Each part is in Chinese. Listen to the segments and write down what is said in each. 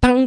噔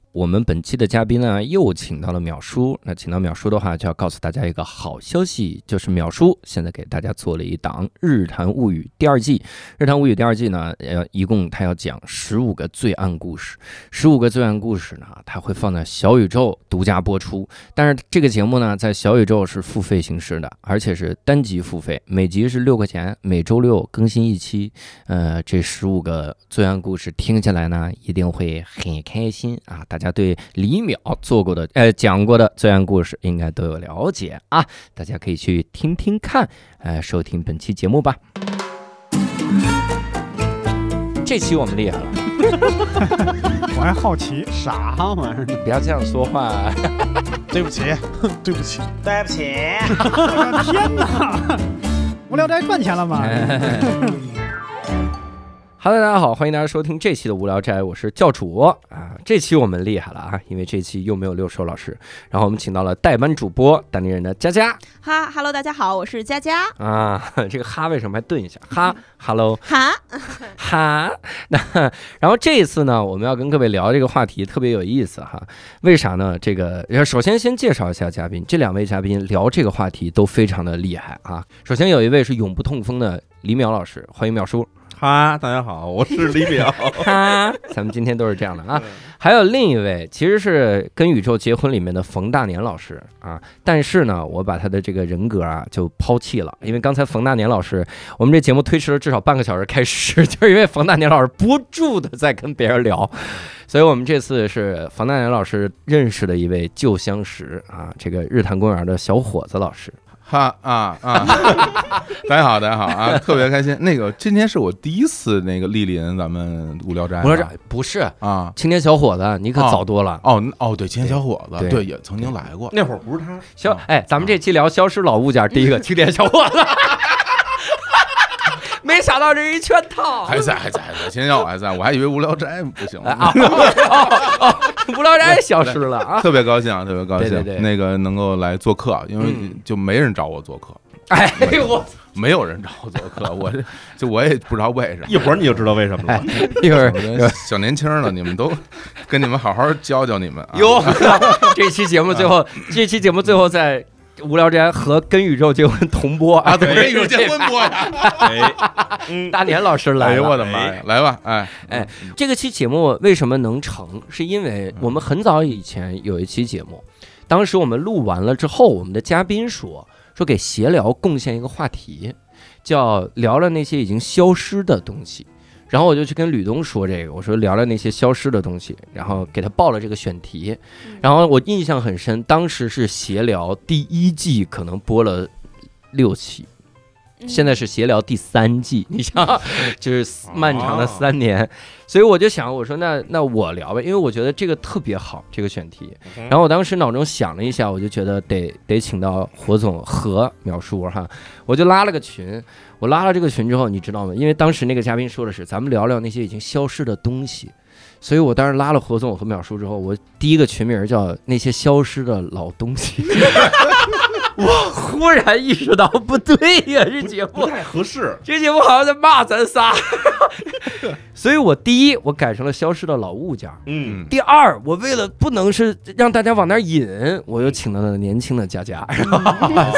我们本期的嘉宾呢，又请到了淼叔。那请到淼叔的话，就要告诉大家一个好消息，就是淼叔现在给大家做了一档《日谈物语》第二季。《日谈物语》第二季呢，呃，一共他要讲十五个罪案故事。十五个罪案故事呢，他会放在小宇宙独家播出。但是这个节目呢，在小宇宙是付费形式的，而且是单集付费，每集是六块钱，每周六更新一期。呃，这十五个罪案故事听起来呢，一定会很开心啊！大家对李淼做过的、呃讲过的罪案故事应该都有了解啊，大家可以去听听看，呃，收听本期节目吧。这期我们厉害了，我还好奇，啥玩意儿？不要这样说话。对不起，对不起，对不起，天哪！无聊斋赚钱了吗？ Hello，大家好，欢迎大家收听这期的无聊斋，我是教主啊。这期我们厉害了啊，因为这期又没有六兽老师，然后我们请到了代班主播单立人的佳佳哈，Hello，大家好，我是佳佳。啊， 这个哈为什么还顿一下？哈，Hello。哈，哈，那然后这一次呢，我们要跟各位聊这个话题特别有意思哈。为啥呢？这个呃首先先介绍一下嘉宾，这两位嘉宾聊这个话题都非常的厉害啊。首先有一位是永不痛风的李淼老师，欢迎淼叔。哈，大家好，我是李淼。 嗯哈，咱们今天都是这样的啊。还有另一位其实是《跟宇宙结婚》里面的冯大年老师啊，但是呢，我把他的这个人格啊就抛弃了，因为刚才冯大年老师，我们这节目推迟了至少半个小时开始，就是因为冯大年老师不住的在跟别人聊，所以我们这次是冯大年老师认识的一位旧相识啊，这个日坛公园的小伙子老师，哈啊啊！ 大家好，大家好啊！特别开心。那个今天是我第一次那个莅临咱们无聊斋啊，我说这不是啊。青年小伙子，你可早多了。哦那哦，对，青年小伙子，对对，也曾经来过。那会儿不是他，消哎，咱们这期聊消失老物件，第一个青年小伙子，没想到这是一圈套还在，还在，还在，青年小伙子还在，我还以为无聊斋不行啊！啊哦哦无聊斋消失了啊！特别高兴啊，特别高对对对兴，那个能够来做客，啊因为嗯就没人找我做客，哎呦我没有人找我做 客，我这就我也不知道为啥。一会儿你就知道为什么了。一会儿我这小年轻了，你们都跟你们好好教教你们啊。哟， 这期节目最后，这期节目最后在无聊斋和跟宇宙结婚同播啊，啊！怎么跟有结婚播呀？哎， 大年老师来哎呦我了。的妈呀！来吧，哎哎这个期节目为什么能成？是因为我们很早以前有一期节目，当时我们录完了之后，我们的嘉宾说说给闲聊贡献一个话题，叫聊聊那些已经消失的东西。然后我就去跟吕东说这个，我说聊聊那些消失的东西，然后给他报了这个选题。嗯然后我印象很深，当时是闲聊第一季可能播了六期，嗯现在是闲聊第三季，你想，就是漫长的三年，所以我就想，我说那那我聊呗，因为我觉得这个特别好，这个选题。嗯然后我当时脑中想了一下，我就觉得得得请到火总和淼叔哈，我就拉了个群，我拉了这个群之后，你知道吗？因为当时那个嘉宾说的是，咱们聊聊那些已经消失的东西。所以我当时拉了火总和淼叔之后，我第一个群名叫“那些消失的老东西”，我忽然意识到不对呀，这节目不太合适。这节目好像在骂咱仨， 所以我第一我改成了消失的老物件儿，嗯，第二我为了不能是让大家往那儿引，我又请到了年轻的佳佳，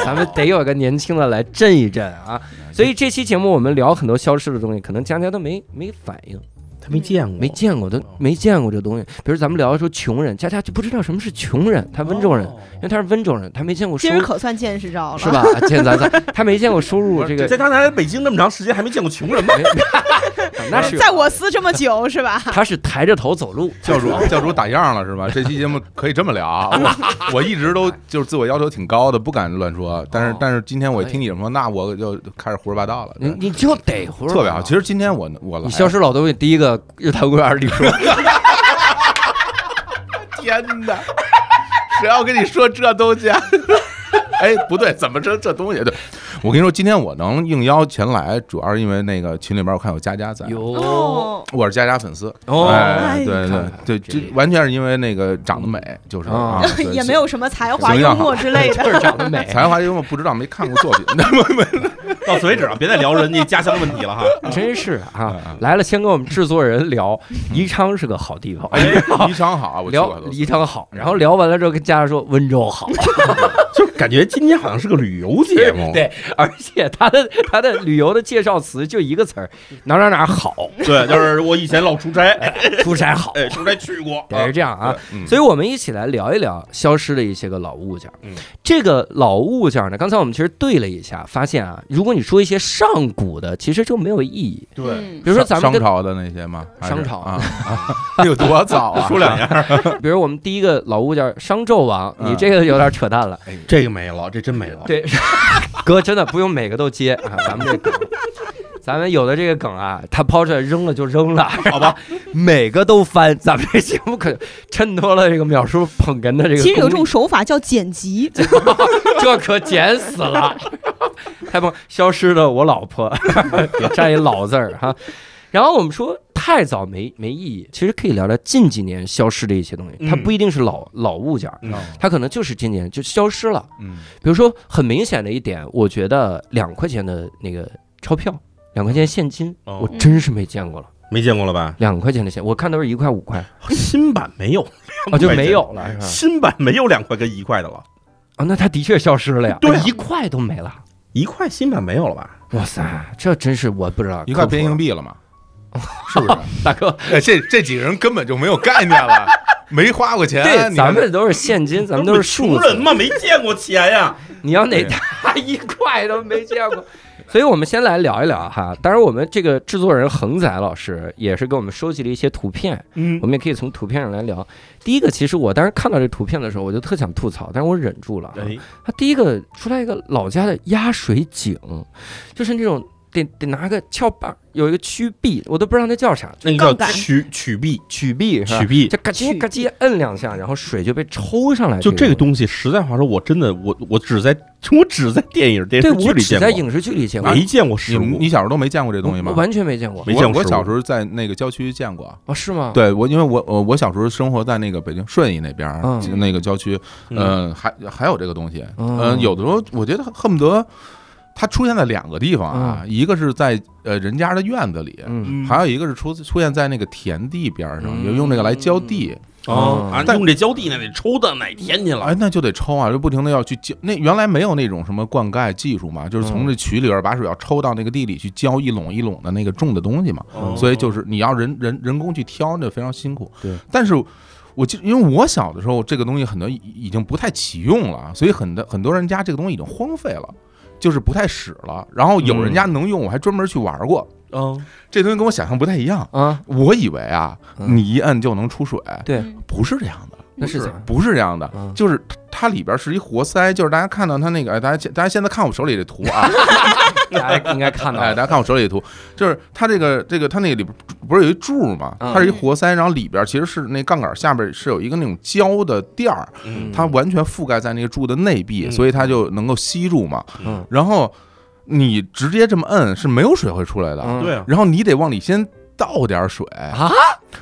咱们得有一个年轻的来震一震啊！所以这期节目我们聊很多消失的东西，可能佳佳都没没反应，他没见过，没见过都没见过这东西。比如咱们聊说穷人，佳佳就不知道什么是穷人，他温州人，因为他是温州人，他没见过收今儿可算见识着了，是？吧？见咱咱他没见过收入这个，在他来北京那么长时间，还没见过穷人吗？那是在我司这么久是吧？他是抬着头走路。教主， 教主打样了是吧？这期节目可以这么聊啊， 我我一直都就是自我要求挺高的，不敢乱说。但是哦哎嗯但是今天我一听你这么说，那我就开始胡说八道了，你对你就得胡说特八道，别好。其实今天我我来你消失老东西，第一个日坛公 园里说，天哪， 谁要跟你说这东西？啊？哎，不对，怎么这这东西？对，我跟你说，今天我能应邀前来，主要是因为那个群里边我看有佳佳在，哟，哦，我是佳佳粉丝。哦哎，哎对对看看对，这这完全是因为那个长得美，就是啊哦，对 也没有什么才华形幽象好默之类的。就是长得美，才华，因为我不知道没看过作 品， 到此为止啊，别再聊人家家乡问题了哈。真是嗯啊！来了，先跟我们制作人聊，宜昌是个好地方，哎，宜昌好，我去过聊很多次宜昌好，然后聊完了之后跟家人说温州 好，就感觉今天好像是个旅游节目，对，而且他的他的旅游的介绍词就一个词儿，嗯哪哪哪 好， 对，就是我以前老出差，哎，出差好，出差去过，得是这样啊。嗯所以，我们一起来聊一聊消失的一些个老物件。嗯，这个老物件呢，刚才我们其实对了一下，发现啊，如果你说一些上古的，其实就没有意义。对，嗯比如说咱们商跟，朝的那些嘛，还是商朝啊，啊 有多早啊？说两样，比如我们第一个老物件商纣王，嗯你这个有点扯淡了。哎这个没了，这真没了。对，哥真的不用每个都接啊，咱们这梗，咱们有的这个梗啊，他抛出来扔了就扔了， 好吧，每个都翻，咱们这节目可衬托了这个秒叔捧哏的这个功力。其实有一种手法叫剪辑，这可捡死了， 太棒！消失的我老婆， 也占一老字儿哈。然后我们说太早没没意义，其实可以聊聊近几年消失的一些东西，它嗯不一定是老老物件儿， 嗯它可能就是今年就消失了。嗯，比如说很明显的一点，我觉得两块钱的那个钞票，两块钱现金，哦我真是没见过了。没见过了吧？两块钱的现，我看都是一块五块，嗯新版 没有，嗯哦就没有了是吧？新版没有两块跟一块的了，啊，那它的确消失了呀，对啊一块都没了。一块新版没有了吧？哇塞，这真是我不知道一块克服变了硬币了嘛，是 不是？ 大哥，哎这这几个人根本就没有概念了，没花过钱。对，哎你咱看们都是现金，咱们都是数穷字人。嘛，没见过 钱呀。你要哪对大一块都没见过， 所以我们先来聊一聊哈。当然，我们这个制作人恒仔老师也是给我们收集了一些图片，嗯我，们也可以从图片上来聊。第一个，其实我当时看到这图片的时候，我就特想吐槽，但是我忍住了啊。哎，他第一个出来一个老家的压水井，就是那种得得拿个撬把儿，有一个曲臂，我都不知道那叫啥，那杠个叫杆曲曲臂，曲臂是吧曲？臂。就嘎曲叽嘎叽摁两下，然后水就被抽上来。就这个个东西，实在话说，我真的，我我只在 我只在电影电对，视剧我里只见在过，影视剧里见过，没见过实你物你。小时候都没见过这东西吗我？完全没见过。没见过我我实物小时候在那个郊区见过。哦，是吗？，对我，因为我我我小时候生活在那个北京顺义那边儿，嗯那个郊区，嗯，嗯，还还有这个东西，嗯嗯，有的时候我觉得恨不得它出现在两个地方啊，一个是在呃人家的院子里，嗯，还有一个是出出现在那个田地边儿上，嗯就用这个来浇地，哦，啊，但用这浇地那得抽到哪天去了？哎，那就得抽啊，就不停的要去浇。那原来没有那种什么灌溉技术嘛，就是从嗯这渠里边把水要抽到那个地里去浇一垄一垄的那个种的东西嘛，哦所以就是你要人人人工去挑，那非常辛苦。对，但是。我记，因为我小的时候，这个东西很多已已经不太起用了，所以很多很多人家这个东西已经荒废了，就是不太使了。然后有人家嗯能用，我还专门去玩过。嗯，这东西跟我想象不太一样，啊，我以为啊，嗯你一摁就能出水，对嗯不是这样的。那是啥？不是这样的嗯，就是它它里边是一活塞，就是大家看到它那个，哎，大家现大家现在看我手里这图啊，大家应该看到哎，大家看我手里这图，就是它这个这个它那个里边不是有一柱嘛，嗯它是一活塞，然后里边其实是那杠杆下边是有一个那种胶的垫儿，嗯它完全覆盖在那个柱的内壁，嗯所以它就能够吸住嘛，嗯然后你直接这么摁是没有水会出来的，嗯对啊，然后你得往里先。倒点水啊，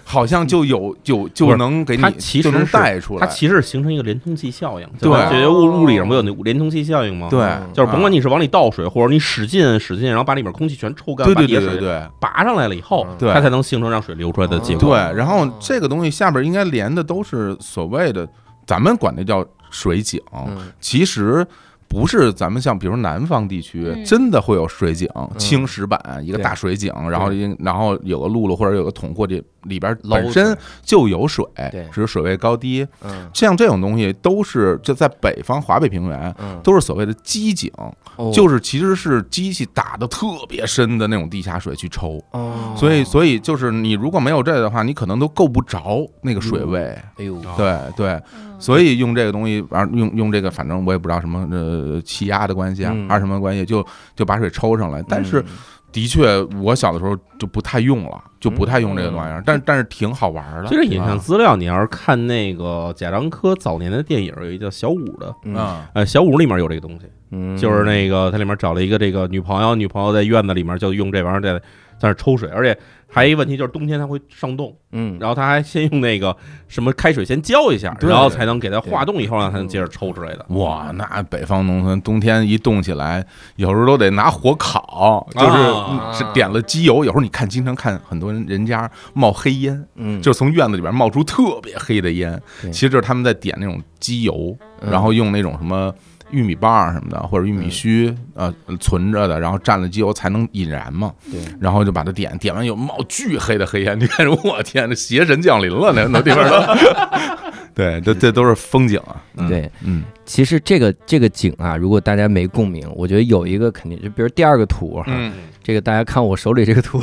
好像就有就不就是能给你它其实就能是带嗯出来，它其实是形成一个连通器效应，对吧这物物理上不有那连通器效应吗？嗯对，就是甭啊管你是往里倒水，或者你使劲使劲，然后把里面空气全抽干，对啊把对底下对对水对拔上来了以后，对它才能形成让水流出来的结对果。，然后这个东西下边应该连的都是所谓的，咱们管那叫水井，嗯其实。不是咱们像比如南方地区嗯真的会有水井，青石板一个对大水井，然后一然后有个辘轳或者有个桶或者里边捞本身就有水对，只是水位高低。嗯像这种东西都是就在北方华北平原嗯，都是所谓的机井，哦就是其实是机器打的特别深的那种地下水去抽。哦所以，所以就是你如果没有这个的话，你可能都够不着那个水位。哎呦，哦对对，嗯所以用这个东西，玩用用这个，反正我也不知道什么呃气压的关系啊，嗯还是什么关系，就就把水抽上来。但嗯是的确，我小的时候就不太用了，就不太用这个玩意儿，但但是挺好玩的。嗯其实影啊像资料，你要是看那个贾樟柯早年的电影，有一个叫《小五》的，嗯嗯呃，《小五》里面有这个东西，嗯就是那个它里面找了一个这个女朋友，女朋友在院子里面就用这玩意儿在在那抽水，而且还有一个问题就是冬天它会上冻，嗯，然后他还先用那个什么开水先浇一下，对然后才能给它化冻，以后让它能接着抽之类的。哇，那北方农村冬天一冻起来，有时候都得拿火烤，就是啊嗯是点了机油。有时候你看，经常看很多人人家冒黑烟，嗯就是从院子里边冒出特别黑的烟，对其实就是他们在点那种机油，嗯然后用那种什么。玉米棒儿什么的，或者玉米须，呃，存着的，然后蘸了机油才能引燃嘛。嗯对，然后就把它点，点完以后冒巨黑的黑烟，你看，我天，这邪神降临了，那那地方都。 对，这这都是风景啊。嗯，对，嗯其实这个这个景啊，如果大家没共鸣，我觉得有一个肯定就比如第二个图哈，嗯，这个大家看我手里这 个图，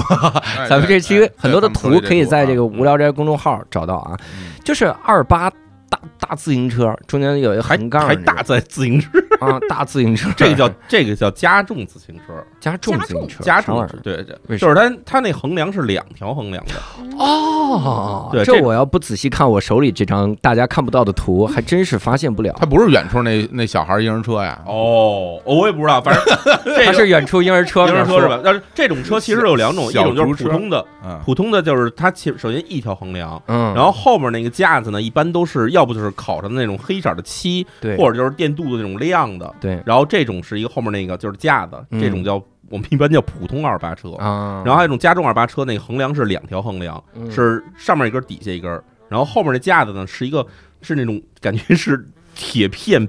哎咱们这期很多的图可以啊在这个“啊对嗯无聊斋”公众号找到啊，嗯就是二八大大自行车中间有一个还横杠还儿那种，大在自行车， 啊大自行车，这个叫这个叫加重自行 车，加重自行车，加长重耳对，为对什就是它它那横梁是两条横梁的，哦对这这我要不仔细看我手里这张大家看不到的 图，还真是发现不了它。不是远处那那小孩婴儿车呀，哦，我也不知道， 反正这它个是远处婴儿车，婴儿车是吧？？但是这种车其实有两种，一小种就是竹车普通的，嗯，普通的就是它其首先一条横梁。嗯，然后后面那个架子呢，一般都是要不就是烤上的那种黑色的漆，对，或者就是电镀的那种亮的。对然后这种是一个后面那个就是架子，嗯这种叫我们一般叫普通二八车。啊，然后还有一种加重二八车，那个横梁是两条横梁，嗯是上面一根儿底下一根儿，然后后面那架子呢是一个是那种感觉是铁片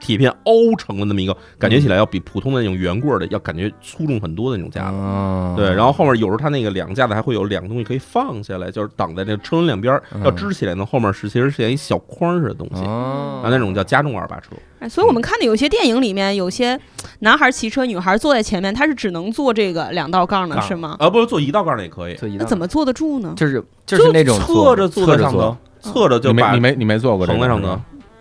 铁片凹成的那么一个，感觉起来要比普通的那种圆棍儿的要感觉粗重很多的那种架子。啊，对，然后后面有时候它那个两个架子还会有两个东西可以放下来，就是挡在那个车轮两边儿，要嗯支起来呢，后面是其实是一小筐儿似的东西，哦啊，那种叫加重二八车。哎，所以我们看的有些电影里面，有些男孩骑车，女孩坐在前面，他是只能坐这个两道杠的，杠是吗？啊，不是做一道杠儿也可以，座椅那呢怎么坐得住呢？就是就是那种侧着坐在着上嗯头，侧着就你没把你没你没坐过这横个在上是头吧，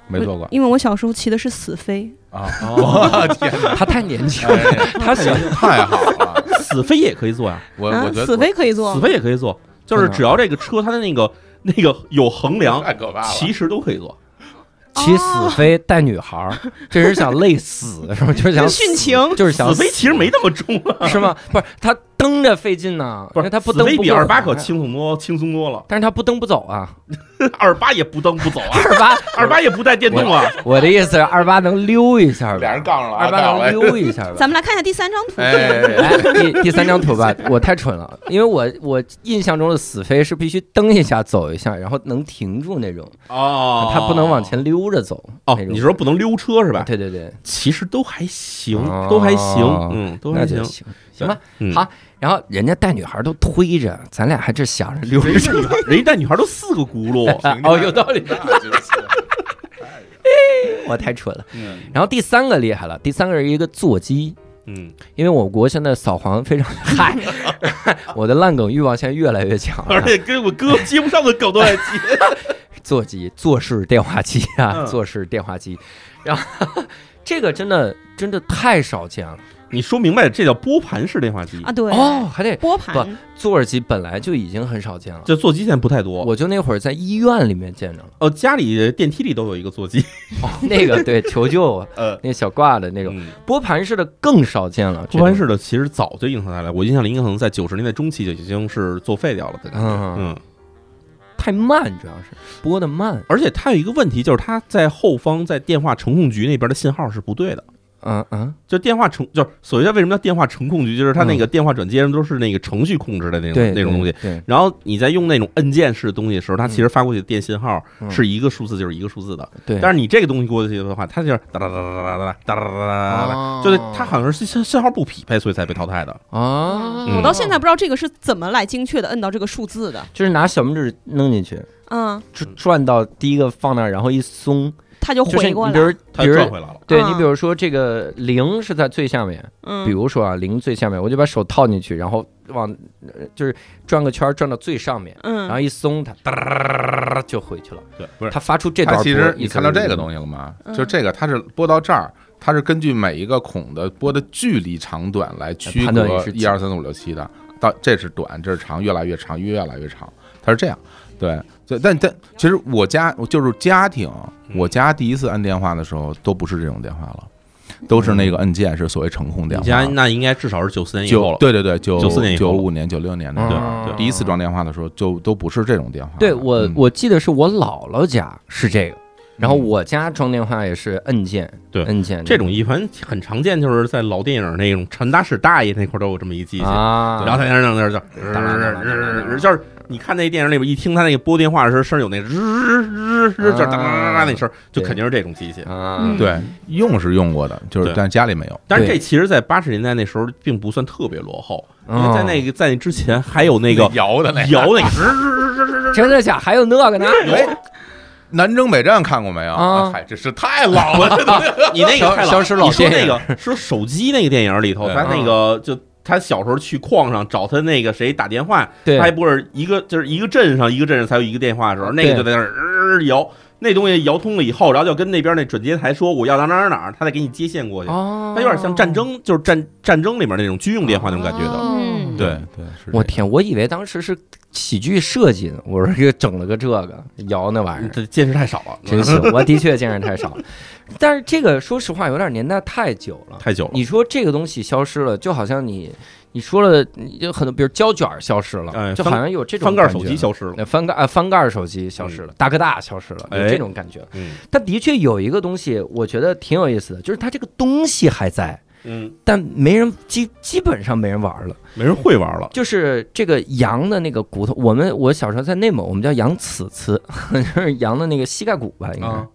没坐过因为我小时候骑的是死飞，啊！哦我 天哪，他太年轻了，哎他想太好了，死飞也可以坐呀，我啊我，觉死得飞可以 坐死，飞也可以坐，就是嗯只要这个车它的那个那个有横梁，太可怕了，其实都可以坐。骑死飞带女孩儿，这人想累死是吧？就是想殉死情就是想死飞其实没那么重啊，死是吗？不是他蹬着费劲呢，不因为是他不死蹬飞不啊比过二八河可呀轻松多，轻松多了。但是他不蹬不走啊，二八也不蹬不走啊，二八二八也不带电动啊。我的意思是二八能溜一下吧，俩人杠上了啊，二八杠能了，溜一下吧。咱们来看一下第三张图，哎哎，哎哎来第第三张图吧，我太蠢了，因为我我印象中的死飞是必须蹬一下走一下，然后能停住那种，哦他不能往前溜着走。哦那，种你说不能溜车是吧？对对对，其实都还行哦，都还行，嗯，都那还就行。行行吧。嗯好，然后人家带女孩都推着，咱俩还这想着溜人着家 女孩，人家带女孩都四个轱 辘，哦，有道理，那真是我太蠢了。嗯然后第三个厉害了，第三个是一个座机，嗯，因为我国现在扫黄非常嗨， 我的烂梗欲望现在越来越强了而。且哎跟我哥接不上的梗都在接。座机、坐式电话机啊，嗯坐式电话机，然后这个真的真的太少见了 你说明白了，这叫拨盘式电话机啊，，对，哦，还得拨不盘，座耳机本来就已经很少见了。这座机现在不太多。我就那会儿在医院里面见着了，哦哦，家里电梯里都有一个座机，那个对求救啊， 呃，嗯那个小挂的那那种，拨盘式的更少见了。托盘式的其实早就应用下来，我印象里可能在九十年代中期就已经是作废掉了的这感种，觉。嗯，嗯，太慢，主要是拨的慢。而且它有一个问题，就是它在后方在电话程控局那边的信号是不对的。嗯嗯，就电话程，就是所谓叫为什么叫电话程控局，就是它那个电话转接上都是那个程序控制的那对种那种东西。，对，然后你在用那种按键式的东西的时候，它其实发过去的电信号嗯是一个数字就是一个数字的，对，但是你这个东西过去的话，它就是哒哒哒哒哒哒哒哒哒哒哒，哦啊就是它好像是信信号不匹配，所以才被淘汰的。啊，嗯我到现在不知道这个是怎么来精确的摁到这个数字的，就是拿小拇指弄进去，嗯，转转到第一个放那儿，然后一松，他就就是回你过比来，如它比又如转回来了。对嗯你，比如说这个零是在最下面，比嗯，如说啊，零最下面，我就把手套进去，然后往呃就是转个圈儿，转到最上面，然后嗯，一松它，哒儿就回去了。对，不是它发出这段波，它其实你看到这个东西，西了吗？嗯就这个，它是拨到这儿，它是根据每一个孔的拨的距离长短来区判断你隔是几一二三四五六七的。到这是短，这是长，越来越长，越来越长，它是这样。对，对，但但其实我家我就是家庭，嗯我家第一次按电话的时候都不是这种电话了，都是那个按键是所谓程控你电家话。那应该至少是九四年以后九了，对对对九94年以九后五年九六年的时候嗯对第一次装电话的时候就都不是这种电啊话了。对我嗯我记得是我姥姥家是这个，然后我家装电话也是摁键，嗯对摁键这种一般很常见，就是在老电影那种陈大使大爷那块儿都有这么一机器，啊，然后他在那儿在那儿就，就是你看那电影里边一听他那个拨电话的时候，声有那日日日就是哒哒那声，就肯定是这种机器。啊，嗯对用是用过的，就是对但家里没有。但是这其实，在八十年代那时候并不算特别落后，因为在那个个在那之前还有那个摇的摇那个日日日日真的假还有那个呢？哎，南征北战看过没有？啊嗨，这是太老了，这都你那个太消失老你说电那影个说手机那个电影里头，对他那个就他小时候去矿上找他那个谁打电话，对他，还不是一个就是一个镇上一个镇上才有一个电话的时候，那个就在那儿、呃、摇，那东西摇通了以后，然后就跟那边那转接台说我要到哪儿哪儿哪儿，他再给你接线过去，哦他有点像战。争，就是战战争里面那种军用电话那种感觉的。嗯对对，是我这样天，我以为当时是喜剧设计呢，我说又整了个这个摇那玩意儿。嗯这见识太少了，真行，我的确见识太少，但是这个说实话有点年代太久了。太久了。你说这个东西消失了，就好像你你说了你有很多，比如胶卷儿消失了，哎就翻好像有这种翻盖感手觉机消失了，嗯那翻盖啊翻盖儿手机消失了，大哥大消失了，有哎这种感觉。嗯但的确有一个东西，我觉得挺有意思的，就是它这个东西还在，嗯，但没人基基本上没人玩了。没人会玩了。就是这个羊的那个骨头，我们我小时候在内蒙，我们叫羊刺刺， 就是羊的那个膝盖骨吧，应该。啊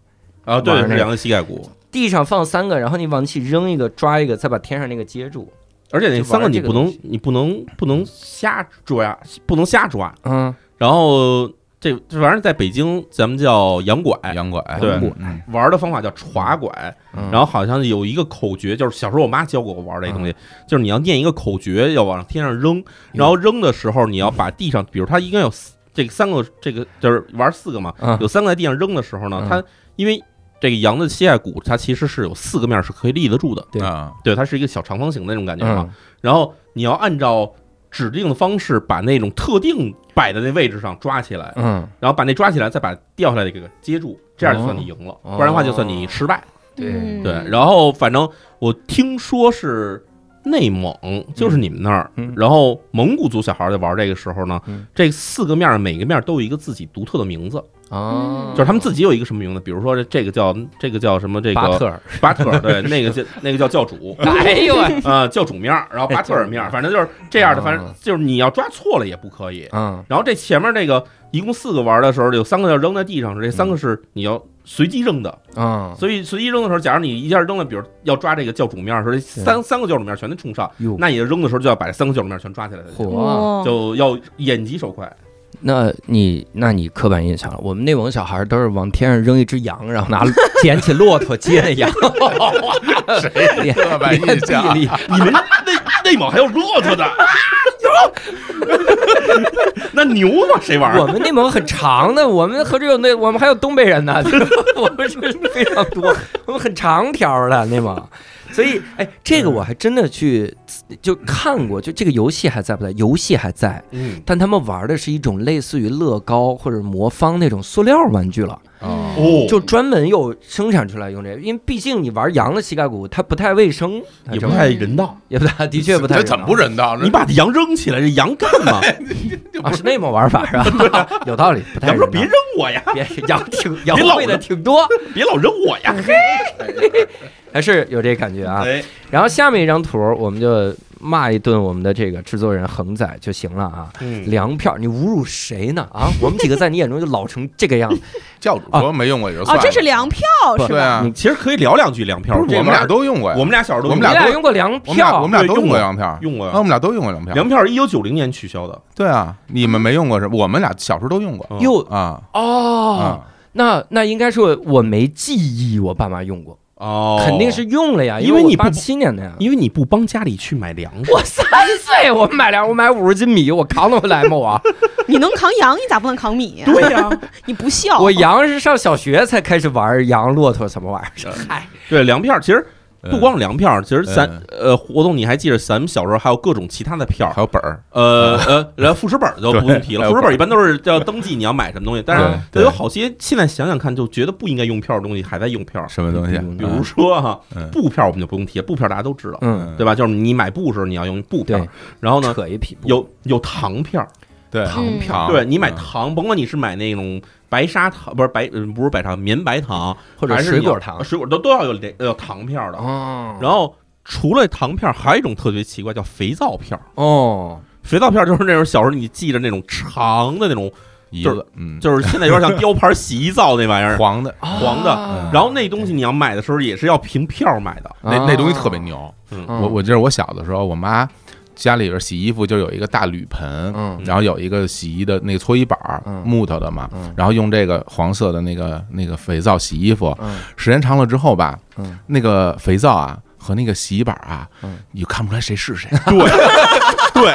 啊，对，玩那是个两个膝盖骨，地上放三个，然后你往起扔一个，抓一个，再把天上那个接住。而且那就玩三个你这个不东能西，你不能不能瞎抓，不能瞎抓。嗯，然后这这玩意儿在北京咱们叫羊拐，洋拐，对嗯玩的方法叫歘拐。然然后好像有一个口诀，就是小时候我妈教过我玩这嗯东西，就是你要念一个口诀，要往天上扔，然后扔的时候你要把地上，比如它应该有四这个三个，这个就是玩四个嘛，嗯有三个在地上扔的时候呢嗯，它因为这个羊的膝盖骨，它其实是有四个面是可以立得住的，对啊，对，它是一个小长方形的那种感觉嘛。嗯然后你要按照指定的方式把那种特定摆的那位置上抓起来，嗯，然后把那抓起来，再把掉下来的给接住，这样就算你赢了，哦不然的话就算你失败。对嗯对，然后反正我听说是内蒙，就是你们那儿，嗯然后蒙古族小孩在玩这个时候呢，嗯这四个面儿每个面儿都有一个自己独特的名字，哦，就是他们自己有一个什么名字，比如说这这个叫这个叫什么这个巴特尔，巴特 尔，对，那个叫那个叫教主。哎呦喂，哎呃，教主面儿，然后巴特尔面儿，反正就是这样的，哦反正就是你要抓错了也不可以。嗯然后这前面这个一共四个玩的时候，有三个要扔在地上，这三个是你要随机扔的。嗯，所以随机扔的时候，假如你一下扔了，比如要抓这个教主面儿的时候，这三三个教主面儿全都冲上，哟，那你扔的时候就要把这三个教主面儿全抓起来才行，火，就要眼疾手快。那你那你刻板印象了，我们内蒙小孩都是往天上扔一只羊，然后拿捡起骆驼接那羊，谁刻板印象地里你们内内蒙还有骆驼的， 那牛吗？谁玩我儿？们内蒙很长的，我们何止有那，我们还有东北人呢， 我们是非常多，我们很长条的内蒙。所以，哎，这个我还真的去就看过，就这个游戏还在不在？游戏还在，嗯，但他们玩的是一种类似于乐高或者魔方那种塑料玩具了，哦哦，就专门又生产出来用这个，因为毕竟你玩羊的膝盖骨，它不太卫生，它也这不玩意太人道。也不太，的确不太。这怎么不？人道？你把羊扔起来，这羊干嘛？ 啊，是那么玩法 是吧？啊 有道理，不太羊人说道。别扔我呀，别羊 挺羊别老会的扔挺多，别老扔我呀。还是有这感觉啊。哎，然后下面一张图，我们就骂一顿我们的这个制作人恒仔就行了啊。嗯粮票，你侮辱谁呢？啊，我们几个在你眼中就老成这个样子。教主说没用过也就算哦，了。这是粮票是对吧？啊你，其实可以聊两句粮票。不是我们俩都，都用过呀，我们俩小时候都我们你俩俩都用过粮我们俩票，我们俩都用过对洋票，用过啊，我们俩都用过洋票粮。票是一九九零年取消的，对啊，你们没用过是吧？我们俩小时候都用过哟啊哦，啊，那那应该是我没记忆，我爸妈用过，哦肯定是，用了呀，因为为你不八七年的呀。因为你不帮家里去买粮食，我三岁，我买粮，我买五十斤米，我扛得回来吗？我你能扛羊，你咋不能扛米呀？对呀，你不孝。我羊是上小学才开始玩羊、骆驼什么玩意儿。嗨，对粮票其实。嗯不光是粮票，其实咱呃活动你还记着，咱们小时候还有各种其他的票还，有本儿，呃呃，然后副食本儿就不用提对了，副食本儿一般都是要登记你要买什么东西，但是对有好些现在想想看就觉得不应该用票的东西还在用票，什么东西？比比如说哈嗯布票我们就不用提了，布票大家都知道，嗯，对吧？就是你买布时候你要用布票对，然后呢嗯扯一匹布，有有糖票，对糖嗯票对你买糖，甭管你是买那种白砂糖，不是白呃不是白砂糖，绵白糖或者还是水你要果糖水果都都要有连呃糖票的。啊哦然后除了糖票，还有一种特别奇怪叫肥皂票。哦，肥皂票就是那种小时候你记着那种长的那种，一就是个嗯，就是现在有点像雕牌洗衣皂那 玩意儿，黄的，黄的。嗯然后那东西你要买的时候也是要凭票买的，那那东西特别牛。嗯嗯我我记得我小的时候，我妈家里边洗衣服就有一个大铝盆，嗯然后有一个洗衣的那个搓衣板儿，嗯木头的嘛，嗯然后用这个黄色的那个那个肥皂洗衣服，嗯时间长了之后吧，嗯那个肥皂啊。和那个洗衣板啊，嗯你就看不出来谁 是谁，对，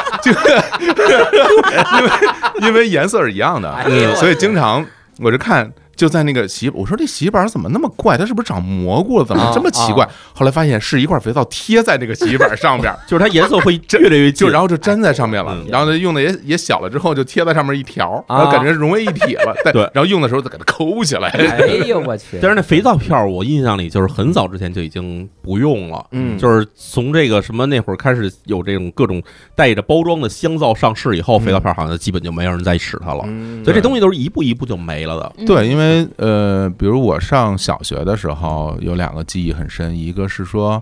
因为颜色是一样的，哎呦所以经常我就看就在那个洗衣，我说这洗衣板怎么那么怪？它是不是长蘑菇了？怎么啊这么奇怪啊？后来发现是一块肥皂贴在这个洗衣板上边，就是它颜色会越 来越近就。然后就粘在上面了嗯，然后呢用的也也小了之后就贴在上面一条，啊然后感觉融为一体 了。但对然后用的时候再给它抠起来。 哎呦我去，但是那肥皂票，我印象里就是很早之前就已经不用了，嗯就是从这个什么那会儿开始有这种各种带着包装的香皂上市以后，嗯肥皂票好像基本就没有人再使它了，嗯所以这东西都是一步一步就没了嗯的。对，因为呃，比如我上小学的时候有两个记忆很深，一个是说，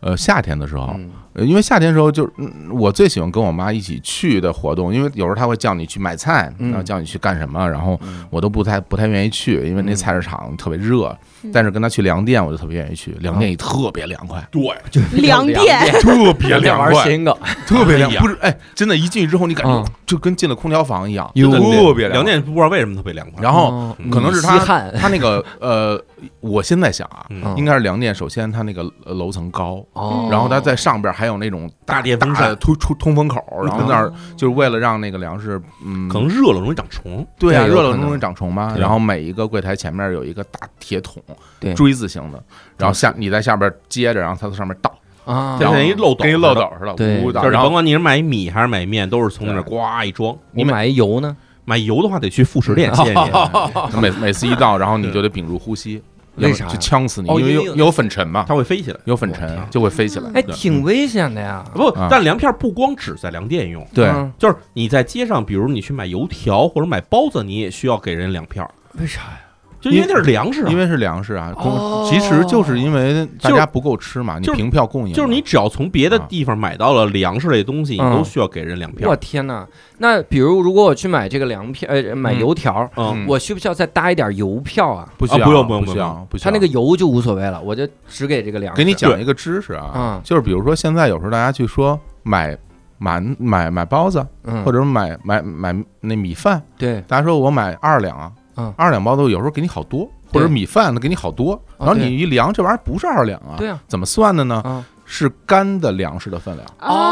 呃，夏天的时候，嗯呃因为夏天的时候就、嗯、我最喜欢跟我妈一起去的活动，因为有时候她会叫你去买菜，嗯然后叫你去干什么，然后我都不太不太愿意去，因为那嗯菜市场特别热。嗯但是跟她去粮店，我就特别愿意去，嗯粮店也特别凉快，对，粮店， 特别别凉凉玩快，心梗，特别凉哎，呀不是哎，真的，一进去之后你感觉嗯就跟进了空调房一样，哟特别凉凉。店不知道为什么特别凉快，然后可能是他他汗，它那个呃，我现在想啊，嗯应该是粮店，首先它那个呃楼层高，哦，然后它在上边还有那种大电风大扇的突出通风口，然后那儿哦就是为了让那个粮食，嗯，可能热了容易长虫，对啊，对有热了可能容易长虫嘛。对然后每一个柜台前面有一个大铁桶对，锥子形的，然后下你在下边接着，然后它从上面倒，啊嗯就然后像一漏斗跟一漏似的斗似的，对呜呜倒，就是然甭后管你是买米还是买面，都是从那儿呱一装。你你买油呢？买油的话得去副食店，谢谢 你。每每次一倒，然后你就得屏住呼吸，为要不啥呀就呛死你，哦因为因为有有有粉尘嘛，它会飞起来。有粉尘就会飞起来。哎，对挺危险的呀。不啊，但粮票不光只在粮店用，对，嗯就是你在街上，比如你去买油条或者买包子，你也需要给人粮票，为啥呀？就因为那是粮食啊。因为是粮食啊，哦供其实就是因为大就家不够吃嘛，你就是凭票供应，就是你，只要从别的地方买到了粮食类东西，你嗯都需要给人粮票我。天哪！那比如如果我去买这个粮票，呃，买嗯油条，嗯，我需不需要再搭一点油票啊？不需要，啊不用不用需要，不需他要。那个油就无所谓了，我就只给这个粮食。给你讲一个知识啊嗯，就是比如说现在有时候大家去说买馒买买包子，嗯，或者买买买那米饭，对，大家说我买二两啊嗯，二两包子有时候给你好多，对或者米饭给你好多，哦然后对你一量这玩意儿不是二两啊，对啊，怎么算的呢？啊，是干的粮食的分量，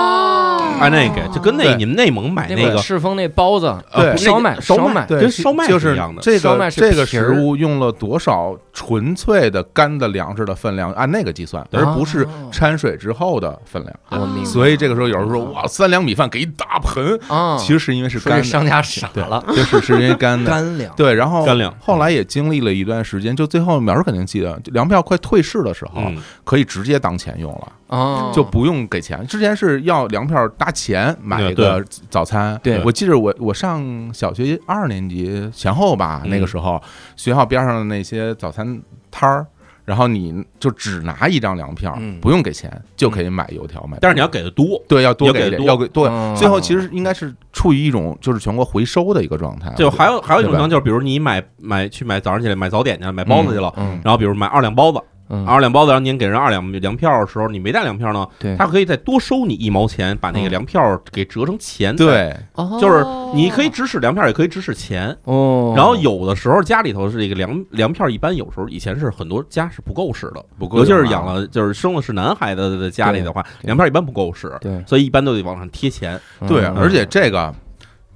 哦按啊那个就跟那对你们内蒙买那那个赤峰那包子，呃对不是那少个买少少买买，对，跟烧麦就是是一样的这烧麦个是这个皮儿食物用了多少纯粹的干的粮食的分量，按那个计算，而不是哦掺水之后的分量。哦我明白所以这个时候有人说哦哇，三两米饭给一大盆，啊。其实是因为是说这干商的，家傻对了，，就是是因为干的。干粮。对，然后干粮后来也经历了一段时间，就最后淼叔肯定记得，就粮票快退市的时候，嗯，可以直接当钱用了，哦，就不用给钱。之前是要粮票搭钱买一对个早餐。对我记得我我上小学二年级前后吧，嗯那个时候学校边上的那些早餐摊儿，然后你就只拿一张粮票嗯，不用给钱就可以买油条买。但是你要给的多，对要多嗯要给一给点多嗯要给对。哦最后其实应该是处于一种就是全国回收的一个状态。就还有还有一啊对吧种情况就是，比如你买买去买早上起来买早点去了，买包子去了，嗯然后比如买二两包子，嗯二两包子，然后您给人二两粮票的时候，你没带粮票呢，对他可以再多收你一毛钱，把那个粮票给折成钱。，对，就是哦你可以只使粮票，也可以只使钱。哦，然后有的时候家里头是这个粮粮票，一般有时候以前是很多家是不够使的，不够尤其是用啊养了就是生的是男孩子的家里的话，对粮票一般不够使，对所以一般都得往上贴钱。对，嗯而且这个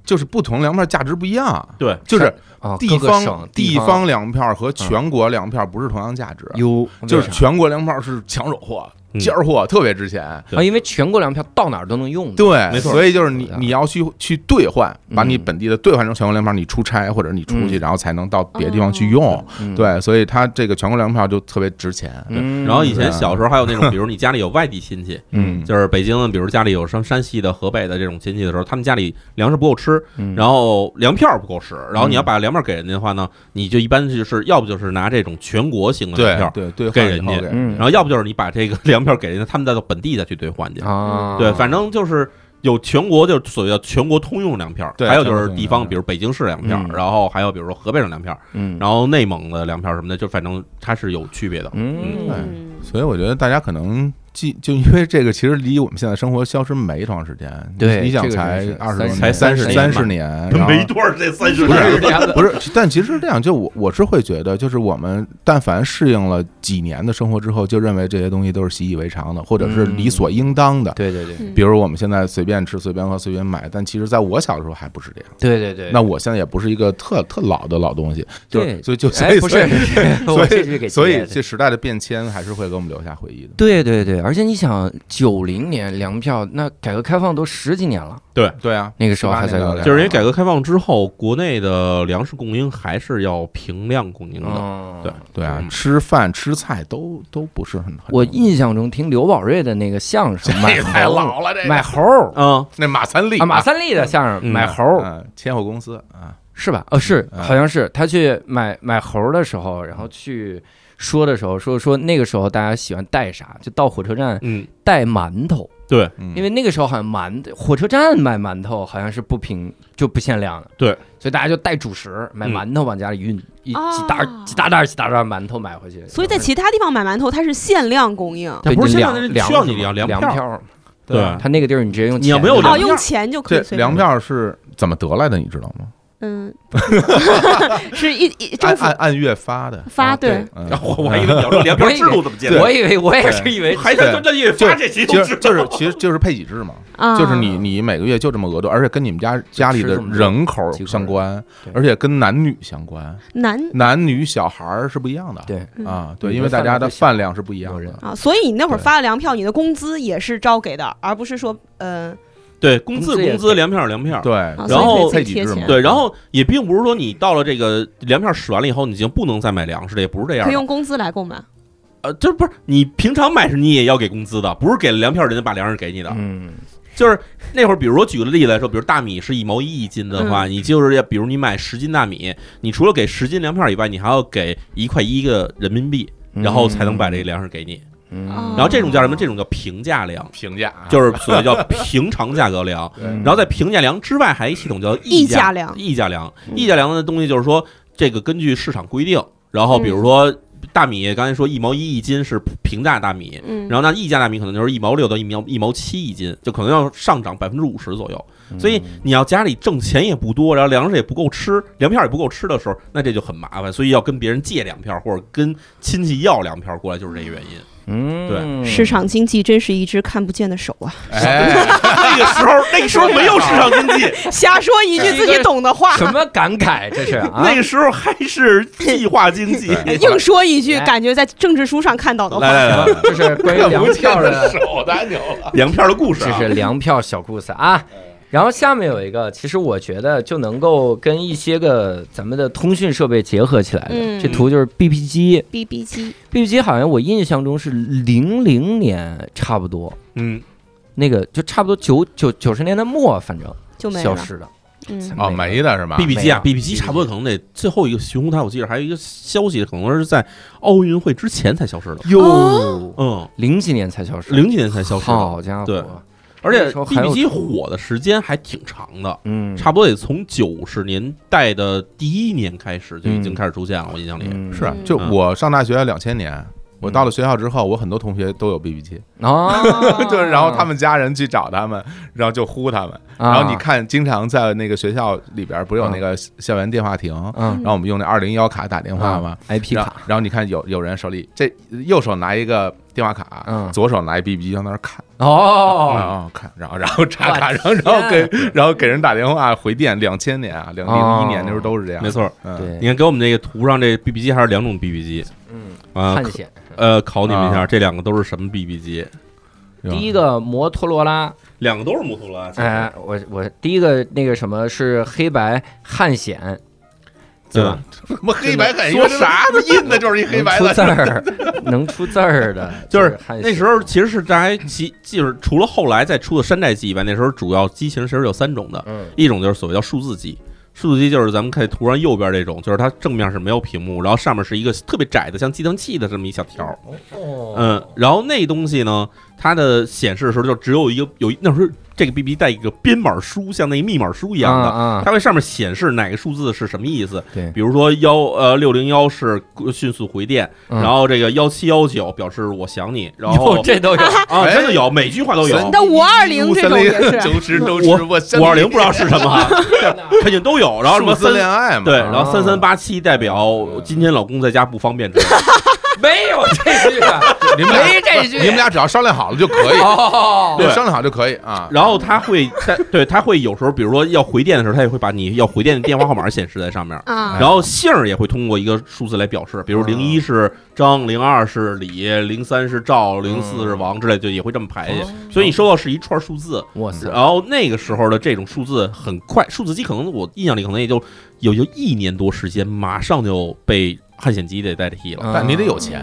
就是不同粮票价值不一样，对，就是啊，地各个方省地嗯方粮票和全国粮票不是同样价值，有就是全国粮票是抢手货、嗯尖儿货，特别值钱。啊，因为全国粮票到哪儿都能用的，对，没错所以就是你对啊你要去去兑换，把你嗯本地的兑换成全国粮票，你出差或者你出去，嗯然后才能到别的地方去用。嗯，对，所以它这个全国粮票就特别值钱。嗯然后以前小时候还有那种，比如你家里有外地亲戚，嗯，就是北京的，比如家里有上山西的、河北的这种亲戚的时候，他们家里粮食不够吃，嗯然后粮票不够使，然后你要嗯把粮票给人家的话呢，你就一般就是要不就是拿这种全国性的对粮票，对对，给换人以后家给嗯然后要不就是你把这个 粮票给人家，他们再到本地再去兑换去。啊，对，反正就是有全国，就是所谓的全国通用粮票，对还有就是全国通用地粮方，票比如北京市粮票嗯，然后还有比如说河北省粮票，嗯，然后内蒙的粮票什么的，就反正它是有区别的。嗯嗯，所以我觉得大家可能记，就因为这个，其实离我们现在生活消失没多长时间。对你想这个才真是二三十多年，才三30三十年年，然后多少这三十不是这样 的， 不是，但其实是这样，就我我是会觉得，就是我们但凡适应了几年的生活之后，就认为这些东西都是习以为常的，或者是理所应当的。嗯对对对嗯比如我们现在随便吃、随便喝、随便买，但其实在我小的时候还不是这样。对对对，那我现在也不是一个特特老的老东西，就对所以就所哎以不所是以， 我所这是给以所截以的这时代的变迁还是会给我们留下回忆的。对对对，而且你想，九零年粮票，那改革开放都十几年了，对啊，那个时候还在18年聊的就是因为改革开放之后，国内的粮食供应还是要平量供应的。嗯对对啊嗯，吃饭吃菜都都不是很。很我正常印象中听刘宝瑞的那个相 声，买哎这太猴老了，这个买猴儿嗯，那马三立啊，马三立的相声嗯买猴儿嗯，千货公司啊，是吧？哦，是，嗯好像是他去买买猴儿的时候，然后去说的时候说说那个时候大家喜欢带啥，就到火车站嗯，带馒头，对因因为那个时候好像馒火车站买馒头好像是不平就不限量的，对，所以大家就带主食买嗯馒头往家里运，一啊几大几大袋几大袋馒头买回去。所以在其他地方买馒头，它是限量供应。对但不是你现在粮是粮需要你是吗粮粮票票，对啊他那个地儿你直接用你要钱没有买哦，粮用钱就可这以随便粮票是怎么得来的，你知道吗？嗯， 是一一按政府按按月发的，发啊对对，嗯， 我我还以为你要说粮票制度怎么建我的，以为我也是以为还 在专业发这些就就是就是其实就是配给制嘛，啊，就是你你每个月就这么额度，而且跟你们家家里的人口相关对，而且跟男女相关，男男女小孩儿是不一样的。对嗯啊，嗯对，因为大家的饭量是不一样有的人。啊，所以你那会儿对发了粮票，你的工资也是照给的，而不是说呃，对工资工资也工资粮票粮票。对，啊然后所以可配以自己给贴制嘛钱，对，然后也并不是说你到了这个粮票使完了以后，你已经不能再买粮食了，也不是这样可以的。用工资来购买。呃，这不是你平常买是你也要给工资的，不是给了粮票人家把粮食给你的。嗯，就是那会儿，比如说举个例子来说，比如大米是一毛一一斤的嗯话，你就是要比如你买十斤大米，你除了给十斤粮票以外，你还要给一块一个人民币，然后才能把这个粮食给你。嗯。哦然后这种叫什么？这种叫平价粮，评价啊就是所谓叫平常价格粮。对然后在平价粮之外，还有一系统叫溢价价粮嗯溢价粮，溢价粮的东西就是说，这个根据市场规定，然后比嗯如说大米，刚才说一毛一一斤是平价大米，嗯，然后呢溢价大米可能就是一毛六到一毛一毛七一斤，就可能要上涨百分之五十左右。嗯所以你要家里挣钱也不多，然后粮食也不够吃，粮票也不够吃的时候，那这就很麻烦，所以要跟别人借粮票或者跟亲戚要粮票过来，就是这个原因。 嗯，对市场经济真是一只看不见的手啊！ 哎，那个时候，那个时候没有市场经济，瞎说一句自己懂的 话，什么感慨这是啊？ 那个时候还是计划经 济。对 硬说一句，来感觉在政治书上看到的话。来来 来，就是关于粮票的，手太牛 了。粮票的故事这啊是，粮票小故事啊。然后下面有一个，其实我觉得就能够跟一些个咱们的通讯设备结合起来的。嗯这图就是 BP 机 B B 机， ，BP 机好像我印象中是零零年差不多，嗯，那个就差不多九九九十年代末，反正就没消了。失了。 嗯，哦，没的是吧 B B 机啊没，B 有 B 机差不多可能得最后一个寻红台，我记得还有一个消息，可能是在奥运会之前才消失的。哟，嗯，零几年才消失，零几年才消失的，好家对伙，而那且时候 B 还有 B 机火的时间还挺长的，嗯，差不多得从九十年代的第一年开始就已嗯经开始出现了，我印象里。嗯是啊嗯就我上大学两千年，我我到了学校之后，我很多同学都有 BB 机，，哦 嗯就是然后他们家人去找他们，然后就呼他们，啊，然后你看，经常在那个学校里边儿不是有那啊个校园电话亭，嗯，然后我们用那二零幺卡打电嗯话啊嘛， ，IP 然卡后，然后你看有有人手里这右手拿一个电话卡，嗯左手拿一 BB 机在那儿看，哦，啊看，然后然后插卡，我然后然后 给嗯然后给人打电话回电，两千年啊，两零一年那时候都是这样，没，错。嗯，对，你看，给我们这个图上这 BB 机还是两种 BB 机嗯，啊探？险。呃，考你们一啊下，这两个都是什么 BB 机？是吧第一个摩托罗拉，两个都是摩托罗拉。其实哎，，我我第一个那个什么是黑白汉显，对吧？什么黑白很说啥呢？印的就是一黑 白能出字的，儿，能出字儿的，就是汉那显时候其实是大家其就是除了后来再出的山寨机以外，那时候主要机型其实有三种的，嗯一种就是所谓叫数字机，数字机就是咱们看图上右边这种，就是它正面是没有屏幕，然后上面是一个特别窄的像计量器的这么一小条儿，嗯，然后那东西呢，它的显示的时候就只有一个有一那时候这个 B B 带一个编码书，像那密码书一一样的。啊，啊它会上面显示哪个数字是什么意思，对，比如说幺呃六零幺是呃迅速回电，嗯然后这个幺七幺九表示我想你，然后哟这都有，啊，哎真的有，每句话都有。但520这种也是 九十都我是我五二零不知道是什 么啊，对肯定都有。然后数什么字三恋爱嘛，对，然后啊三三八七代表今天老公在家不方便之类的。没有这句啊，你们俩没这句你们俩只要商量好了就可以，哦，对，对商量好就可以啊。然后他会在对他会有时候，比如说要回电的时候，他也会把你要回电的电话号码显示在上面。哎啊，然后姓儿也会通过一个数字来表示，比如啊嗯零一是张，零二是李，零三是赵，零四是王之类，就也会这么排下嗯去。所以你收到是一串数字，哇塞，然后那个时候的这种数字很快，数字机可能我印象里可能也就有就一年多时间，马上就被汉显机给代替了。但你得有钱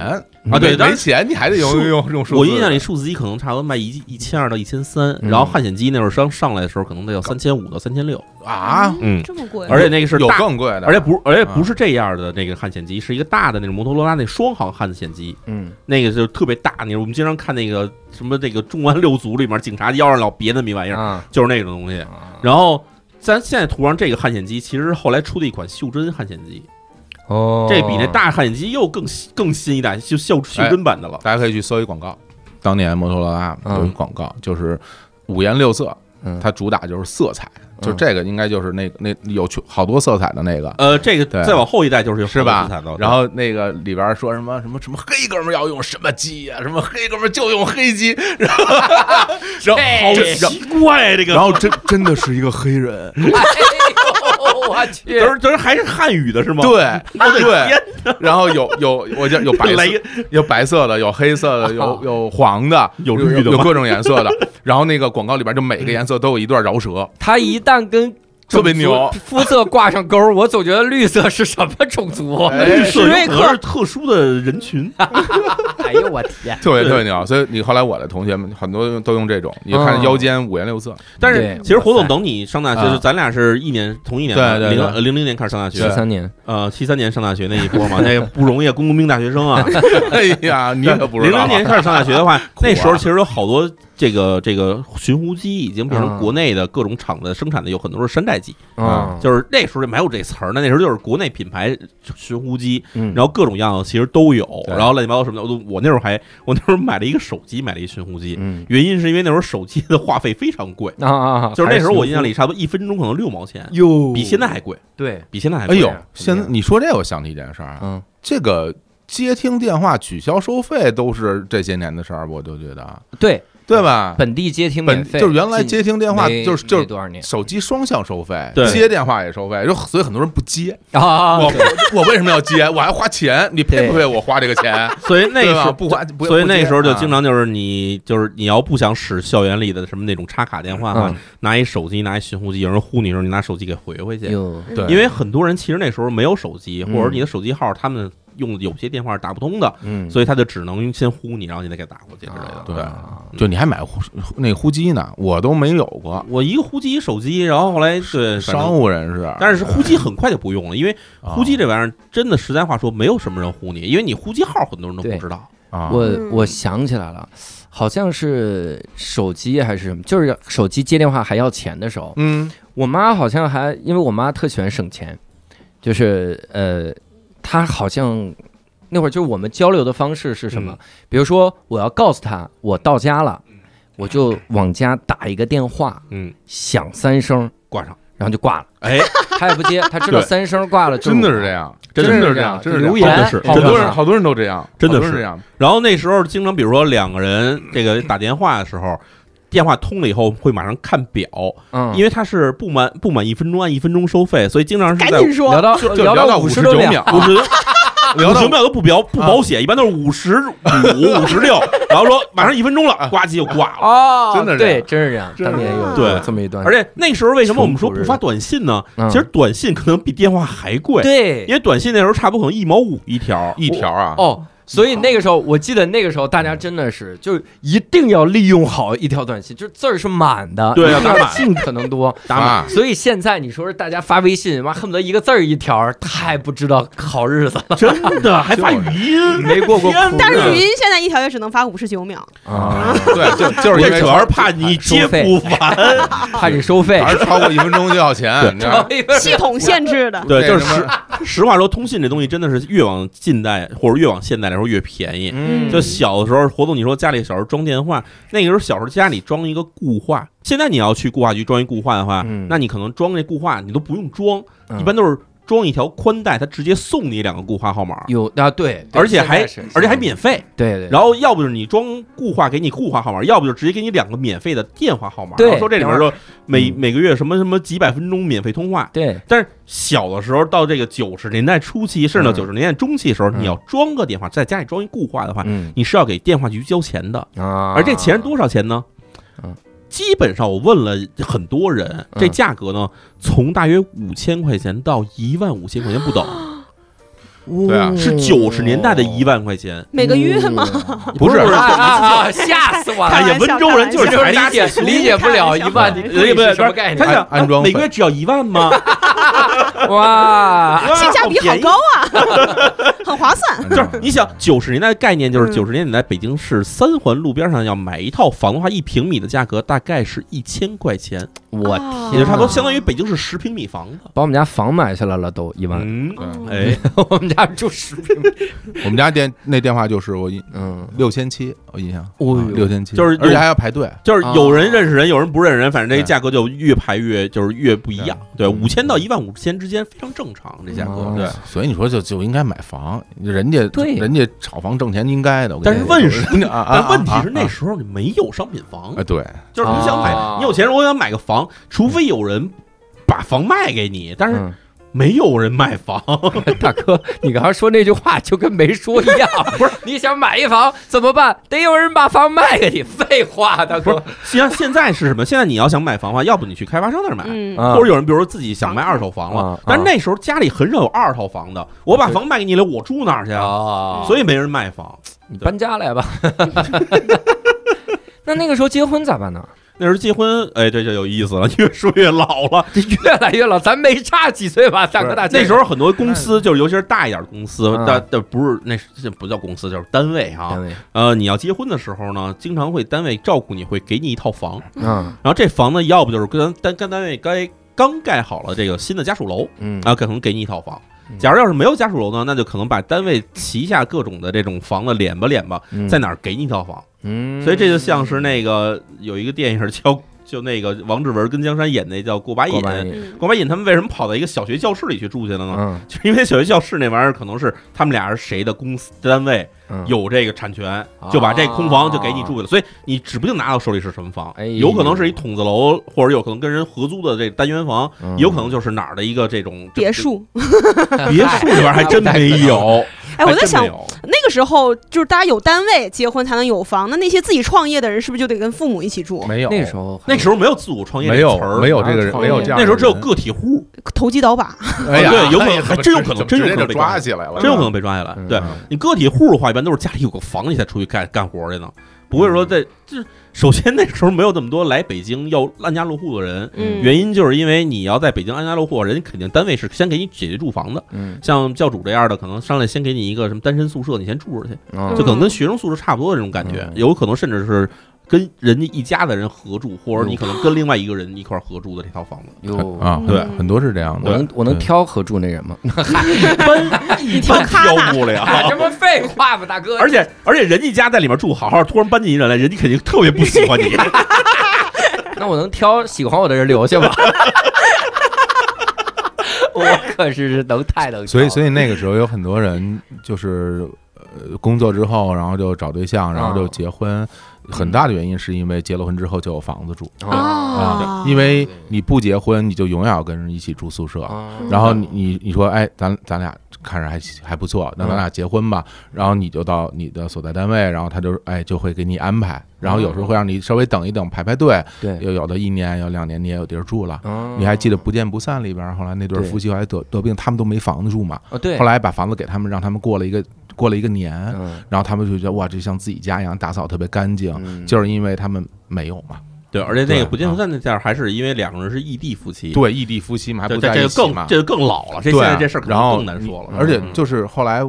啊对当嗯没然钱你还得用数用用数字。我印象里数字机可能差不多卖一一千二到一千三，嗯然后汉显机那会儿刚上来的时候可能得要三千五到三千六，啊，嗯，这么贵，而且那个是有大。更贵的，而且不，而且不是这样的那个汉显机，是一个大的那种摩托罗拉那双行汉显机，嗯，那个就特别大。你我们经常看那个什么这个《重案六组》里面警察腰上老别那么一玩意儿，啊，就是那种东西。然后咱现在图上这个汉显机，其实是后来出的一款袖珍汉显机，哦，这比那大汉显机又更更新一代，就袖袖珍版的了。大家可以去搜一广告，当年摩托罗拉啊嗯有一广告，就是五颜六色嗯，它主打就是色彩，就嗯这个应该就是那个那有去好多色彩的那个。呃，这个对再往后一代就是有是吧好多色彩的？然后那个里边说什么什么什么黑哥们儿要用什么机呀、什么黑哥们儿就用黑 机，然后然后好奇怪这个，然后真真的是一个黑人，哎呦，我去，都是都是还是汉语的是吗？对 我的对，天然后有有我就有白色来一个有白色的，有黑色 的，有有黄的，有绿的有吗各种颜色的。然后那个广告里边就每个颜色都有一段饶舌，他一旦跟特别牛种族肤色挂上钩儿，我总觉得绿色是什么种族？啊哎绿色瑞有可克能哦是特殊的人群， 哎呦我天！特别特别牛。所以你后来我的同学们很多都用这种，你看嗯腰间五颜六 色，但是对其实哇活动塞等你上大学，啊就是咱俩是一年同一年对吧，对对零零零年开始上大十学，三年，呃，七三年上大学那一波嘛，那不容易，工农兵大学生 啊。哎呀，你可不知零道零年开始上大学 的话，啊那时候其实有好多这个这个寻呼机已经变嗯成国内的各种厂子生产的，有很多是山寨机，啊嗯，就是那时候就没有这词儿呢，那时候就是国内品牌寻呼机，嗯然后各种样子其实都有，对然后乱七八糟什么的，我都我那时候还我那时候买了一个手机，买了一寻呼机，嗯原因是因为那时候手机的话费非常贵，啊啊啊，就是那时还候寻呼我印象里差不多一分钟可能六毛钱，哟比现在还贵，对，比现在还哎贵。呦哎呀，现在你说这我想起一件事儿啊，嗯，这个接听电话取消收费都是这些年的事儿，我就觉得，对，对吧？本地接听本免费，就是原来接近听电话没就是就没是多少年手机双向收费，对接电话也收费，就所以很多人不接。啊我 我为什么要接？我还花钱，你配不配我花这个钱？所以那对时吧候不花不啊所以那时候就经常常就是你就是你要不想使校园里的什么那种插卡电话的话，嗯拿一手机拿一寻呼机，有人呼你的时候，你拿手机给回回去。哟，对，因为很多人其实那时候没有手机，嗯或者你的手机号他们用有些电话是打不通的，嗯，所以他就只能先呼你，然后你再给打过去之类的。对啊就你还买呼那呼机呢，我都没有过，我一个呼机一手机，然后后来对嗯反商正。务人士。但是呼机很快就不用了，因为啊呼机这玩意儿真的，实在话说，没有什么人呼你，因为你呼机号很多人都不对知道。啊，我我想起来了，好像是手机还是什么，就是手机接电话还要钱的时候，嗯我妈好像还因为我妈特喜欢省钱，就是呃，她好像那会儿就是我们交流的方式是什么？嗯比如说我要告诉他我到家了，我就往家打一个电话，嗯，响三声，挂上，然后就挂了，哎，他也不接，他知道对三声挂了，真的是这这样。样，真的的是是这这样，样真的是留这言样。真的好是好真的多多人人好多人都这样，真的好多人是这样。然后那时候经常，比如说两个人这个打电话的时候，电话通了以后会马上看表，嗯，因为它是不满不满一分钟按一分钟收费，所以经常是赶在紧啊说聊，到就就聊聊到五十多九秒，秒，五十聊 五到十秒都不表不保险，一般都是五十五、五十六，然后说马上一分钟了，呱唧就挂了。哦，真的是这对，样真是这样。真是当年有这样有这么一段，而且那时候为什么我们说穷苦不日发子短信呢？嗯其实短信可能比电话还贵，对因为短信那时候差不多可能一毛五一条，一条啊，哦，所以那个时候我记得那个时候大家真的是就是一定要利用好一条短信，就是字儿是满的，对啊一定要打满尽可能多。 打码。啊所以现在你说是大家发微信，妈恨不得一个字儿一条儿，太不知道好日子了，真的还发语音，没过过天苦但是日语子音现在一条也只能发五十九秒，啊， 对，就 就是因这为哦主要是怕你接不完，怕你收费 还，是超过一分钟就要钱，你知道吗？系统限制的。对，就这是实实话说，通信这东西真的是越往近代或者越往现代来说越便宜。嗯，就小的时候，活动你说家里小时候装电话，那个时候小时候家里装一个固话，现在你要去固话局装一固话的话，嗯那你可能装这固话你都不用装，嗯一般都是装一条宽带，它直接送你两个固话号码，有啊，对，对而且还现在是而且还免费。对对，然后要不就是你装固话给你固话号码，要不就直接给你两个免费的电话号码。对然后说这里面说每嗯每个月什么什么几百分钟免费通话，对但是小的时候到这个九十年代初期，甚至到嗯九十年代中期的时候，嗯你要装个电话，在家里装一固话的话，嗯你是要给电话局交钱的，啊，而这钱是多少钱呢嗯？基本上我问了很多人，这嗯价格呢，从大约五千块钱到一万五千块钱不等，哦对啊是九十年代的一万块钱。每个月吗？不是啊啊啊！吓死 我了！看见温州人就是就是这理样解理解不了一万，你人家不是什么概他念？想安安装每费个月只要一万 吗？哇， 哇性价比好便宜高啊，很划算。就是你想九十年代的概念，就是嗯九十年代北京市三环路边上要买一套房的话，一平米的价格大概是一千块钱，我啊也就差不多相当于北京市十平米房子。 把我们家房买下来了，都一万。嗯，哦哎， 我们家住十平米，我们家电那电话就是我印嗯，六千七，我印象啊哦呦六千七，就是而且还要排队，就是有人啊认识人，有人不认识人，反正这对个价格就越排越就是越不一样。对，嗯五千到一万五千之间非常正常，这价格嗯。对，所以你说就就应该买房，人家对人家炒房挣钱应该的。我跟但你是说问是，啊啊但问题是啊那啊时候你没有商品房啊，，对，就是你想啊买，你有钱，我想买个房，除非有人把房卖给你，但是嗯没有人卖房。大哥，你刚才说那句话就跟没说一样。不是，你想买一房怎么办？得有人把房卖给你。废话，大不是哥，，实际上现在是什么？现在你要想买房的话，要不你去开发商那儿买，嗯，啊或者有人比如说自己想卖二手房啊了啊，但是那时候家里很少有二手房的，我把房卖给你了，我住哪儿去啊？哦所以没人卖房。你搬家来吧。 那那个时候结婚咋办呢？那时候结婚，哎，这就有意思了， 越说越老了。这越来越老，咱没差几岁吧，大哥大姐。那时候很多公司，就是尤其是大一点的公司嗯，但但不是那是这不叫公司，就是单位哈。位，呃，你要结婚的时候呢，经常会单位照顾你，会给你一套房， 嗯然后这房呢，要不就是跟单跟单位该刚盖好了这个新的家属楼，嗯啊，可能给你一套房嗯。假如要是没有家属楼呢，那就可能把单位旗下各种的这种房子敛吧敛吧，在哪儿给你一套房。嗯，所以这就像是那个有一个电影叫就那个王志文跟江山演那叫过把瘾过。半夜，嗯过把瘾他们为什么跑到一个小学教室里去住去了呢？嗯就是因为小学教室那玩意儿可能是他们俩是谁的公司单位嗯，有这个产权，就把这空房就给你住去了，所以你指不定拿到手里是什么房哎，有可能是一筒子楼，或者有可能跟人合租的这单元房，嗯有可能就是哪儿的一个这种别墅。别哎墅里边还真没有。哎，我在还真想没，有那个时候就是大家有单位结婚才能有房，那那些自己创业的人是不是就得跟父母一起住？没有那时候那时候没有自主创业没这个词有儿啊没有这个人创没业有这样的人，那时候只有个体户，投机倒把，哎呀，对有可能哎呀还真有可能怎么真有直接可就能被抓抓起来了，真有可能被抓起来。嗯对你个体户的话，一般都是家里有个房，你才出去干干活去呢，不会说在这。首先那时候没有那么多来北京要安家落户的人，嗯，原因就是因为你要在北京安家落户，人家肯定单位是先给你解决住房的。嗯像教主这样的，可能上来先给你一个什么单身宿舍，你先住着去，嗯就可能跟学生宿舍差不多的这种感觉嗯，有可能甚至是跟人家一家的人合住，或者你可能跟另外一个人一块儿合住的这套房子，哟，啊，嗯对，很多是这样我的。能我能对挑合住那人 吗？你听他真挑的，不啊，了。这不废话吗，大哥？而且而且人家家在里面住好好，突然搬进一人来，人家肯定特别不喜 欢你。那我能挑喜欢我的人留下吗？ 我可是能太能挑了，所以，所以那个时候有很多人就是呃，工作之后，然后就找对象，然后就结婚。很大的原因是因为结了婚之后就有房子住哦啊因为你不结婚，你就永远要跟人一起住宿舍。啊然后你你你说，哎，咱咱俩看着还还不错，那咱俩结婚吧。然后你就到你的所在单位，然后他就哎就会给你安排，然后有时候会让你稍微等一等排排队，对，又有的一年有两年你也有地儿住了。哦你还记得《不见不散》里边儿，后来那对儿对夫妻后来得得病，他们都没房子住嘛，哦，对，后来把房子给他们，让他们过了一个过了一个年，嗯然后他们就觉得哇，这像自己家一样，打扫特别干净，嗯就是因为他们没有嘛，对，而且那对个不见不散那家还是因为两个人是异地夫妻，对，异地夫妻嘛，还这不这在一这个起更嘛，这嗯个更老了，这现对在这事儿可然能后更难说你了。而且就是后来，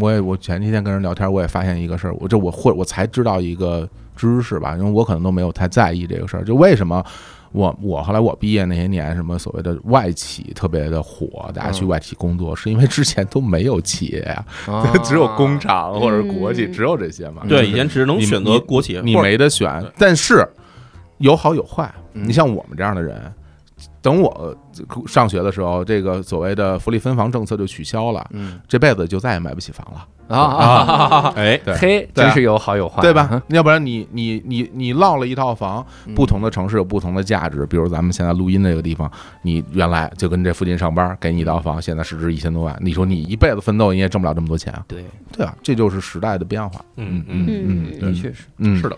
我也我前几天跟人聊天，我也发现一个事儿，我这我会我才知道一个知识吧，因为我可能都没有太在意这个事儿，就为什么。我我后来我毕业那些年，什么所谓的外企特别的火，大家去嗯外企工作，是因为之前都没有企业呀、啊 只有工厂或者国企，嗯只有这些嘛。对，就是以前只能你选你择国企，你或者没得选，但是有好有坏。嗯你像我们这样的人，等我呃上学的时候，这个所谓的福利分房政策就取消了，嗯这辈子就再也买不起房了，啊啊，哎，对嘿，对啊真是有好有坏，对吧？？要不然你你你你落了一套房，嗯不同的城市有不同的价值。比如咱们现在录音的这个地方，你原来就跟这附近上班，给你一套房，现在市值一千多万，你说你一辈子奋斗，你也挣不了这么多钱啊？对，对啊，这就是时代的变化。嗯嗯嗯，嗯的嗯确是。嗯，是的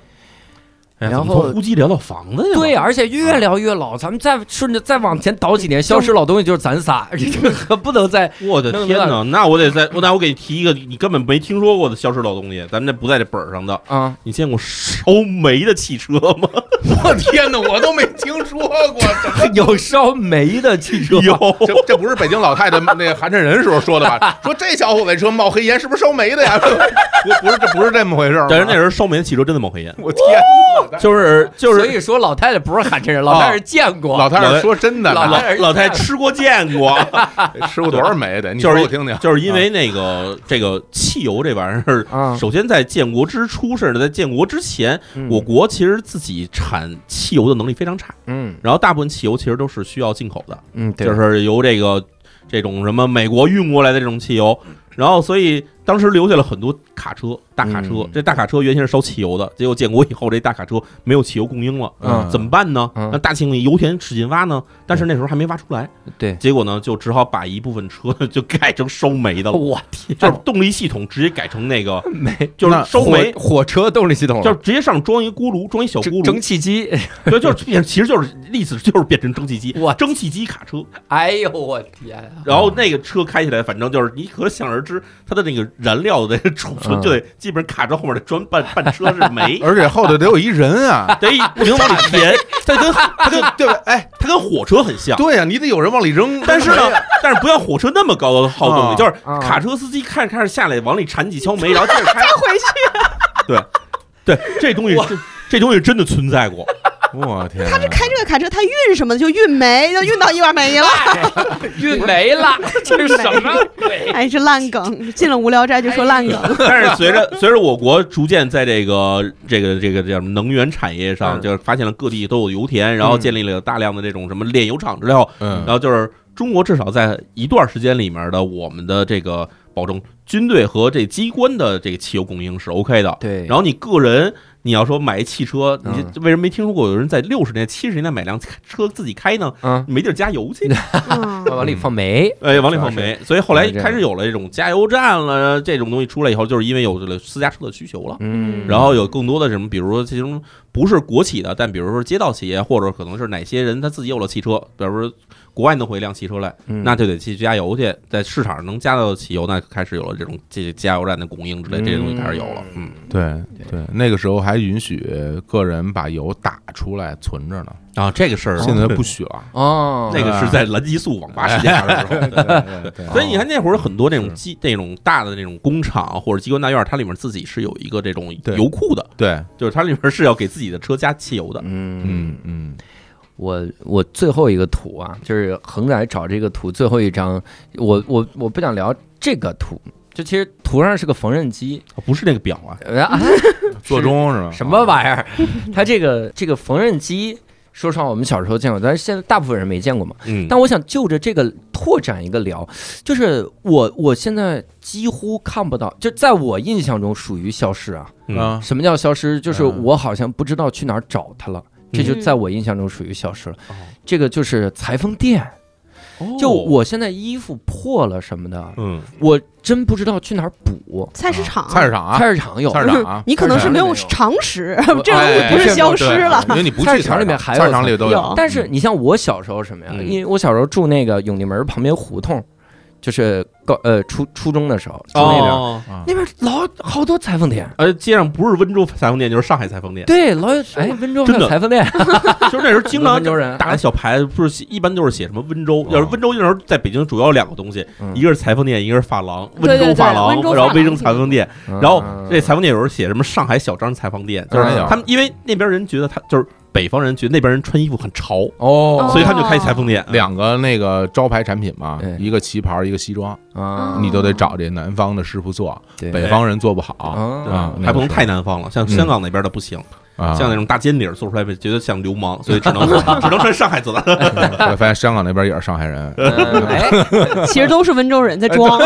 哎呀然怎么从后呼机聊到房子去了，对，啊而且越聊越老，咱们再顺着再往前倒几年，消失老东西就是咱仨，这个可不能再我的天哪，那我得在，我那我给你提一个你根本没听说过的消失老东西，咱们这不在这本儿上的。啊，你见过烧煤的汽车吗？我天哪，我都没听说过， 有烧煤的汽车， 有，这这不是北京老太太那个寒碜人时候说的吧？说这小伙子车冒黑烟是不是烧煤的呀？不不是，这不是这么回事儿吗。但是那时候烧煤的汽车真的冒黑烟，我天哪，就是就所是以说老太太不是寒碜 人，老太太见过，老太太说真的，老老老老老太太吃过见过， 吃过多少煤的？你就说是我听听。就是因为那个这个汽油这玩意儿啊，首先在建国之初，甚至在建国之前，嗯我国其实自己产汽油的能力非常差，嗯然后大部分汽油其实都是需要进口的，嗯，对就是由这个这种什么美国运过来的这种汽油，嗯然后所以当时留下了很多卡车，大卡车嗯，这大卡车原先是烧汽油的，结果建国以后这大卡车没有汽油供应了。嗯怎么办呢？嗯那大庆油田使劲挖呢，但是那时候还没挖出来，对，结果呢就只好把一部分车就改成烧煤的了，我天， 就是动力系统直接改成 那个煤就是烧煤火火车动力系统了，就是直接上装一锅炉，装一小锅蒸炉蒸，汽机， 对，就是 变，其实就是历史就是变成蒸汽机哇，蒸汽机卡车。哎呦我天啊，然后那个车开起来，反正就是你可想而知，它的那个燃料的储存嗯就得基本上卡车后面的砖半半车是煤 ，而且后头得有一人 啊，得不停往里填。它跟它跟对吧？哎，它跟火车很像，对呀，啊你得有人往里 扔。但是呢，但是不像火车那么高的耗动啊力，就是啊卡车司机看着看着下来往里铲几锹煤，然后接着开回去对，这东西哇这这东西真的存在过。我天，他这开这个卡车，他运什么的就运煤，就运到一碗煤了。运没了， 这是什么鬼？哎，这烂梗，进了无聊斋就说 烂梗。但是随着随着我国逐渐在这个这个这个叫什么能源产业上，嗯就是发现了各地都有油田，然后嗯建立了大量的这种什么炼油厂之后，嗯然，后就是中国至少在一段时间里面的我们的这个保证军队和这机关的这个汽油供应是 OK 的。 对，然后你个人，你要说买一汽车，嗯你这为什么没听说过有人在六十年代、七十年代买辆车自己开呢？嗯，没地儿加油去，嗯往里放煤， 哎，往里放煤。所以后来是这样开始有了这种加油站了，这种东西出来以后，就是因为有了私家车的需求了。嗯，然后有更多的什么，比如说其中不是国企的，但比如说街道企业，或者可能是哪些人他自己有了汽车，比如说国外弄回一辆汽车来，嗯那就得去加油去，在市场上能加到的汽油，那开始有了了这种这加油站的供应之类这些东西开始有了，嗯对对，那个时候还允许个人把油打出来存着呢，啊，这个事儿现在不许了。 哦，那个是在蓝激素网吧事件的时候。对对所以你看那会儿很多那种机那种大的那种工厂或者机关大院，它里面自己是有一个这种对油库的， 对，就是它里面是要给自己的车加汽油的。嗯嗯，嗯，我我最后一个图啊，就是恒仔找这个图最后一张，我我我不想聊这个图，就其实图上是个缝纫 机，不是那个表啊，呃啊做钟是吧？什么玩意儿？ 它这个这个缝纫机，说实话我们小时候见过，但是现在大部分人没见过嘛。嗯，但我想就着这个拓展一个聊，就是我我现在几乎看不到，就在我印象中属于消失啊。嗯啊？什么叫消失？就是嗯我好像不知道去哪儿找它了，这就嗯在我印象中属于消失了哦。这个就是裁缝店，哦就我现在衣服破了什么的，嗯，我真不知道去哪儿补。菜市场，菜市场啊，菜市场有，菜市场啊你可能是没有菜市常识我，这个东西不是消失了哎哎对。因为你不去菜市场里面还有菜市场里都有但是你像我小时候什么呀？嗯因为我小时候住那个永定门旁边胡同，就是高呃初初中的时候住那边，哦，嗯那边老好多裁缝店。而街上不是温州裁缝店， 就是上海裁缝店，对，老有哎，温州还真有的裁缝店，就是那时候经常温州人啊打个小牌子，不是一般都是写什么温州哦，要是温州那时候在北京主要有两个东西，嗯一个是裁缝店，一个是发廊，对温对州发温州发廊然后卫生裁缝店，嗯然后这裁缝店有时候写什么上海小张裁缝店，就是当然有他们因为那边人觉得他就是北方人觉得那边人穿衣服很潮，哦所以他们就开裁嗯缝店。两个那个招牌产品嘛对，一个旗袍，一个西装，嗯啊，你都得找这南方的师傅做，对北方人做不好啊，啊，还不那个能太南方了，嗯像香港那边的不行，啊，像那种大尖顶做出来觉得像流氓，所以 只能只能穿上海做的。后来发现香港那边也是上海人，嗯哎，其实都是温州人在装，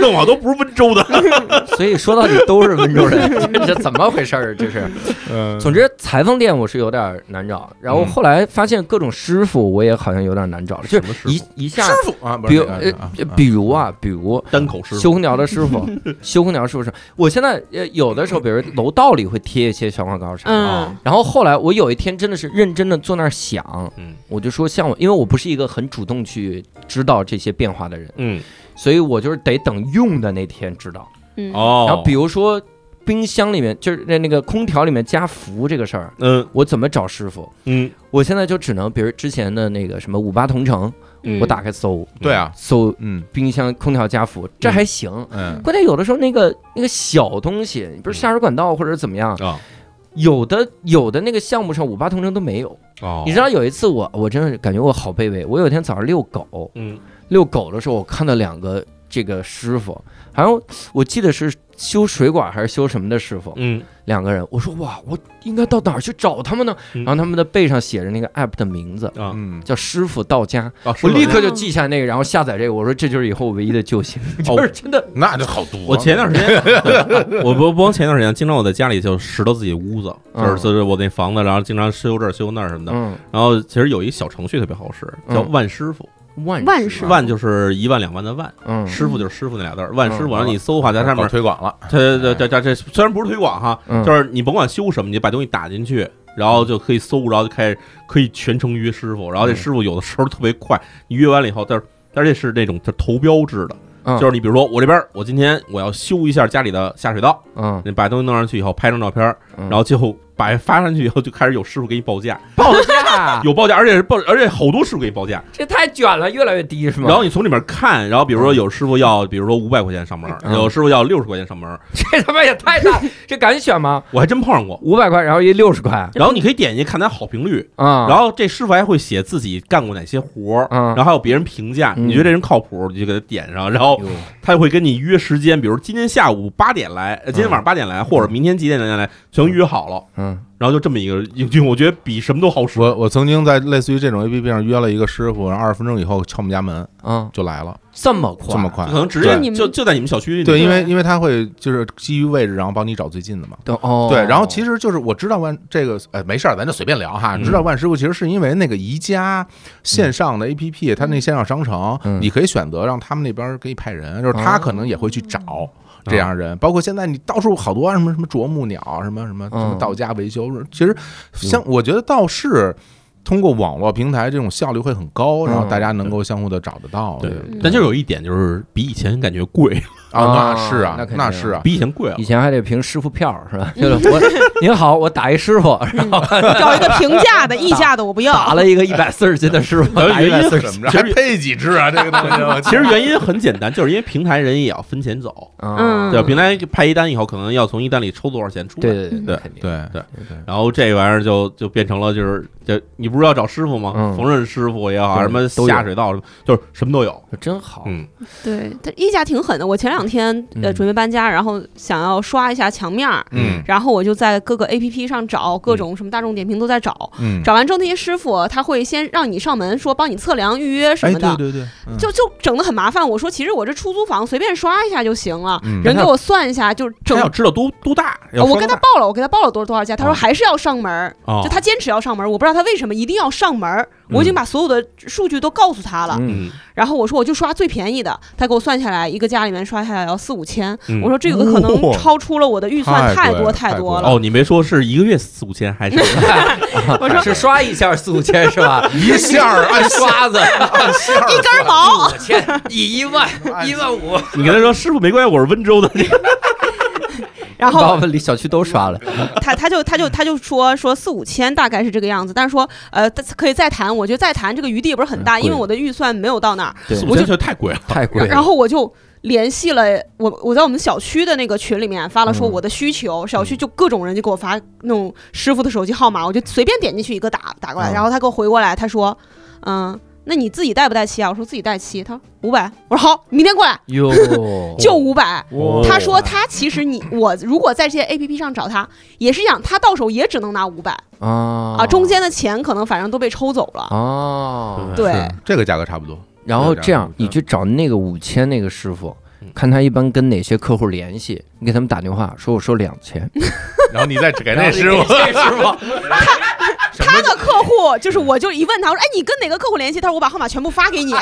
弄好都不是温州的。所以说到底都是温州 人，这这怎么回事儿？这是。嗯总之，裁缝店我是有点难找，然后嗯后来发现各种师傅我也好像有点难找了，就是么师傅一一下，傅啊，不比是如那呃个啊，啊比如啊，比如单口师修傅，空调的师 傅，修空调师傅是，我现在呃有的时候，比如楼道里会贴一些小广告啥的。嗯啊，然后后来我有一天真的是认真的坐那儿想，嗯我就说像我，因为我不是一个很主动去知道这些变化的人，嗯所以我就是得等用的那天知道。嗯，哦，然后比如说冰箱里面就是那那个空调里面加氟这个事儿，嗯我怎么找师傅？嗯，我现在就只能，比如之前的那个什么五八同城，嗯我打开搜对啊，搜嗯冰箱空调加氟，这还行。嗯关键有的时候那个那个小东西，你比如下水管道或者怎么样，嗯啊有的有的那个项目上五八同城都没有。哦你知道有一次我我真的是感觉我好卑微，我有一天早上遛狗，嗯遛狗的时候我看到两个这个师傅，好像我记得是修水管还是修什么的师傅，嗯两个人，我说哇，我应该到哪儿去找他们呢？哦嗯然后他们的背上写着那个 app 的名字。啊嗯，叫师傅到家，啊，我说到立这刻就记下那个，然后下载这个。我说这就是以后唯一的救星，哦就是真的那就好多了。我前段时 间，我不光前段时间，经常我在家里就拾掇自己屋子，就是就是我那房子，然后经常修这儿修那儿什么的。嗯，然后其实有一小程序特别好使，叫嗯万师傅，万万事事万就是一万两万的万，嗯师傅就是师傅那俩字儿，万师傅。嗯然后你搜的话，在上搞面，推广了，这这这这这虽然不是推广哈，嗯就是你甭管修什么，你把东西打进去。然后就可以搜，然后就开始可以全程约师傅，然后这嗯师傅有的时候特别快，你约完了以后，但是但是这是那种就是投标制的，嗯就是你比如说我这边儿我今天我要修一下家里的下水道，嗯，你把东西弄上去以后拍张照片儿，嗯然后最后把发上去以后就开始有师傅给你报价，报价，有报价，而且是报，而且好多师傅给你报价，哦啊这太卷了，越来越低是吗？然后你从里面看，然后比如说有师傅要，比如说五百块钱上门儿，嗯有师傅要六十块钱上门儿，这他妈也太大，这敢选吗？我还真碰上过。五百块，然后一六十块 然后你可以点进去看他好评率，啊，然后这师傅还会写自己干过哪些活儿，嗯然后还有别人评价，嗯你觉得这人靠谱，你就给他点上，然后哟他会跟你约时间，比如今天下午八点来，呃今天晚上八点来，或者明天几点来来，全约好了。嗯然后就这么一个，就我觉得比什么都好使。我我曾经在类似于这种 A P P 上约了一个师傅，然后二十分钟以后敲我们家门啊，就来了，这么快，这么快可。能直对你接们就就在你们小区里。对，因对为因为他会就是基于位置，然后帮你找最近的嘛。对哦，对，然后其实就是我知道万这个，呃，没事儿，咱就随便聊哈。嗯知道万师傅其实是因为那个宜家线上的 APP，它那线上商城，嗯你可以选择让他们那边给你派人，就是他哦可能也会去找。这样的人，包括现在你到处好多什么什么啄木鸟，啊什么什么什么嗯到家维修，其实像我觉得倒是通过网络平台这种效率会很高，然后嗯大家能够相互的找得到。对这个嗯，但就有一点就是比以前感觉贵，啊那是啊那，肯定那是啊，比以前贵了以。前还得凭师傅票是 吧？就是我您好，我打一师傅，找一个平价的、溢价的我不打要。了一个一百四十斤的师傅，打一百原因四十是什斤么着？还配几只啊？这个东 西，我 其实原因很简单，就是因为平台人也要分钱走，啊对嗯吧？平台派一单以后，可能要从一单里抽多少钱出来，对对对对肯定。对对对，然后这玩意儿就就变成了就是就你不是要找师傅吗？嗯缝纫师傅也好，对什么都有下水道什么，就是什么都有。真好，嗯，对，它溢价挺狠的。我前两天呃嗯准备搬家，然后想要刷一下墙面儿，嗯然后我就在各个 A P P 上找各种什么大众点评都在找。嗯，找完之后，那些师傅他会先让你上门说帮你测量、预约什哎，么的，对对对，嗯就就整的很麻烦。我说其实我这出租房随便刷一下就行了，嗯人给我算一下就整他。要知道多多大，哦呃要我双跟他大报了，我给他报了多少多少价，他说哦还是要上门儿，哦就他坚持要上门儿，我不知道他为什么一定要上门儿。我已经把所有的数据都告诉他了，嗯，嗯，然后我说我就刷最便宜的，他给我算下来一个家里面刷下来要四五千，嗯我说这个可能哇超出了我的预算哦太太贵多了太太多贵了。哦，你没说是一个月四五千 还是？我说是刷一下四五千是吧？一下儿按 刷子按下儿一根哦毛，五千，你一万一万五，你跟他说师傅没关系，我是温州的，然把我后们里小区都刷了，他他就他就他就说说四五千大概是这个样子，但是说呃他可以再谈，我觉得再谈这个余地不是哎很大，嗯因为我的预算没有到那儿。对四我五就千确实太贵了。太贵 然了。后我就联系了我，我在我们小区的那个群里面发了说我的需求，小区就各种人就给我发那种师傅的手机号码，我就随便点进去一个打打过来，嗯然后他给我回过来，他说，嗯，那你自己带不带漆啊？我说自己带漆，他说五百，我说好，明天过来哟，就五百。哇他说他其实你我如果在这些 A P P 上找他，也是一样，他到手也只能拿五百啊啊，中间的钱可能反正都被抽走了。啊哦，对，是这个价格差不多，然后这样嗯你去找那个五千那个师傅嗯。看他一般跟哪些客户联系，你给他们打电话说我收两千，然后你再给 那师傅，这师 傅他的客户就是，我就一问他，我说：“哎，你跟哪个客户联系？”他说：“我把号码全部发给你，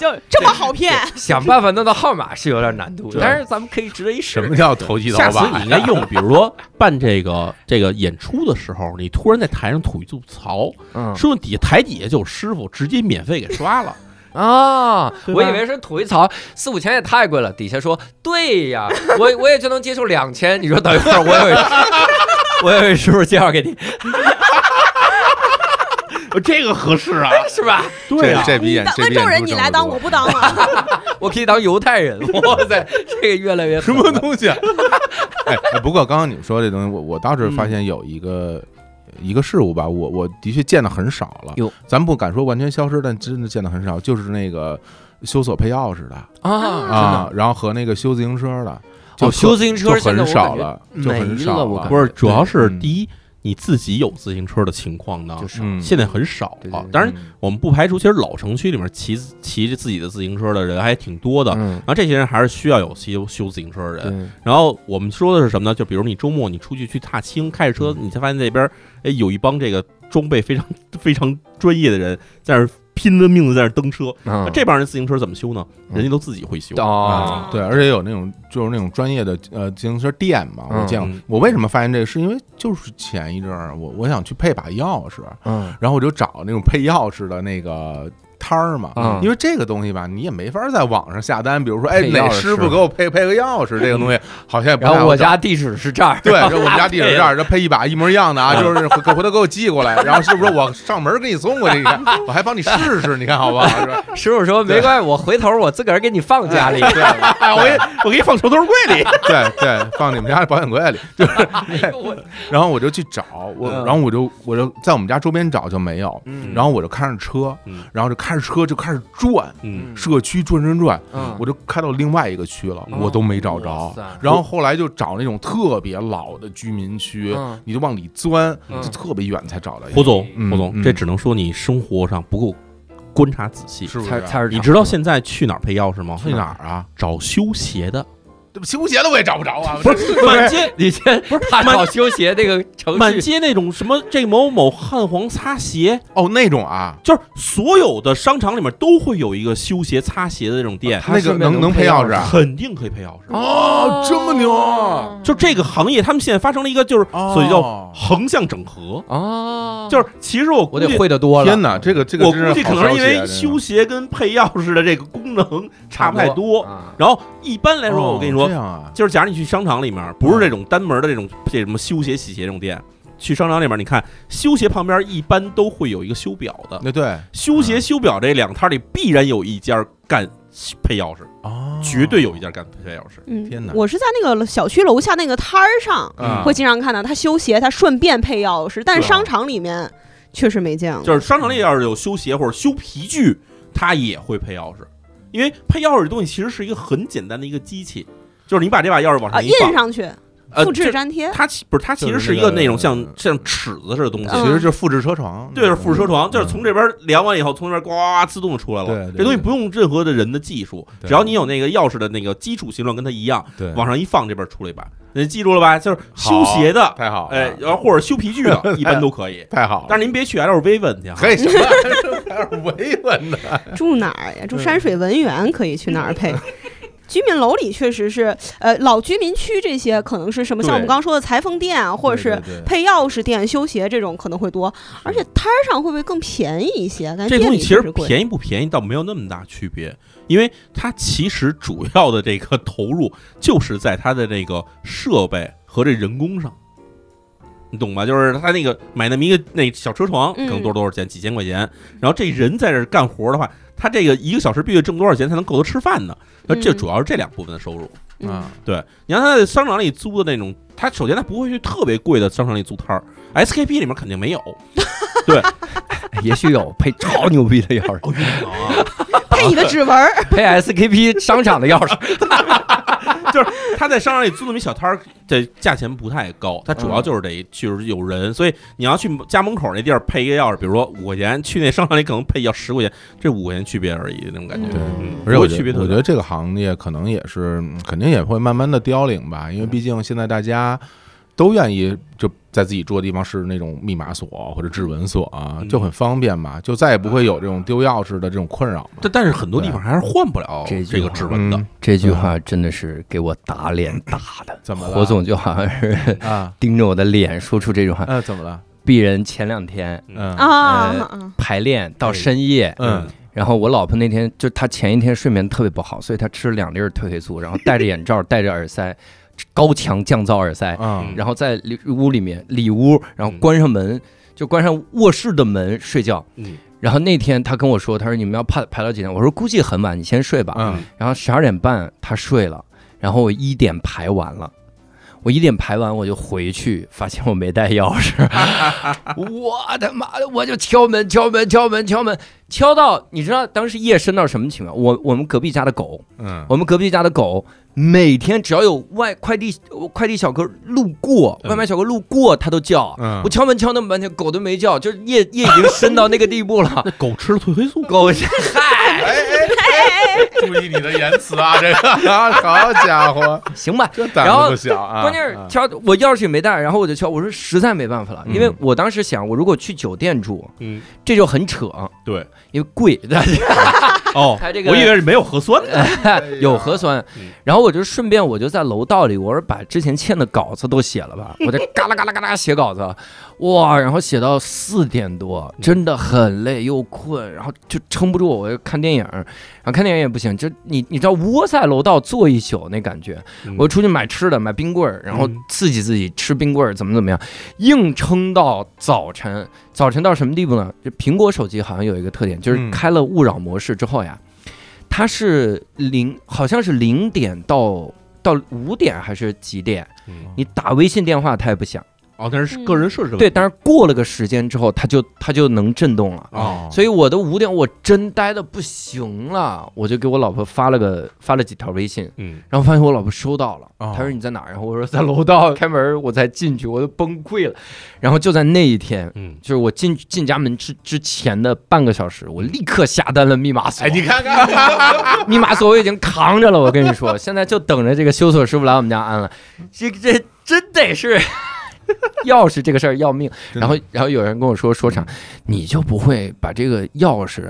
就这么好骗。想办法弄到号码是有点难度，对但是咱们可以值得一试什。么叫投机倒下次把你？应该用，比如说办这个这个演出的时候，你突然在台上吐一吐槽，嗯说底下台底下就有师傅直接免费给刷了， 啊，对我吧以为是 吐一槽四五千也太贵了，底下说对呀， 我我也就能接受两千。你说等一会儿我有一 我有一师傅介绍给你，这个合适啊？是吧？对啊，这这比演但这温比州演人出你挣来得当，多我不当了。我可以当犹太人， 哇塞，这个越来越什狠 么了东西啊？哎，哎不过刚刚你们说这东西，我我倒是发现有一个、一个事物吧，我我的确见的很少了。哟咱不敢说完全消失，但真的见的很少，就是那个修锁配钥匙的啊！啊，然后和那个修自行车的，就哦修自行车就现在很我少感觉了，就很没少了我感觉不是，主要是嗯第一，你自己有自行车的情况呢，就是嗯，现在很少对对啊对。当然，我们不排除，其实老城区里面骑骑着自己的自行车的人还挺多的。嗯，然后这些人还是需要有修修自行车的人，对，然后我们说的是什么呢？就比如你周末你出去去踏青，开着车，你才发现那边哎有一帮这个装备非常 非常专业的人在那儿拼了命的在那儿蹬车。那嗯这帮人自行车怎么修呢？嗯人家都自己会修。啊哦，对，而且有那种就是那种专业的呃自行车店嘛，我见过。嗯我为什么发现这个？是因为就是前一阵儿我我想去配把钥匙，嗯然后我就找那种配钥匙的那个摊儿嘛，嗯因为这个东西吧，你也没法在网上下单，比如说，哎，配钥匙嗯哪师傅给我配配个钥匙，这个东西好像也不太然好后我找家地址是这儿，对，这我们家地址这儿，这配一把一模一样的嗯啊，就是回回头给我寄 过来，然后师傅说我上门给你送过去，你看我还帮你试试，你看好不好？是吧师傅说没关系，我回头我自个儿给你放家 里。哎， 我给我给你放抽屉柜里。对对，放你们家的保险柜里，哎呦我然后我就去找我，嗯然后我就我就在我们家周边找就没有，嗯然后我就开着车嗯，然后就开着车就开始转，嗯，社区转转转，嗯我就开到另外一个区了，嗯我都没找哇着塞。然后后来就找那种特别老的居民区嗯，你就往里钻，嗯就特别远才找到一胡个。总，嗯胡总，嗯这只能说你生活上不够观察仔细。是不是菜啊？菜市场你知道现在去哪儿配钥匙吗？去哪儿啊？找修鞋的，这不勤工节的我也找不着啊！不 是 满街你先不是他满搞修鞋这个程满序，街那种什么这某某汉皇擦鞋，哦，那种啊，就是所有的商场里面都会有一个修鞋擦鞋的这种店，他啊那个顺便能能能配配钥钥匙匙啊？肯定可以配钥匙。哦，这么牛啊！就这个行业，他们现在发生了一个就是哦所以叫横向整合，哦，就是其实我我估计得会的多了。天哪，这个这个我真估计可好能消是因息啊这为修个鞋跟配钥匙的这个功能差不太多。 啊然后一般来说，我跟你哦说这，样啊，就是假如你去商场里面，不是这种单门的这种这什么修鞋、洗鞋这种店，去商场里面，你看修鞋旁边一般都会有一个修表的，那对修鞋、修表这两摊里必然有一家干配钥匙，哦，绝对有一家干配钥匙。嗯，天哪我是在那个小区楼下那个摊儿上嗯啊会经常看到他修鞋，他顺便配钥匙，但对是啊商场里面确实没见过。就是商场里要是有修鞋或者修皮具，它也会配钥匙，因为配钥匙这东西其实是一个很简单的一个机器，就是你把这把钥匙往啊，上一印放，上去，呃，复制这粘贴。它其不是它其实就是是一那个个那种像像尺子似的东西，嗯其实就是复制车床，对，是副车床，就是从这这边量完以后，从这边呱呱呱自动就出来对了。嗯对这东西不用任何的人的技术，对只要你有那个钥匙的那个基础形状跟它一样，对往上一放，这边出来一把。你记住了吧？就是修鞋的，太好了，哎，然后或者修皮具 的，一般都可以。太好了，但是您别去 LV 问去啊， 嘿什么玩意儿这玩意儿维稳的，嗯住哪儿呀？住山水文园可以去哪儿配？居民楼里确实是，呃，老居民区这些可能是什么？像我们对刚刚说的裁缝店啊，或者是对对对配钥匙店、修鞋这种可能会多，而且摊儿上会不会更便宜一些？感觉这东店西里其实确贵。便宜不便宜倒没有那么大区别，因为它其实主要的这个投入就是在它的这个设备和这人工上，你懂吧？就是它那个买那么一个那小车床，可嗯能多少多少钱，几千块钱，然后这人在这儿干活的话，他这个一个小时必须挣多少钱才能够他吃饭呢？那这嗯主要是这两部分的收入。嗯啊对，你像他在商场里租的那种，他首先他不会去特别贵的商场里租摊儿，SKP 里面肯定没有。也许有配超牛逼的钥匙，哦，配你的指纹儿， 配 SKP 商场的钥匙。他在商场里租那么一小摊儿，这价钱不太高，他嗯主要就是得就是有人，所以你要去家门口那地儿配一个钥匙，比如说五块钱，去那商场里可能配要十块钱，这五块钱区别而已，那种感觉。对嗯，而且不我会觉区别得，特我觉别大。得这个行业可能也是，嗯肯定也会慢慢的凋零吧，因为毕竟现在大家都愿意就在自己住的地方是那种密码锁或者指纹锁啊，嗯就很方便嘛，就再也不会有这种丢钥匙的这种困扰嘛。但但是很多地方还是换不了这句这个话指纹的嗯，这句话真的是给我打脸打的，怎么了？火总就好像是啊，盯着我的脸说出这句话。嗯，怎么了？鄙人前两天嗯啊哎呃啊，排练到深夜，嗯，然后我老婆那天就她前一天睡眠特别不好，所以她吃了两粒儿褪黑素，然后戴着眼罩，戴着耳塞，高强降噪耳塞，嗯然后在里屋里面里屋，然后关上门，就关上卧室的门睡觉。嗯然后那天她跟我说，她说你们要排排到几点？我说估计很晚，你先睡吧。嗯然后十二点半她睡了，然后我一点排完了。我一点排完我就回去，发现我没带钥匙， 我他妈的我就敲门敲门敲门敲门，敲到你知道当时夜深到什么情况？我我们隔壁家的狗，嗯，我们隔壁家的狗每天只要有外快递快递小哥路过，嗯外卖小哥路过，它都叫。嗯我敲门敲那么半天，狗都没叫，就是夜夜已经深到那个地步了。那狗吃了褪黑素，狗嗨，哎哎，注意你的言辞啊，这个啊，好家伙，行吧。这胆子不小啊！关键是啊敲我钥匙也没带，然后我就敲，我说实在没办法了，因为我当时想，我如果去酒店住，嗯，这就很扯，对，因为贵，哦，它这个呃我以为是没有核酸的， 有核酸嗯。然后我就顺便我就在楼道里，我说把之前欠的稿子都写了 吧，我就嘎啦嘎啦嘎啦写稿子，哇，然后写到四点多，嗯真的很累又困，然后就撑不住，我就看电影，然后看电影也不行，就你你知道窝在楼道坐一宿那感觉嗯，我出去买吃的，买冰棍儿，然后嗯刺激自己吃冰棍儿，怎么怎么样，硬撑到早晨，早晨到什么地步呢？就苹果手机好像有一个特点，就是嗯开了勿扰模式之后呀，它是零，好像是零点到到五点还是几点嗯，你打微信电话它也不响，哦，但是个人设置嗯嗯对，但是过了个时间之后，它就它就能震动了。哦，所以我都五点，我真呆的不行了，我就给我老婆发了个发了几条微信，嗯，然后发现我老婆收到了，哦她说你在哪儿？然后我说在楼道，开门我才进去，我都崩溃了。然后就在那一天，嗯，就是我进进家门之之前的半个小时，我立刻下单了密码锁。哎，你看 看，密码锁我已经扛着了，我跟你说， 现在就等着这个修锁师傅来我们家安了。这这真得是 钥匙这个事儿要命。真的然后然后有人跟我说说啥，你就不会把这个钥匙。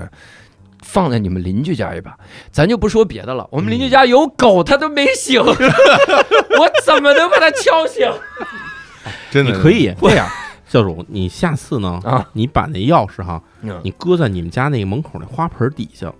放在你们邻居家一把，咱就不说别的了。我们邻居家有狗，它都没醒， 我怎么能把它敲醒？真你的可以这样教主，你下次呢，啊，你把那钥匙哈，嗯你搁在你们家那个门口那花盆底下，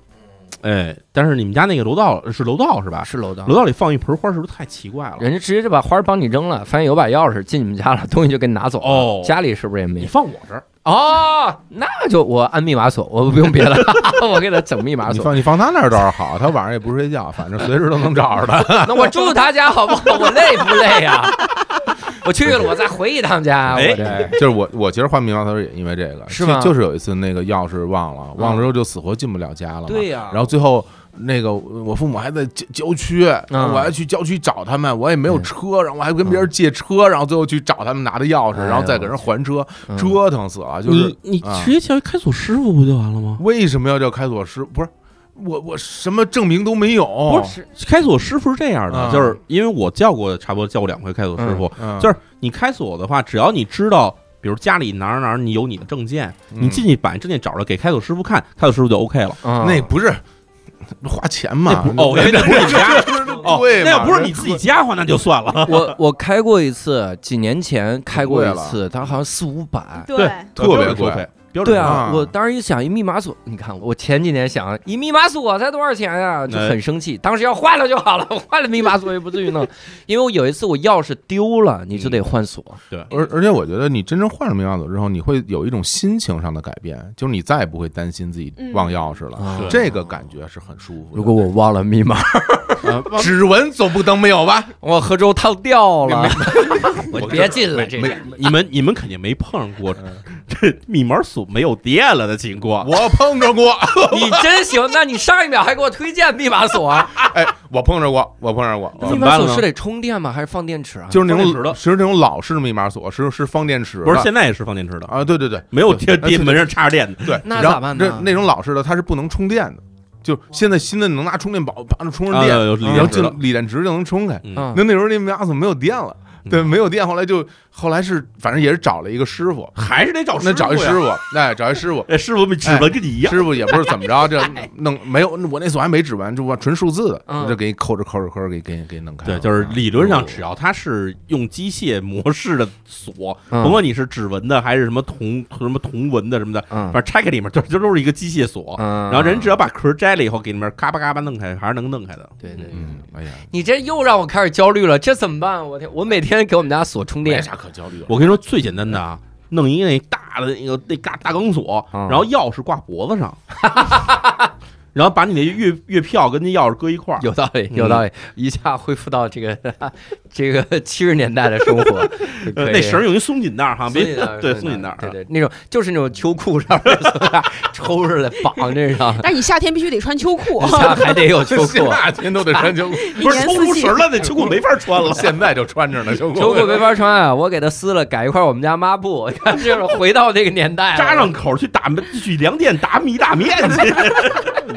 哎，但是你们家那个楼道是楼道是吧？是楼道楼，道里放一盆花是不是太奇怪了？人家直接就把花儿帮你扔了，发现有把钥匙进你们家了，东西就给你拿走了。哦家里是不是也没你放我这儿，哦，那就我按密码锁，我不用别的， 我给他整密码你锁。啊放你放他那儿倒是好，他晚上也不睡觉，反正随时都能找着 他。那我住他家好不好？我累不累呀、我去了，我再回一趟啊家，哎我这就是我，我其实换密码的时候也因为这个，哎是吗嗯就就是有一次那个钥匙忘了，忘了之后就死活进不了家了嘛。对呀、然后最后那个我父母还在郊郊区，我还去郊区找他们，我也没有车，然后我还跟别人借车，然后最后去找他们拿的钥匙，嗯哎呦然后再给人还车，嗯折腾死了。就是你啊你直接叫一开锁师傅不就完了吗？为什么要叫开锁师？不是我我什么证明都没有，不是开锁师傅是这样的，嗯就是因为我叫过，差不多叫过两回开锁师傅，嗯，就是你开锁的话，只要你知道，比如家里哪儿哪儿你有你的证件，嗯你进去把证件找着给开锁师傅看，开锁师傅就 OK 了。嗯 那不是花钱那嘛不？哦，那不是你家，哦，对嘛那要不是你自己家的话，那就算了。我我开过一次，几年前开过一贵次，它好像四五哎百。对特别收贵费，标对准啊，啊我当时一想一密码锁，你看我前几年想一密码锁才多少钱呀、就很生气。当时要换了就好了， 换了密码锁也不至 于弄，因为我有一次我钥匙丢了，你就得换锁。而而且我觉得你真正换上密码锁之后，你会有一种心情上的改变，就是你再也不会担心自己忘钥匙了，啊是这个感觉是很舒服 的。如果我忘了密码， 指纹总不能没有 吧？我喝粥烫掉了，我别进了这没个。你们你们肯定没碰上过 这密码锁没有电了的情况。嗯我碰着过，你真行，那你上一秒还给我推荐密码锁，啊哎， 我碰着过，我碰着过，嗯密怎么码办呢锁是得充电吗？还是放电池啊？就是那放电池种的其实那种老式密码锁，是是放电池的，不是，现在也是放电池的，啊？对对对没有电对电门上插着电的。对，那然后咋办呢这那种老式的它是不能充电的，就现在新的能拿充电宝把它充上啊电，有有然后锂电池进的锂电池就能充开。嗯那那时候那密码锁没有电了，对，没有电，后来就后来是反正也是找了一个师傅，还是得找那找一师傅呀。傅，哎，找一 师傅，哎，师傅指纹跟你一样，师傅也不是怎么着，这弄没有我那锁还没指纹，就我纯数字的，嗯我就给你抠着抠着抠着给给给弄开对，了。就是啊理论上，只要它是用机械模式的锁，嗯甭管你是指纹的还是什么铜什么铜纹的什么的，嗯反正拆开里面就就都是一个机械锁。嗯然后人只要把壳摘了以后，给里面咔吧咔吧弄开，还是能弄开的。对对，对嗯，哎呀，你这又让我开始焦虑了，这怎么办？啊我天，我每天给我们家锁充没电，啥可焦 虑的。我跟你说最简单的啊，弄一个那大的那个那嘎大钢索，嗯然后钥匙挂脖子上，然后把你的月月票跟那钥匙搁一块儿。有道理，有道理，一下恢复到这个 这个七十年代的 生活，呃可以那绳儿用一松紧带儿哈，松别紧带儿对松松紧紧带带儿啊儿，对对，那种就是那种秋裤上面 松紧带儿抽出来绑这上，但你夏天必须得穿秋裤 一，下还得有秋裤。夏天都得穿秋裤，一不是年抽四出季绳儿。了，那秋裤没法穿了。现在就穿着呢，秋裤。 秋裤没法穿啊，我给它撕了，改一块我们家抹布， 看这是回到那个年代了，扎上口儿去打去粮店打米打面去。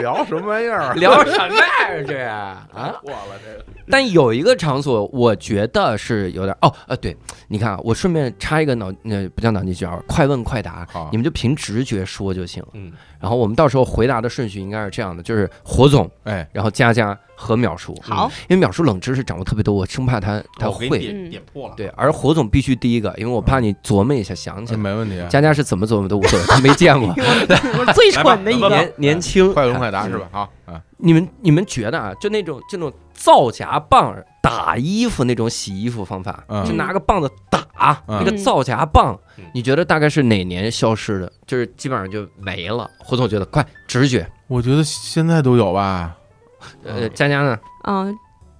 聊什么玩意儿啊？ 聊什么呀？ 这啊，过了这个。但有一个场所，我觉得是有点哦，呃，对，你看啊，我顺便插一个脑，呃，不叫脑筋急转弯，快问快答好，哎你们就凭直觉说就行。嗯，然后我们到时候回答的顺序应该是这样的，就是火总，哎，然后佳佳和淼叔，好，因为淼叔冷知识掌握特别多，我生怕他他我给你会。点嗯点破了。对，而火总必须第一个，因为我怕你琢磨一下想起这来。没问题啊。佳佳是怎么琢磨都无所谓，她没见过，我是最蠢的一嗯来吧来吧年个。年轻。快问快答是吧？好啊，你们你们觉得啊，就那种这种造夹棒打衣服那种洗衣服方法，嗯就拿个棒子打、嗯那个造夹棒嗯，你觉得大概是哪年消失的？就是基本上就没了。胡总觉得快直觉，我觉得现在都有吧。呃，佳佳呢？嗯嗯，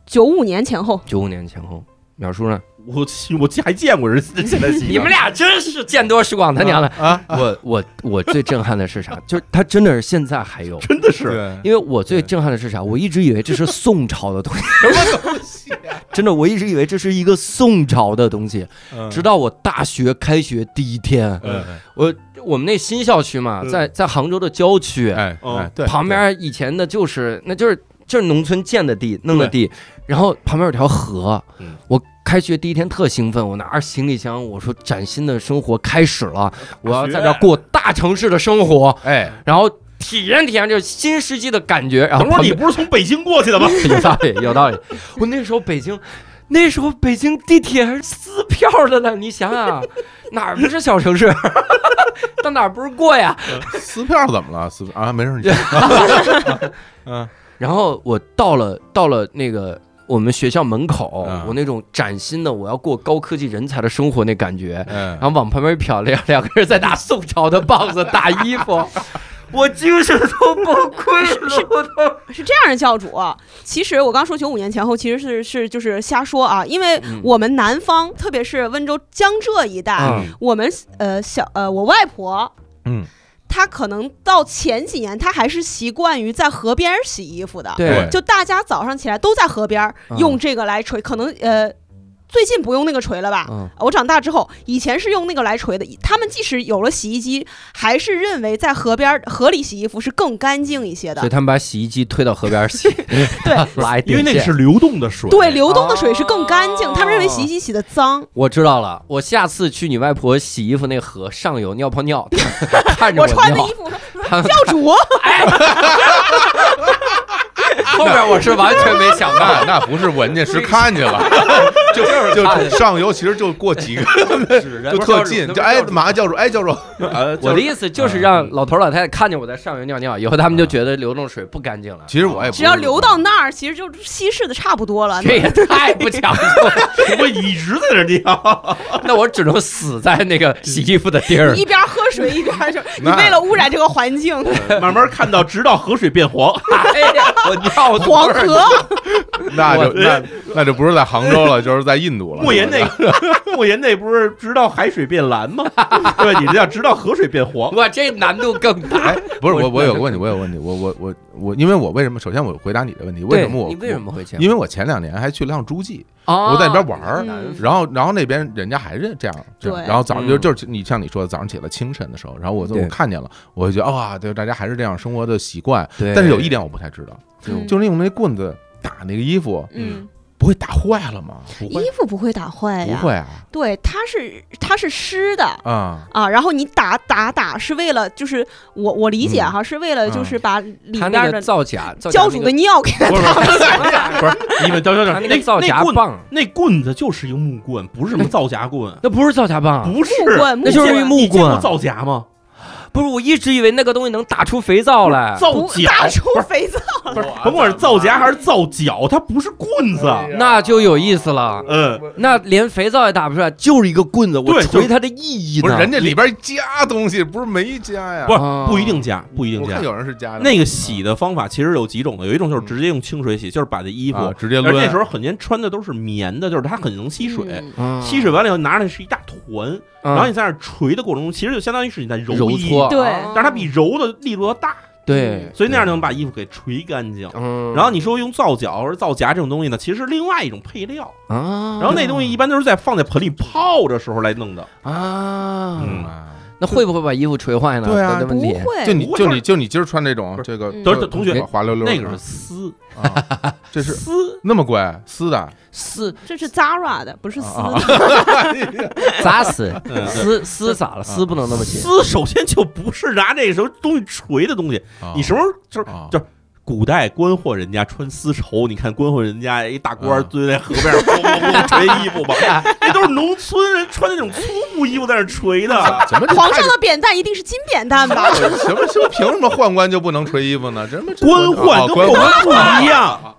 九五年前后，九五年前后，淼叔呢？我我还见过人现在洗你们俩真是见多识广，他娘的！啊，我我我最震撼的是啥？就是他真的是现在还有，真的是对，因为我最震撼的是啥？我一直以为这是宋朝的东西，什么东西啊？ 真的，我一直以为这是一个宋朝的东西，嗯直到我大学开学第一天，嗯我我们那新校区嘛，嗯在在杭州的郊区，哎哦哎，对，旁边以前的就是嗯那就是就是农村建的地弄的地，然后旁边有条河嗯。我开学第一天特兴奋，我拿着行李箱，我说崭新的生活开始了，我要在这儿过大城市的生活，哎，然后体验体验这新世纪的感觉。然后等会儿旁你边不是从北京过去的吗？ 有道理，有道理。我那时候北京，那时候北京地铁还是撕票的呢，你想想、哪儿不是小城市？ 到哪儿不是过呀？哎撕票怎么了？撕啊，没事，你嗯然后我到了到了那个我们学校门口，嗯我那种崭新的我要过高科技人才的生活那感觉，嗯然，后往旁边一瞟，两两个人在拿宋朝的棒子打衣服， 我精神都崩溃了，我都是这样的，教主，啊其实我刚说九五年前后，其实是是就是瞎说啊，因为嗯我们南方，特别是温州江浙一带，嗯我们呃小呃我外婆，嗯，她可能到前几年，她还是习惯于在河边儿洗衣服的，对对就大家早上起来都在河边儿嗯用这个来捶，可能呃。最近不用那个锤了吧？嗯我长大之后，以前是用那个来锤的。他们即使有了洗衣机，还是认为在河边儿河里洗衣服是更干净一些的所以。他们把洗衣机推到河边 洗，对拉一因为电那线是流动的水。对，流动的水是更干净。哦他们认为洗衣机洗的 脏。我知道了，我下次去你外婆洗衣服那河上游尿泡 尿，看着我尿，穿的衣服，他 们教主，后面我是完全没想 到那那不是闻见，是看见了，就看见就上游其实就过几个，的，就特近，就哎，马上叫住，哎，叫住，呃，我的意思嗯就是让老头老太太看见我在上游尿尿，以后他们就觉得流动水不干净了。其实我也不只要流到那儿，其实就稀释的差不多了。嗯这也太不讲究 了，我一直在这尿，那我只能死在那个洗衣服的地 儿你。一边喝水一边 就，你那为了污染这个环境，慢慢看到，直到河水变黄。哎呀，我尿多黄河。啊那就那那就不是在杭州了，就是在印度了。啊莫言那个，莫言那不是直到海水变蓝吗？对，你这叫直到河水变黄。我这难度更大哎。，不是我，我我有个问题，我有个问题，我我我我，因为我为什么？首先我回答你的问题，为什么我对你为什？么会这样？因为我前两年还去了趟诸暨，我我在那边玩儿，嗯然后然后那边人家还是这样，这样对然后早上就嗯就是你像你说的，早上起来清晨的时候，然后我就对我看见了，我就觉得哇，对，大家还是这样生活的习惯。哦对但是有一点我不太知道，嗯就是用那棍子打那个衣服，嗯，不会打坏了吗？不衣服不会打坏不呀，会啊对，它是它是湿的。啊！啊，然后你打打打是为了，就是我我理解哈，是为了就嗯是把里他边那的个造假，造假教主的尿给它不是打不是那个不是，你们等等他等，那那个造假那棍棒，那棍子就是一个木棍，不是什么造假棍，那不是造假棒啊，不是木棍，木那就是一棍木你见过棍造假吗？不是，我一直以为那个东西能打出肥皂来。造不假打出肥皂，不是，甭管是造假还是造脚，它不是啊棍子。那就有意思了，嗯，那连肥皂也打不出来，就是一个棍子，我对锤就它的意义呢？不是人家里边加东西，不是没加呀？不是啊不一定假，不一定我假看。有人是加的，那个洗的方法其实有几种的，有一种就是直接用清水洗，就是把这衣衣服，服直接而抡。那时候很多人穿的都是棉的，就是它很能吸水。嗯嗯吸水完了以后，拿上来是一大团，嗯然后你在那儿捶的过程中，其实就相当于是你在揉揉衣，搓，对啊但是它比揉的力度要大，对，所以那样能把衣服给捶干净。嗯，然后你说用皂角或者皂荚这种东西呢，其实是另外一种配料，啊，然后那东西一般都是在放在盆里泡的时候来弄的。啊，嗯啊那会不会把衣服锤坏呢？对啊的问不题，会，就你不是就你就你今儿穿这种不是这个，嗯都是同学滑溜溜的那个是丝，啊，这是丝，那么贵，丝 的，撕这是 Zara 的，不是丝啊的，砸死，嗯撕撕咋了？撕不能那么紧，丝首先就不是拿这个什么东西锤的东西，哦啊你什么时候就是啊就是古代官货人家穿丝绸，你看官货人家一大官啊儿蹲在河边儿咣咣咣捶衣服吧，那都是农村人穿的那种粗布衣服在那儿捶的。怎么这 皇太上的扁担一定是金扁担 吧？什么什么凭什么宦官就不能捶衣服呢？什么这官宦哦跟官我们不一样，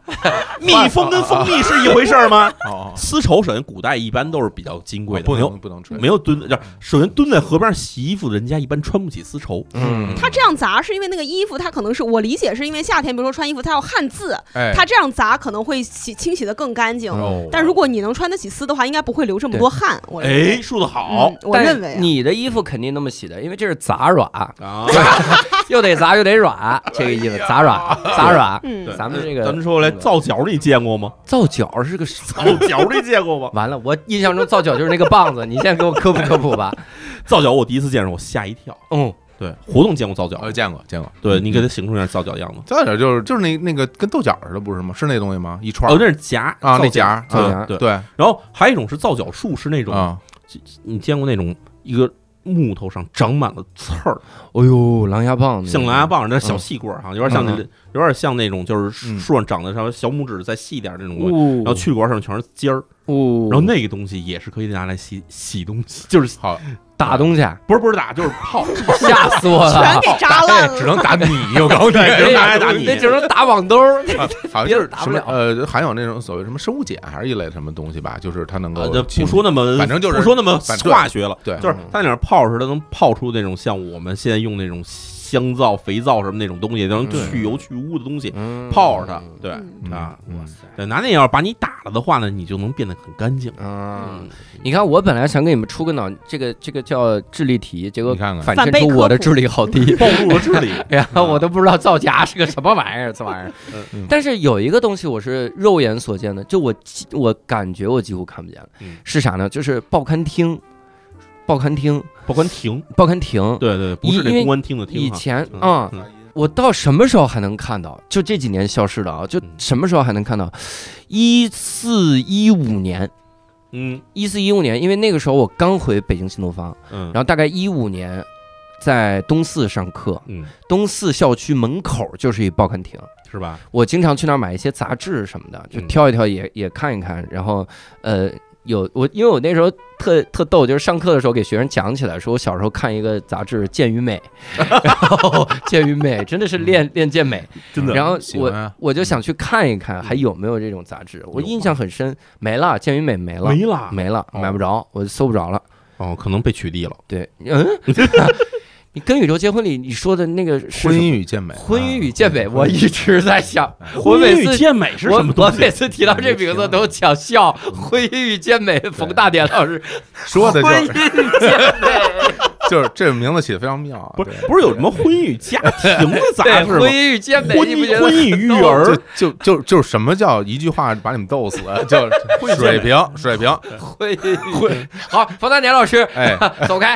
蜜蜂跟蜂蜜是一回事儿吗？ 哦，丝绸首先古代一般都是比较金贵的，啊不没有能不能吹，没有蹲，就是首先蹲在河边洗衣服的人家一般穿不起丝绸，嗯，他这样砸是因为那个衣服，他可能是我理解是因为夏天，比如说穿衣服它要汗渍，哎，他这样砸可能会洗清洗的更干净。哦但如果你能穿得起丝的话，应该不会流这么多汗。我认为哎，，说的好嗯我认为啊但你的衣服肯定那么洗的，因为这是杂软，啊。 哎又得杂又 得软，这个意思，杂软杂软。嗯，咱们这咱个们说回来，皂角你见过吗？皂角是个啥？皂角你见过吗？完了，我印象中皂角就是那个棒子，你现在给我科普科普吧。 皂角我第一次见着，我吓一跳。嗯，对，活动见过皂角哦，，见过见过，对你嗯给它形容一下皂角样子。再者就是就是那那个跟豆角似的，不是吗？是那东西吗？一串哦，那是夹啊那皂角夹对皂夹对。对然后还有一种是皂角树，是那种啊，你见过那种一个木头上长满了刺儿，哎呦，狼牙棒，像狼牙，棒，那小嗯细棍儿哈，有点像那嗯有点像那种就是嗯哦树上长得稍微小拇指再细一点儿那种东西。呜，然后去管上全是尖儿，呜，哦然后那个东西也是可以拿来洗洗东西，就是好，打东 西啊，不是不是打就是 泡，吓死我全了。给扎烂只了。哎能打你，我告诉你，只能拿来打 你那只能打网兜儿。 啊 好像别就人是打什不么了呃，含有那种所谓什么生物碱还是一类什么东西吧，就是它能够啊呃这不清说那么哦反正就是不说那么反正化学了，对就是它那点泡似的，能泡出那种像我们现在用那种香皂、肥皂什么那种东西，能嗯去油去污的东西，嗯泡着它，对嗯啊，嗯哇塞。对，拿那要是把你打了的话呢，你就能变得很干净。嗯，你看，我本来想给你们出个脑，这个这个叫智力题，结果你看看反衬出我的智力好低。暴露了智力，哎呀，我都不知道造假是个什么玩意儿，这玩意儿。嗯但是有一个东西我是肉眼所见的，就我几我感觉我几乎看不见了嗯，是啥呢？就是报刊厅，报刊厅，报官亭，报刊亭。对对，对不以是因为那公安厅的厅以哈，前嗯啊，嗯我到什么时候还能看到？就这几年消失了啊，就嗯什么时候还能看到？一四一五年，嗯一四一五年，因为那个时候我刚回北京新东方。嗯，然后大概一五年，在东四上课，嗯东四校区门口就是一报刊亭，是吧？我经常去那儿买一些杂志什么的，就嗯挑一挑也也看一看，然后呃。有我，因为我那时候特特逗，就是上课的时候给学生讲起来，说我小时候看一个杂志《健与美》，然后《健与美》真的是练练健美，真然后喜欢我啊我就想去看一看还有没有这种杂志，我有印象很深，没了，《健与美》没了，没了没了，哦买不着，我搜不着了。哦，可能被取缔了。对，嗯， 你跟宇宙结婚里你说的那个是婚什姻么与健美，婚姻与啊 健美，我一直在想，嗯我婚每姻与次健美是我什么我东每西？哎嗯次提到这名字都想笑。婚姻与健美，冯大典 老师，说的就婚是姻与健美， 就是这名字起的非常妙啊，不是对不是有什么婚姻与家庭的杂对，志婚吗？姻与健美，婚你不姻觉婚得？ 姻与育儿就就就就是什么叫一句话把你们逗死， 叫水平水平，婚 姻与好，冯大典老师，哎走开，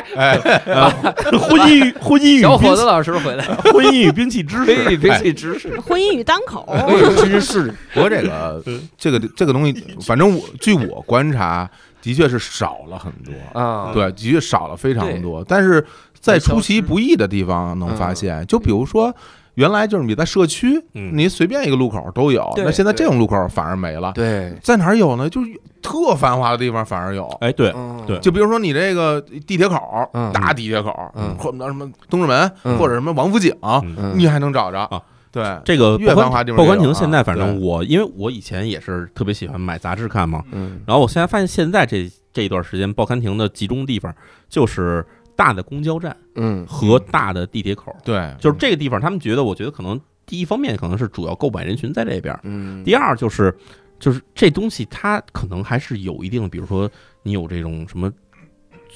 婚姻与婚姻与哎小伙兵子老师 回来，器婚姻与兵器知婚姻识，与兵器知识，婚姻与单口，哎知识，不过这 个嗯这个这个东西，反正我据我观察，的确是少了很多，啊，对，的确少了非常对多，但是在会消出其失不意的地方能发嗯现，就比如说。原来就是你在社区，嗯你随便一个路口都有，对那现在这对种路口反而没了。对，在哪儿有呢？就是特繁华的地方反而有。哎，对，嗯对就比如说你这个地铁口，嗯大地铁口，嗯或者什么东直门，嗯或者什么王府井，嗯你还能找着。啊对，这个越报繁华地方刊报越刊有亭啊现在反正对我因为我以前也是特别喜欢买杂志看嘛，嗯然后我现在发现现在这这一段时间报刊亭的集中地方就是大的公交站 嗯和大的地铁口，对，就是这个地方他们觉得，我觉得可能第一方面可能是主要购买人群在这边，嗯，第二就是就是这东西它可能还是有一定的，比如说你有这种什么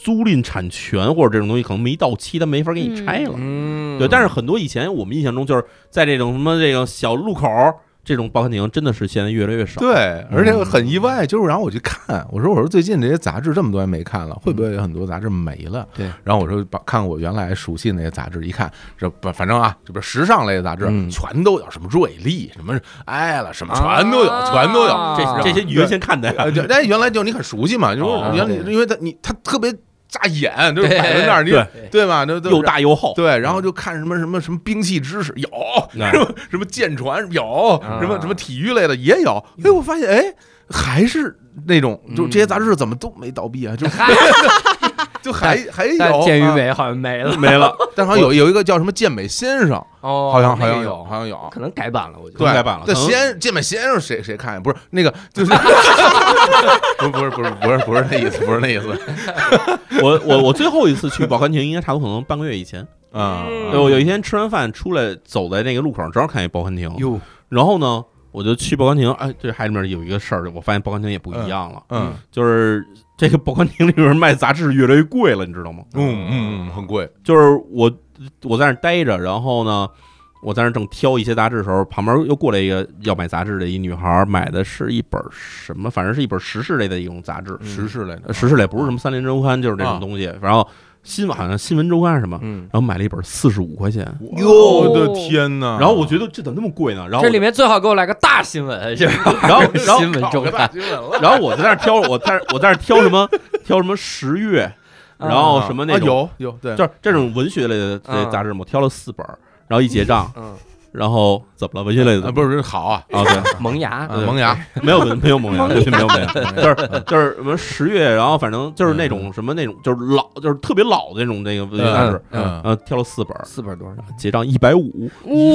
租赁产权或者这种东西，可能没到期，它没法给你拆了。嗯，对，但是很多以前我们印象中就是在这种什么这个小路口儿这种报刊亭，真的是现在越来越少。嗯对，而且很意外，就是然后我去看，我说我说最近这些杂志这么多年没看了，会不会有很多杂志没了？嗯对，然后我说把看我原来熟悉那些杂志，一看这反反正啊，这不是时尚类的杂志嗯全都有，什么瑞丽，什么爱了，什么全都有，全都有。啊这这些你原先看的呀， 呃，就哎，原来就你很熟悉嘛，就是哦原来对因为他你他特别扎眼，就是摆在对嗯那儿，你对对吧？就又。大又厚。对，然后就看什么什么什么兵器知 识有，哎什么什么舰船有，啊什么什么体育类的也有。哎，我发现嗯 哎，还是那种就这些杂志怎么都没倒闭啊？就就还还但有健与啊美好像没嗯了，没了，但好像有有一个叫什么健美先生，哦，好像好那个像有，好像有。可能改版了，我觉对能得。改版了这可能先健美先生谁谁看呀？不是那个，就是 不是不是不是不是不是那意思，不是那意思我我我最后一次去报刊亭，应该差不多可能半个月以前。啊！嗯我有一天吃完饭出来，走在那个路口上，正好看见报刊嗯亭，哟，然后呢，我就去报刊亭。哎，这还里面有一个事儿，我发现报刊亭也不一样了，嗯就是这个报刊亭里面卖杂志越来越贵了，你知道吗？嗯嗯，嗯很贵，就是我我在那儿待着，然后呢，我在那儿正挑一些杂志的时候，旁边又过来一个要买杂志的一女孩儿，买的是一本什么，反正是一本时事类的一种杂志，时事类的呃时事类不是什么三联周刊，就是这种东西。啊然后新闻好像新闻周刊是什么，嗯，然后买了一本四十五块钱，哟，哦我的天呐！然后我觉得这怎么那么贵呢？然后这里面最好给我来个大新闻， 是吧？然后然后新闻周刊，新闻了，然后我在那儿挑，我在那儿我在那儿挑什么挑什么十月，然后什么那啊种，有有对，就是这种文学类的嗯杂志嘛，我挑了四本儿，然后一结账，嗯，然后怎么了？文学类的啊怎么不是好啊，啊，对，萌芽，啊萌芽，没有文没有萌芽，没有萌芽，就就是就是什么十月，然后反正就是那种什么那种，就是老就是特别老的那种那个文学杂志，嗯嗯，呃，挑了四本儿，四本多少？结账一百五，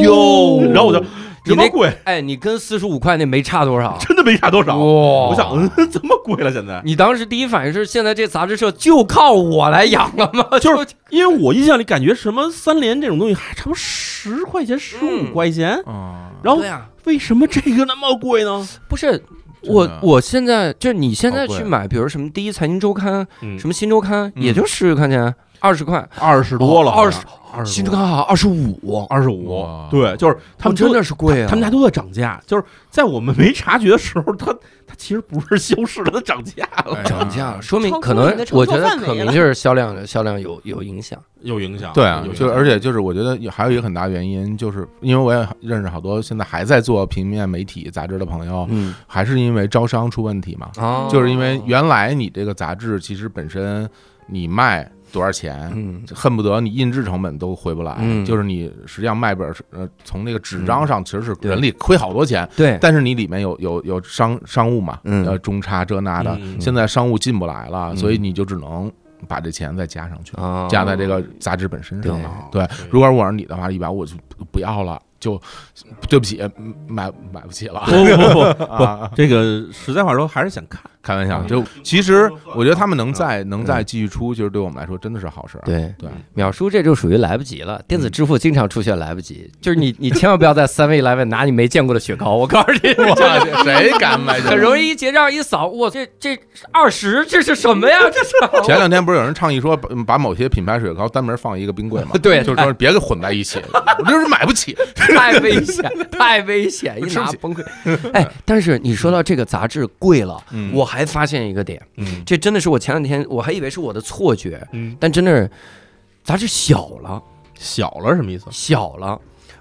哟然后我就你这那么贵，哎，你跟四十五块那没差多少，啊真的没差多少。哇我想， 嗯，怎么贵了？现在，你当时第一反应是，现在这杂志社就靠我来养 了吗？就是因为我印象里感觉什么三联这种东西还差不多十块钱、十五块钱，啊，然后对呀，为什么这个那么贵呢？不是的啊我，我现在就是你现在好贵去啊买，比如什么第一财经周刊、嗯什么新周刊，嗯也就十块钱、二十块，二十多了，二十二十新周刊好像二十五，二十五嗯哇，对，就是他哦们真都的是贵啊，他们家都在涨价，就是在我们没察觉的时候，它它其实不是消失了，它涨价了，哎涨价了，说明超出可了能你的承我受觉得范围可能了就是销量销量有有影 响，有影响对啊，就是而且且就是我觉得有还有一个很大原因，就是因为我也认识好多现在还在做平面媒体杂志的朋友，嗯还是因为招商出问题嘛，哦啊就是因为原来你这个杂志其实本身你卖多少钱，嗯恨不得你印制成本都回不来，嗯就是你实际上卖本儿是呃从那个纸张上其实是人力亏好多钱，对，但是你里面有有有商商务嘛，嗯呃中差这那的，嗯现在商务进不来了，嗯所以你就只能把这钱再加上去，哦啊加在这个杂志本身上对了。对，如果我是你的话，一百五就不要了，就对不起，嗯买买不起了。 不不不啊不，这个实在话说还是想看，开玩笑，嗯就其实我觉得他们能在能在继续出，就是对我们来说真的是好事。，对对，秒叔这就属于来不及了。电子支付经常出现来不及，就是 你你千万不要在三 e 来 n 拿你没见过的雪糕，我告诉你，哇，这谁敢买这 很？容易一结账一扫，我这这二十这是什么呀？这是？前两天不是有人倡议说把把某些品牌雪糕单门放一个冰柜吗对就是说别给混在一起， 我就是买不起。 太危险，太危险，一吃不拿起崩溃。 哎，但是你说到这个杂志贵了，嗯我还发现一个点，嗯这真的是我前两天我还以为是我的错觉，嗯，但真的是杂志小了，小了什么意思？小了。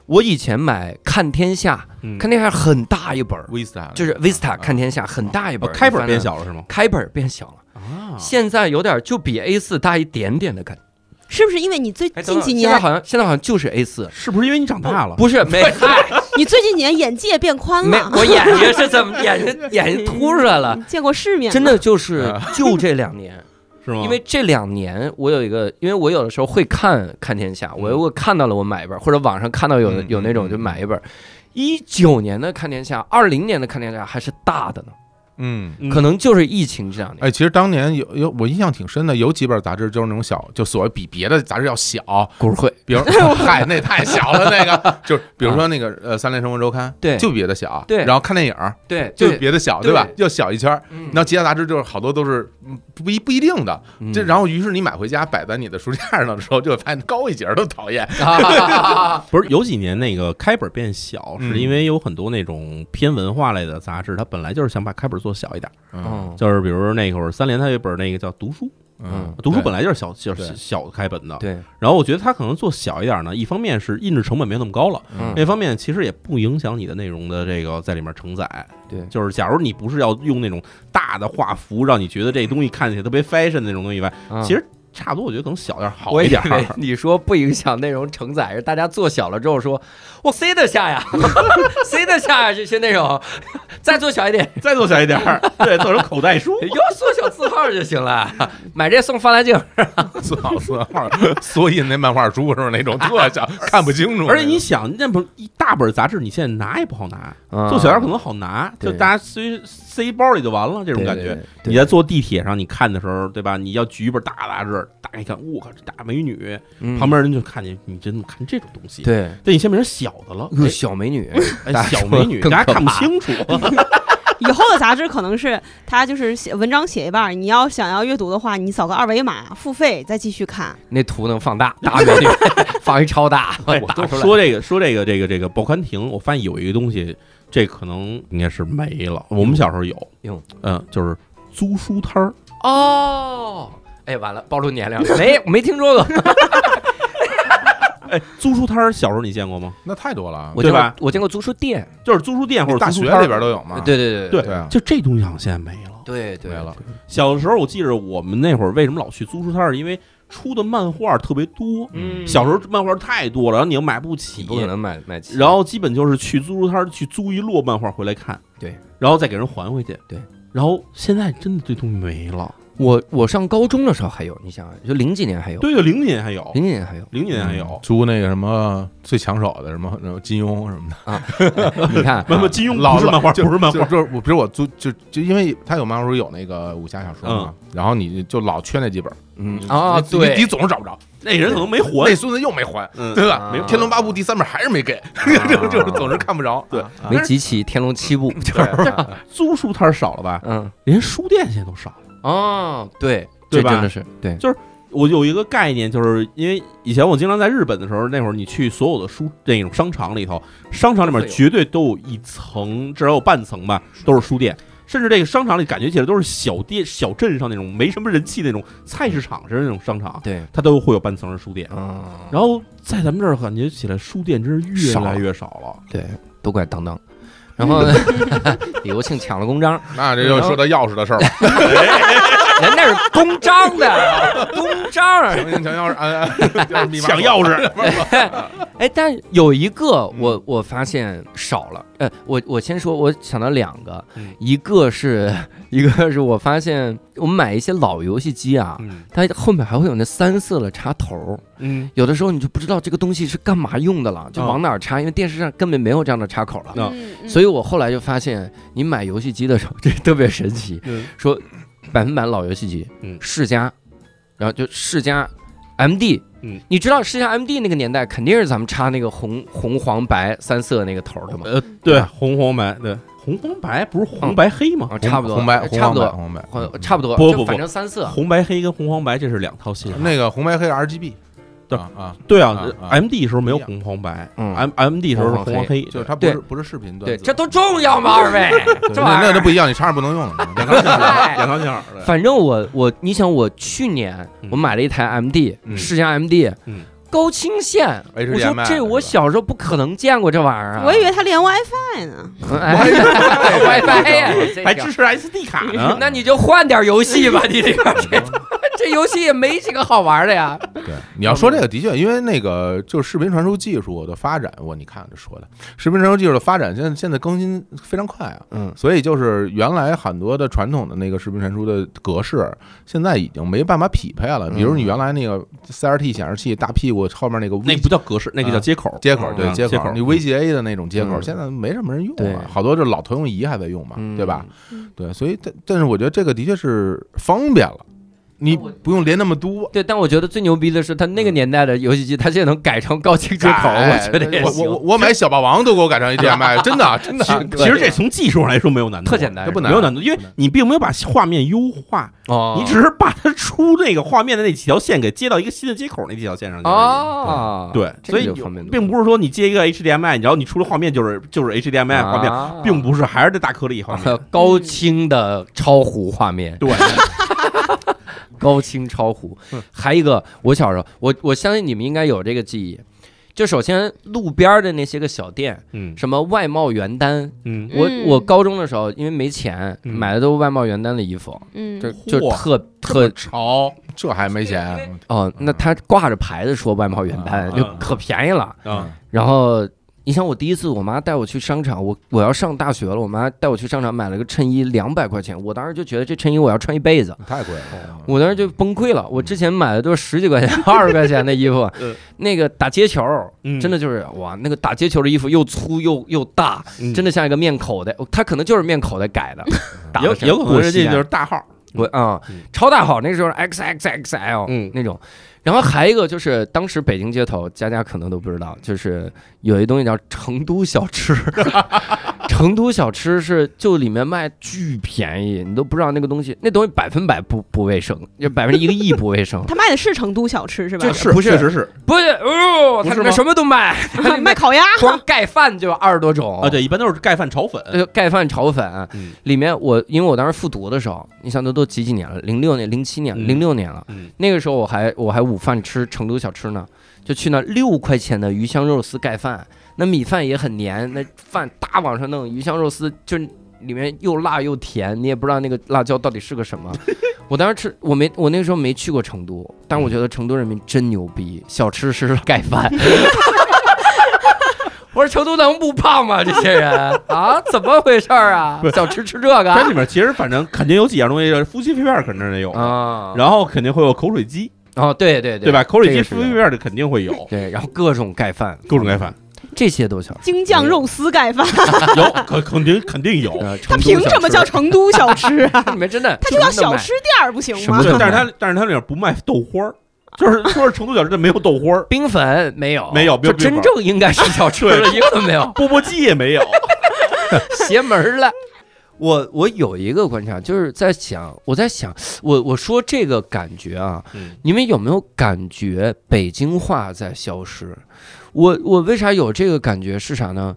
我以前买《看天下》，嗯《看天下》很大一本儿， Vista 就是 Vista 看天下很大一啊本哦儿，开你本翻变来，小了是吗？开本儿变小了，啊现在有点就比 A 4大一点点的感觉。是不是因为你最哎，等近等几现在年，好像现在好像就是 A 4是不是因为你长大了？不 是没嗨你最近几年眼界变宽没，了？我眼睛是怎么眼睛眼睛凸出来了你？ 见过世面了，真的就是就这两年，是吗？因为这两年我有一个，因为我有的时候会看看天下，嗯我如果看到了我买一本，或者网上看到有嗯有那种嗯就买一本。一九年的看天下，二零年的看天下还是大的呢，嗯。嗯可能就是疫情这两年。哎，其实当年有有我印象挺深的，有几本杂志就是那种小，就所谓比别的杂志要小，哎股会比如嗨，那太小了，那个就是比如说那个呃《三联生活周刊》，对就比别的小，对然后看电影儿对，就对 比别的小，对对吧？又小一圈儿。嗯那其他杂志就是好多都是嗯不一不一定的，嗯这然后于是你买回家摆在你的书架上的时候，就会发现高一截儿都讨厌。啊，不是有几年那个开本变小，嗯是因为有很多那种偏文化类的杂志，它本来就是想把开本做小一点，嗯就是比如说那会儿三联它有一本那个叫《读书》，嗯读书对本来就是小小对小开本的，对，然后我觉得它可能做小一点呢，一方面是印制成本没那么高了，嗯另一方面其实也不影响你的内容的这个在里面承载。对就是假如你不是要用那种大的画幅，让你觉得这东西看起来特别 fashion 的那种东西以外，啊其实差不多，我觉得可能小点儿好我一以点儿。为你说不影响内容承载，是大家做小了之后说，我塞得下呀， 塞得下呀这些内容，再做小一点，。再做小一点儿，对，做成口袋书又缩小字号就行了，买这送放大镜。四号四号缩印那漫画书是不是那种特小，看不清楚那种。而且你想，那本一大本杂志，你现在拿也不好拿，嗯啊做小样可能好拿，嗯对就大家随塞包里就完了，这这种感觉。，你在坐地铁上，你看的时候，对吧？你要举一本大杂志，大家一看，我靠，这大美女，旁边人就看见你真的看这种东西。，嗯对。对你先别人小的了，呃， 小美女，哎大家哎小说美女， 更大家可看不怕清楚。以后的杂志可能是它就是写文章写一半儿，你要想要阅读的话，你扫个二维码付费再继续看。啊那图能放大，大美女， 放一超 大，哎我我打出来。说这个说这个这个这个报刊亭，我发现有一个东西，这可能应该是没了。我们小时候有，有，嗯，就是租书摊儿。哦，哎，完了，暴露年龄了，没没听 说过，哎，租书摊儿小时候你见过吗？那太多了，我见对过吧，我见过租书店，就是租书店或者大租学书摊儿里边都有嘛。对对对对啊，就这东西好像现在没了。对对没了。小的时候，我记着我们那会儿为什么老去租书摊儿，因为出的漫画特别多。嗯，小时候漫画太多了，然后你又买不起你，不可能买买齐，然后基本就是去租书摊儿去租一摞漫画回来看，对，然后再给人还回去，对。然后现在真的这东西没了，哎我我上高中的时候还有，你想啊想，就零几年还有，对对，零几年还有，。零几年还有 零几年还有，嗯租那个什么最抢手的什么什么金庸什么的，你看啊，不不，金庸老不是漫画，就不是漫就画，就是我比如我租就就因为他有漫画书有那个武侠小说嘛，嗯然后你就老缺那几本嗯啊，你你对你，总是找不着，那人可能没那还，孙子又没还，嗯，对啊吧？天龙八部》第三本还是没给， 就就是总是看不着。啊对啊，没集齐《天龙七 部》就是， 对租书摊儿少了吧？嗯，连书店现在都少了。哦，对，这对吧真的是对，我有一个概念，就是因为以前我经常在日本的时候，那会儿你去所有的书那种商场里头，商场里面绝对都有一层，至少有半层吧，都是书店。甚至这个商场里感觉起来都是小店、小镇上那种没什么人气那种菜市场似的那种商场，对，它都会有半层是书店。嗯，然后在咱们这儿感觉起来，书店真是越少来越少了。啊对，都怪当当。然 后呢， 李国庆抢了公章，那这就说到钥匙的事儿了。人那是公章的，公章。强行抢钥匙，按 按就是密码抢钥匙， 哎，但有一个嗯我我发现少了。呃，我我先说，我想到两个嗯，一个是 一个是我发现我们买一些老游戏机啊，嗯它后面还会有那三色的插头儿，嗯，有的时候你就不知道这个东西是干嘛用的了，就啊往哪儿插，因为电视上根本没有这样的插口了。那嗯所以以我后来就发现，你买游戏机的时候，这特别神 奇，嗯说百分百老游戏机，嗯世嘉，然后就世嘉，MD，嗯，你知道世嘉 MD 那个年代肯定是咱们插那个红红黄白三色那个头儿的嘛，呃，对，红黄白，对，红黄白不是红嗯白黑吗？啊， 差不多，红白，差不多，红白，红白红，差不多，不不就不反正三色，红白黑跟红黄白这是两套系统。嗯那个红白黑 RGB，对啊啊，对啊啊啊，M D 时候没有不一红黄白嗯，M M D 时候是红红黄黄黑黑，就是对它不对是不是视频对，段，这都重要吗？二 位，这对玩意那儿那不一样，你插上不能 用了。两个哎两套信号。对反正我我，你想我去年嗯我买了一台 MD，嗯世嘉 MD，嗯高清线，我说 HDMI 这我小时候不可能见过这玩意儿啊，我以为它连 WiFi 呢。 WiFi 呀，还支持 S D 卡呢，那你就换点游戏 吧，你这个这这游戏也没几个好玩的呀。对，嗯你要说这个的确，因为那个就是视频传输技术的发展，我你看这说的，视频传输技术的发展，现在现在更新非常快啊，嗯，所以就是原来很多的传统的那个视频传输的格式，现在已经没办法匹配了。比如你嗯原来那个 CRT 显示器大屁股后面那个 V 那不叫格式，那个叫接口。接口，对嗯接接口口，你 VGA 的那种接口，嗯现在没什么人用对了，好多这老投影仪还在用嘛，对吧？？嗯对，所以但但是我觉得这个的确是方便了，你不用连那么多。对，但我觉得最牛逼的是，他那个年代的游戏嗯机，他现在能改成高清接口，我觉得也我我我行，啊我买小霸王都给我 改成 HDMI，真的啊真的其实其实这从技术上来说没有难度，特简单这。不难，没有难度，因为不难你并没有把画面优化，哦你只是把它出那个画面的那几条线给接到一个新的接口那几条线上去而已。哦，对，这所个以就你方便多并不是说你接一个 HDMI，然后你出了画面就是就是 HDMI 哎画面，面并不是还是这大颗粒画面。高清的超糊画面，对，高清超糊嗯。还一个，我小时候，我我相信你们应该有这个记忆，就首先路边儿的那些个小店，嗯什么外贸原单，嗯我嗯我高中的时候因为没钱，嗯买的都是外贸原单的衣服，嗯，。就就嚯特特特潮，这还没钱？嗯哦，那他挂着牌子说外贸原单嗯啊就可便宜了。啊嗯然后你想，我第一次我妈带我去商场，我我要上大学了，我妈带我去商场买了个衬衣，两百块钱，我当时就觉得这衬衣我要穿一辈子。太贵了，我当时就崩溃了，我之前买的都是十几块钱、 二十块钱的衣服嗯，那个打街球，嗯真的就是哇，那个打街球的衣服又粗又又大，真的的像一个面口袋，它可能就是面口袋改的，打的嗯有是有可能人家就是是大号，我啊嗯，超大号，那时候 X X X L 嗯那种。然后还一个就是当时北京街头，佳佳可能都不知道，就是有一东西叫成都小吃。成都小吃是就里面卖巨便宜，你都不知道那个东西，那东西百分百不不卫生，就百分之一个亿不卫生他卖的是成都小吃是吧就？啊是不是确实是不是哦，不它是里面吗什么都 卖，它里卖面烤鸭，光盖饭就二十多种啊，，对，一般都是盖饭炒粉，哦呃盖饭炒粉嗯里面我因为我当时复读的时候，你想都都几几年了，零六年、零七年、嗯零六年了。嗯那个时候我还我还午饭吃成都小吃呢，就去那六块钱的鱼香肉丝盖饭，那米饭也很黏，那饭大往上弄，鱼香肉丝就里面又辣又甜，你也不知道那个辣椒到底是个什 么。我当时吃我没我那时候没去过成都，但我觉得成都人民真牛逼，小吃吃盖 饭。我说成都能不胖吗？这些人啊，怎么回事儿啊不？是小吃吃这个它啊里面其实反正肯定有几样东西，夫妻肺片肯定得有，啊？然后肯定会有口水鸡，哦，对对对对吧？口水这鸡、个是夫妻肺片的肯定会有， 对，然后各种盖饭，各种盖饭这些都小吃。京酱肉丝盖饭，有，肯肯定肯定有。呃，他成都凭小什么吃叫？成都小吃 啊？它里面真的，他就叫什么都小卖吃店儿不行什吗么？对都，但是卖它但是它里面不卖豆花儿，就是说是成都小吃，这没有豆花儿，冰粉没有，没有没就有真正应该是小吃对了，一个都没有，钵钵鸡也 没有。邪门儿了。我我有一个观察，就是在想，我在想，我我说这个感觉啊，嗯你们有没有感觉北京话在消失？我我为啥有这个感觉是啥呢？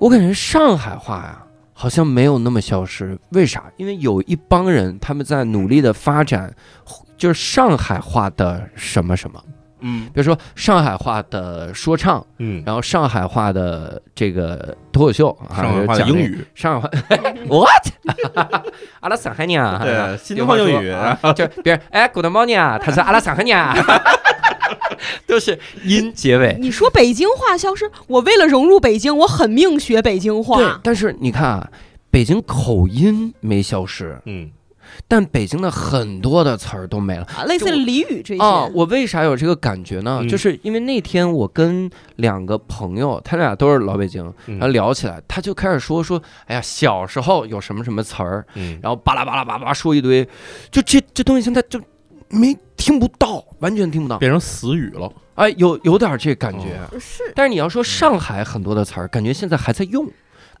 我感觉上海话呀、好像没有那么消失，为啥？因为有一帮人他们在努力的发展，就是上海话的什么什么，嗯比如说上海话的说唱，嗯，然后上海话的这个脱口秀，啊上海话的讲英那语，上海话 what？阿拉上海人啊，对，新东方英语，啊就是别人哎，Good morning 啊，他是阿拉上海人啊， 都是音结尾。你说北京话消失，我为了融入北京，我狠命学北京对话，。但是你看啊，北京口音没消失，嗯但北京的很多的词儿都没了。啊类似就俚语这些，啊，我为啥有这个感觉呢？嗯就是因为那天我跟两个朋友，他俩都是老北京，然后嗯聊起来，他就开始说说，哎呀，小时候有什么什么词儿，嗯，然后巴拉巴拉巴拉说一堆，就这这东西现在就没听不到，完全听不到。变成死语了。哎，有有点这感觉。啊是但是你要说上海很多的词儿，感觉现在还在用，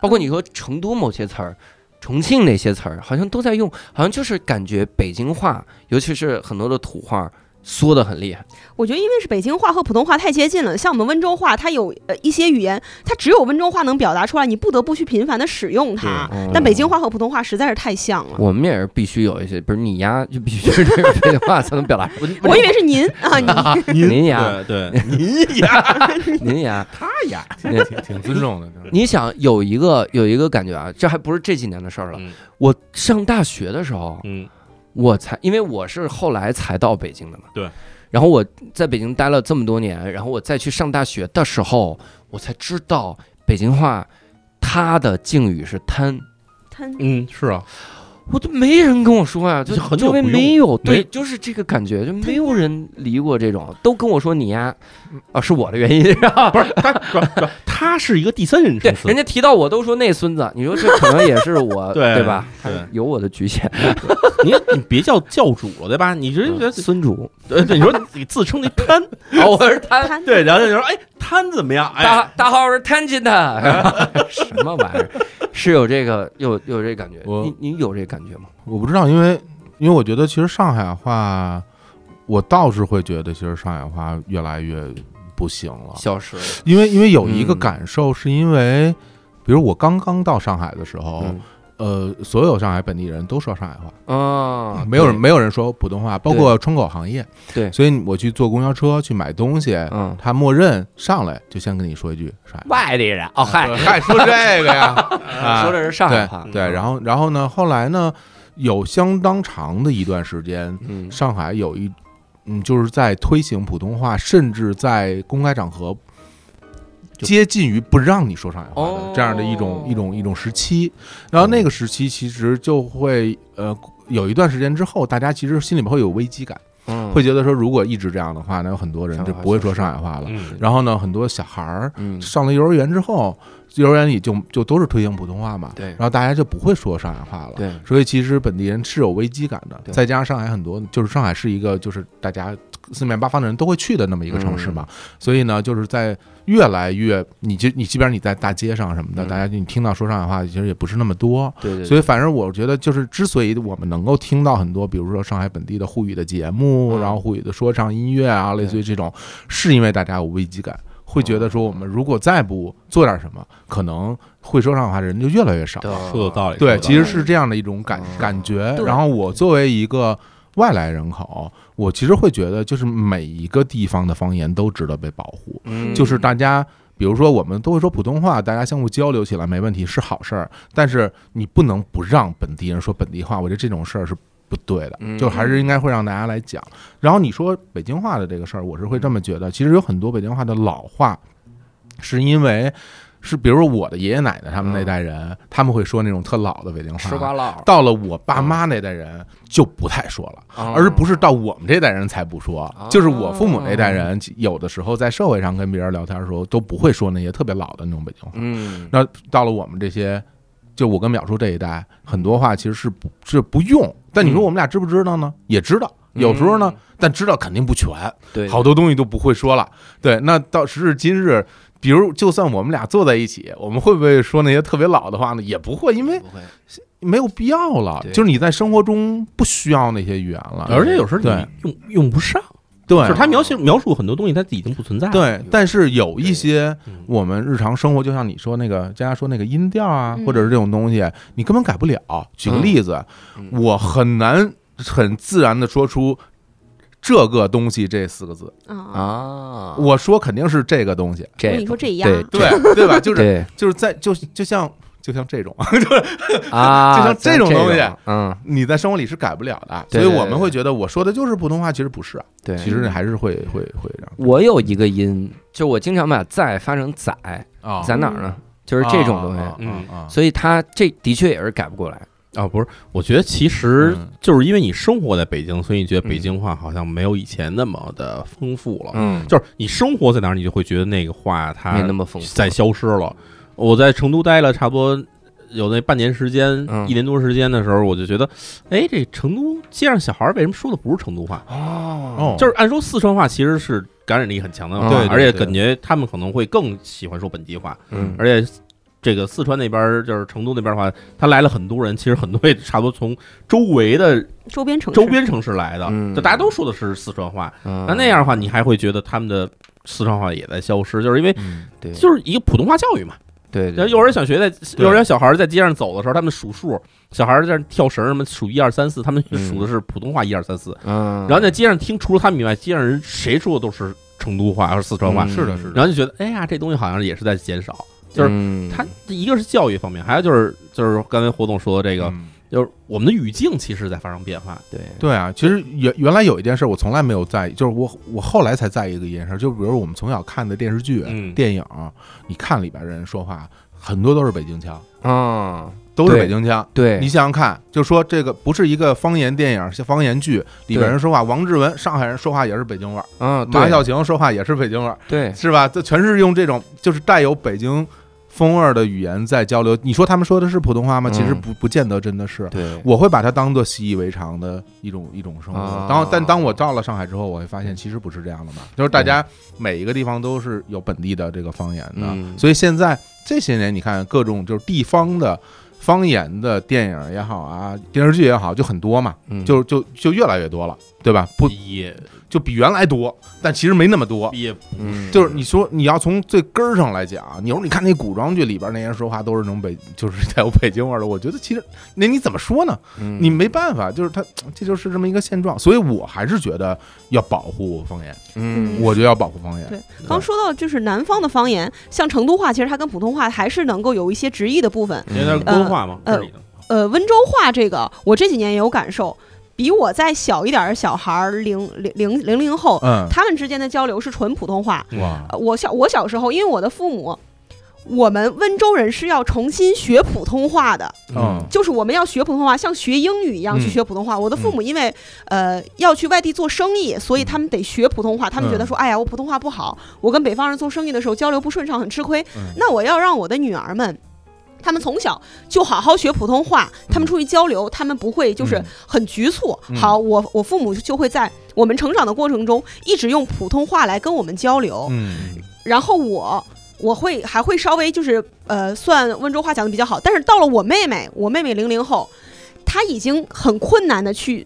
包括你说成都某些词儿。重庆那些词儿好像都在用，好像就是感觉北京话，尤其是很多的土话缩得很厉害。我觉得因为是北京话和普通话太接近了，像我们温州话，它有呃一些语言，它只有温州话能表达出来，你不得不去频繁的使用它。嗯但北京话和普通话实在是太像了。我们也是必须有一些，不是你呀，就必须是这个北京话才能表达。我以为是您啊，你 您呀，对 对，您 呀，您呀，他呀，那挺挺尊重的。你想有一个有一个感觉啊，这还不是这几年的事儿了。嗯我上大学的时候，嗯我才因为我是后来才到北京的嘛，对。然后我在北京待了这么多年，然后我再去上大学的时候，我才知道北京话它的敬语是贪。他嗯，是啊，我都没人跟我说啊，就就很久周围不用没有，对，没就是这个感觉，就没有人理过这种，都跟我说你呀，啊，是我的原因， 然后 不是他，不是不是他是一个第三人对称，词人，家提到我都说那孙子，你说这可能也是我，对对吧？对他有我的局限，你你别叫教主了，对吧？你直接觉得孙主，呃，对，你说你自称那摊，哦，我是摊，他 对，然后就说哎，摊怎么样？哎，大大号是摊进的，什么玩意儿？是有这个有有这感觉，我你你有这感觉吗？我不知道，因为因为我觉得其实上海话，我倒是会觉得其实上海话越来越不行了，消失了，因为因为有一个嗯感受，是因为、比如我刚刚到上海的时候，嗯呃，所有上海本地人都说上海话，啊，哦没有人没有人说普通话，包括窗口行业。对所以我去坐公交车去买东西，嗯，他默认上来就先跟你说一句上海话。外地人哦，嗨， 还说这 个呀？啊说的是上海嗯对话，对，嗯然后然后呢，后来呢，有相当长的一段时间，嗯上海有一嗯，就是在推行普通话，甚至在公开场合。就接近于不让你说上海话哦的这样的一种一种一种时期，然后那个时期其实就会呃有一段时间之后，大家其实心里面会有危机感，嗯会觉得说如果一直这样的话，那有很多人上海就话不会消说失上海话了。嗯，然后呢，很多小孩儿嗯上了幼儿园之后，幼儿园里就就都是推行普通话嘛，对然后大家就不会说上海话了，，对所以其实本地人是有危机感的。对再加上上海很多，就是上海是一个就是大家四面八方的人都会去的那么一个城市嗯嘛，所以呢，就是在越来越，你就你即便你在大街上什么的，嗯大家你听到说上海话，其实也不是那么多。对对，所以以，反正我觉得，就是之所以我们能够听到很多，比如说上海本地的沪语的节目，嗯然后沪语的说唱音乐啊，类似于这种，是因为大家有危机感，会觉嗯得说我们如果再不做点什么，可能会说上海话的人就越来越少。说的道理，对，说得其道实理是这样的一种感嗯感觉。对然后我作为一个外来人口，我其实会觉得，就是每一个地方的方言都值得被保护。嗯就是大家，比如说我们都会说普通话，大家相互交流起来没问题是好事儿，但是你不能不让本地人说本地话，我觉得这种事儿是不对嗯的，就还是应该会让大家来讲。然后你说北京话的这个事儿，我是会这么觉得，其实有很多北京话的老话，是因为。是，比如说我的爷爷奶奶他们那嗯代人，他们会说那种特老的北京吃瓜话。唠，到了我爸妈那代人就不太说了，而而不是到我们这代人才不说哦，就是我父母那代人，有的时候在社会上跟别人聊天的时候，都不会说那些特别老的那种北京话。嗯那到了我们这些，就我跟淼叔这一代，很多话其实是不是不用，但你说嗯我们俩知不知道呢？也知道，嗯有时候呢，但知道肯定不全，对好多东西都不会说了。对，那到时至今日。比如，就算我们俩坐在一起，我们会不会说那些特别老的话呢？也不会，因为不会没有必要了对。就是你在生活中不需要那些语言了，而且有时候对你用用不上，对就是他描写描述很多东西，它已经不存在了。对，但是有对一些嗯我们日常生活，就像你说那个佳佳说那个音调啊，嗯或者是这种东西，你根本改不了。举个嗯例子，嗯我很难很自然的说出。这个东西这四个字，啊，啊，我说肯定是这个东西，我这跟你说这鸭，对对 对吧？就是对就是在就就像就像这种， 啊，就像这种东西嗯，你在生活里是改不了的，对所以对我对们会觉得我说的就是普通话，其实不是啊，对，其实还是会会会这样我有一个音，就我经常把在发成宰，啊在哪儿呢？就是这种东西，嗯啊所以它这的确也是改不过来。啊，不是，我觉得其实嗯就是因为你生活在北京，所以你觉得北京话好像没有以前那么的丰富哦了。嗯，就是你生活在哪儿，你就会觉得那个话没那它么丰富。在消失了。我在成都待了差不多有那半年时间，嗯一年多时间的时候，我就觉得，哎，这成都街上小孩儿为什么说的不是成都话？哦，哦，就是按说四川话其实是感染力很强的话，嗯对对而且对感觉他们可能会更喜欢说本地话，嗯，而且这个四川那边儿就是成都那边儿的话，他来了很多人，其实很多也差不多从周围的周边城市，周边城市来的嗯，就大家都说的是四川话，那那那样的话，你还会觉得他们的四川话也在消失，就是因为。嗯对就是一个普通话教育嘛，对，然后对幼儿园小学在幼儿园小孩在街上走的时候，他们数数，小孩在那跳绳什么数一二三四，他们嗯数的是普通话一二三四，嗯，然后在街上听，除了他们以外，街上人谁说的都是成都话还是四川话嗯，是的是的然后就觉得哎呀，这东西好像也是在减少。就是是它一个是教育方面，还有就是就是刚才胡总说的这个，嗯就是我们的语境其实在发生变化。对对啊，其实原原来有一件事我从来没有在意，就是我我后来才在意的一件事，就比如我们从小看的电视剧、嗯电影，你看里边人说话很多都是北京腔，啊，都是对北京腔。对，你想想看，就说这个不是一个方言电影，是方言剧里边人说话，王志文上海人说话也是北京味儿，嗯，马对小晴说话也是北京味儿，对是吧？这全是用这种就是带有北京风味儿的语言在交流。你说他们说的是普通话吗？其实嗯不不见得真的是。对，我会把它当做习以为常的一种一种生啊活。当但当我到了上海之后，我会发现其实不是这样的嘛，就是大嗯家每一个地方都是有本地的这个方言的嗯，所以现在这些年你看各种就是地方的方言的电影也好啊，电视剧也好，就很多嘛，嗯就就就越来越多了，对吧？不也就比原来多，但其实没那么多。也嗯嗯，就是你说你要从最根儿上来讲，啊你说你看那古装剧里边那些人说话都是那种北，就是 带有北京味儿的，我觉得其实那你怎么说呢？嗯你没办法，就是他这就是这么一个现状，所以我还是觉得要保护方言，嗯我觉得要保护方言。对刚说到就是南方的方言，像成都话，其实它跟普通话还是能够有一些直译的部分。嗯因为它是官话嘛，呃这里的呃，温州话这个，我这几年也有感受，比我再小一点儿的小孩儿，零零零零零后，嗯，他们之间的交流是纯普通话。哇，呃我小我小时候，因为我的父母，我们温州人是要重新学普通话的，嗯就是我们要学普通话，像学英语一样去嗯嗯学普通话。我的父母因为呃要去外地做生意，所以他们得学普通话。他们觉得说，哎呀，我普通话不好，我跟北方人做生意的时候交流不顺畅，很吃亏嗯。那我要让我的女儿们。他们从小就好好学普通话，他们出去交流，他们不会就是很局促。嗯好，我我父母就会在我们成长的过程中一直用普通话来跟我们交流。嗯然后我我会还会稍微就是呃，算温州话讲的比较好，但是到了我妹妹，我妹妹零零后，她已经很困难的去，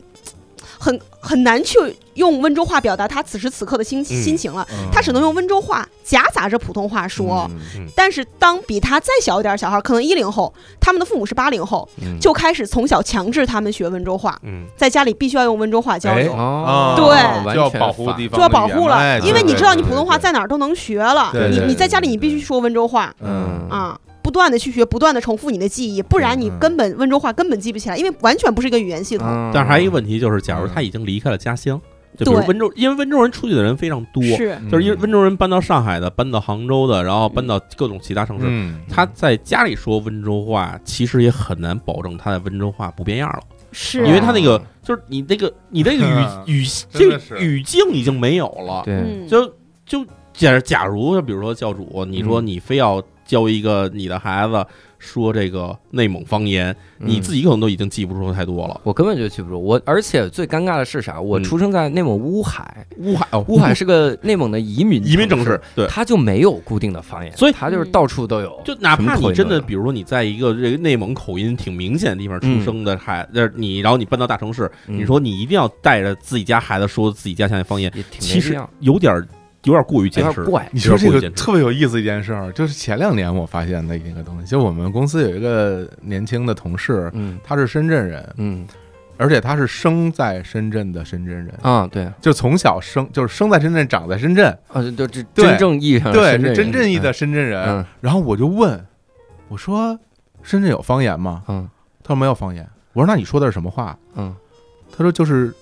很很难去用温州话表达她此时此刻的心、嗯心情了，嗯她只能用温州话夹杂着普通话说。嗯但是，当比她再小一点儿小孩儿，可能一零后，他们的父母是八零后，嗯就开始从小强制他们学温州话，嗯在家里必须要用温州话交流，哦，对完哎啊就要全保护反地方，就要保护哎了，因为你知道你普通话在哪儿都能学了，对对对你你在家里对你必须说温州话，嗯嗯啊，不断的去学，不断的重复你的记忆，不然你嗯根本温州话根本记不起来，因为完全不是一个语言系统。嗯但是还有一个问题就是，假如他已经离开了家乡，就比如对温州，因为温州人出去的人非常多，是，嗯就是因为温州人搬到上海的，搬到杭州的，然后搬到各种其他城市。嗯，他在家里说温州话，其实也很难保证他的温州话不变样了，是，因为他那个就是你那个你那个嗯语语 真的这个是语境已经没有了，对，嗯，就就假假如就比如说教主，你说你非要教一个你的孩子说这个内蒙方言，你自己。己可能都已经记不住太多了。嗯我根本就记不住我，而且最尴尬的是啥？我嗯出生在内蒙乌海，乌海哦，乌海是 个内蒙的移民移民城市市，，对，它就没有固定的方言，所以它就是到处都有。就哪怕什么口你音真都的，有比如说你在一个这个内蒙口音挺明显的地方出生的孩，呃，你然后你搬到大城市，嗯你说你一定要带着自己家孩子说自己家乡的方言，也挺没其实必要有点儿有点儿过于嗯有坚持点。怪。你说这哎个有点过于简直特别有意思一件事儿，就是前两年我发现的一个东西，就我们公司有一个年轻的同事，嗯他是深圳人，嗯而且他是生在深圳的深圳人，啊，对就从小生就是生在深圳，长在深圳，啊，对，这对真正意义上的对，嗯深圳是人真正意义的深圳人嗯。然后我就问，我说深圳有方言吗？嗯他说没有方言。我说那你说的是什么话？嗯，他说就是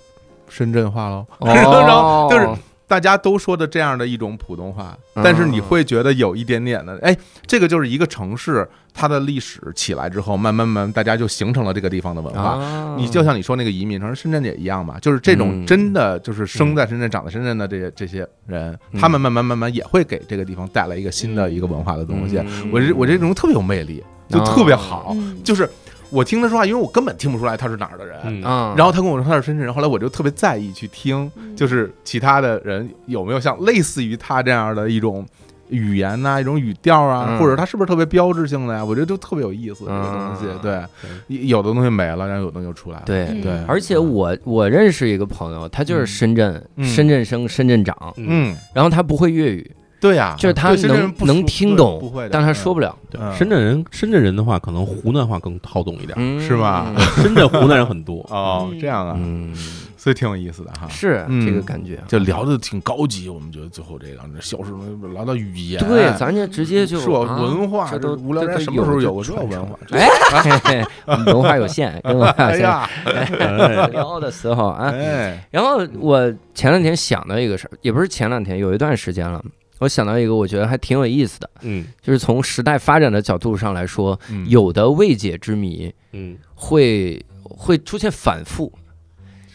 深圳话喽。哦 然后就是大家都说的这样的一种普通话，嗯但是你会觉得有一点点的，哎，这个就是一个城市它的历史起来之后，慢慢慢慢大家就形成了这个地方的文化。啊，你就像你说那个移民，城市深圳也一样嘛，就是这种嗯真的就是生在深圳、长在深圳的这些这些人，嗯他们慢慢慢慢也会给这个地方带来一个新的一个文化的东西。嗯我这我这种特别有魅力，就啊特别好，嗯就是我听他说话，因为我根本听不出来他是哪儿的人，嗯，啊，然后他跟我说他是深圳人，后来我就特别在意去听，就是其他的人有没有像类似于他这样的一种语言呐、一种语调啊，嗯或者他是不是特别标志性的呀、我觉得就特别有意思、这个东西。嗯对嗯，有有的东西没了，然后有的东西又出来了。对嗯对，而且我我认识一个朋友，他就是深圳，嗯深圳生，深圳长，嗯，然后他不会粤语，对呀、就是他对深圳人能不能说听对懂不会的，但他说不了，了，对嗯深圳人，深圳人的话，可能湖南话更好懂一点。嗯是吧？，深圳湖南人很多 哦，嗯这样啊，嗯，所以挺有意思的哈。是嗯这个感觉。就聊的挺高级，我们觉得最后这个这消失了，聊到语言，对，咱这直接就说啊嗯文化，这都无聊这斋都什么时候有有过这传文承化？哎， 嘿嘿我们文化有 限，跟文化哎有限。 呀，聊的时候啊，哎，然后我前两天想到一个事儿，也不是前两天，有一段时间了，我想到一个我觉得还挺有意思的，嗯就是从时代发展的角度上来说，嗯有的未解之谜嗯会会出现反复，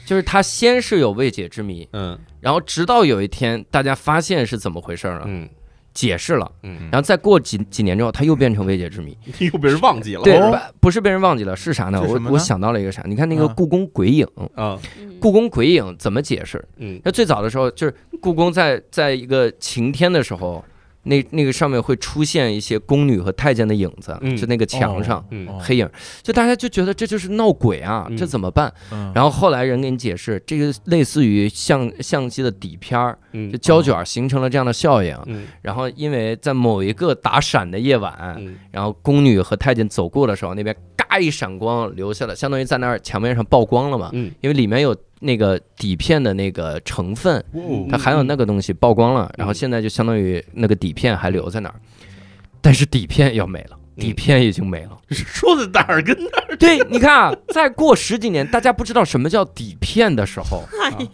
就是它先是有未解之谜，嗯然后直到有一天大家发现是怎么回事儿了，嗯解释了，嗯，然后再过几几年之后，它又变成未解之谜。 又被人忘记了。对，哦不不是被人忘记了，是啥呢？是什我么呢我想到了一个啥，你看那个嗯啊故宫鬼影，啊，嗯故宫鬼影怎么解释？嗯那最早的时候，就是故宫在在一个晴天的时候，那那个上面会出现一些宫女和太监的影子，嗯就那个墙上、哦嗯，黑影，就大家就觉得这就是闹鬼啊，嗯这怎么办？然然后后来人给你解释，这个类似于相相机的底片儿，嗯就胶卷形成了这样的效应。嗯然后因为在某一个打闪的夜晚，嗯然后宫女和太监走过的时候，那边嘎一闪光留下了，相当于在那儿墙面上曝光了嘛，嗯，因为里面有那个底片的那个成分，嗯哦它含有那个东西曝光了，然后现在就相当于那个底片还留在那儿，但是底片要没了。底片已经没了，说的哪儿跟哪儿？ 对，你看啊，再过十几年，大家不知道什么叫底片的时候，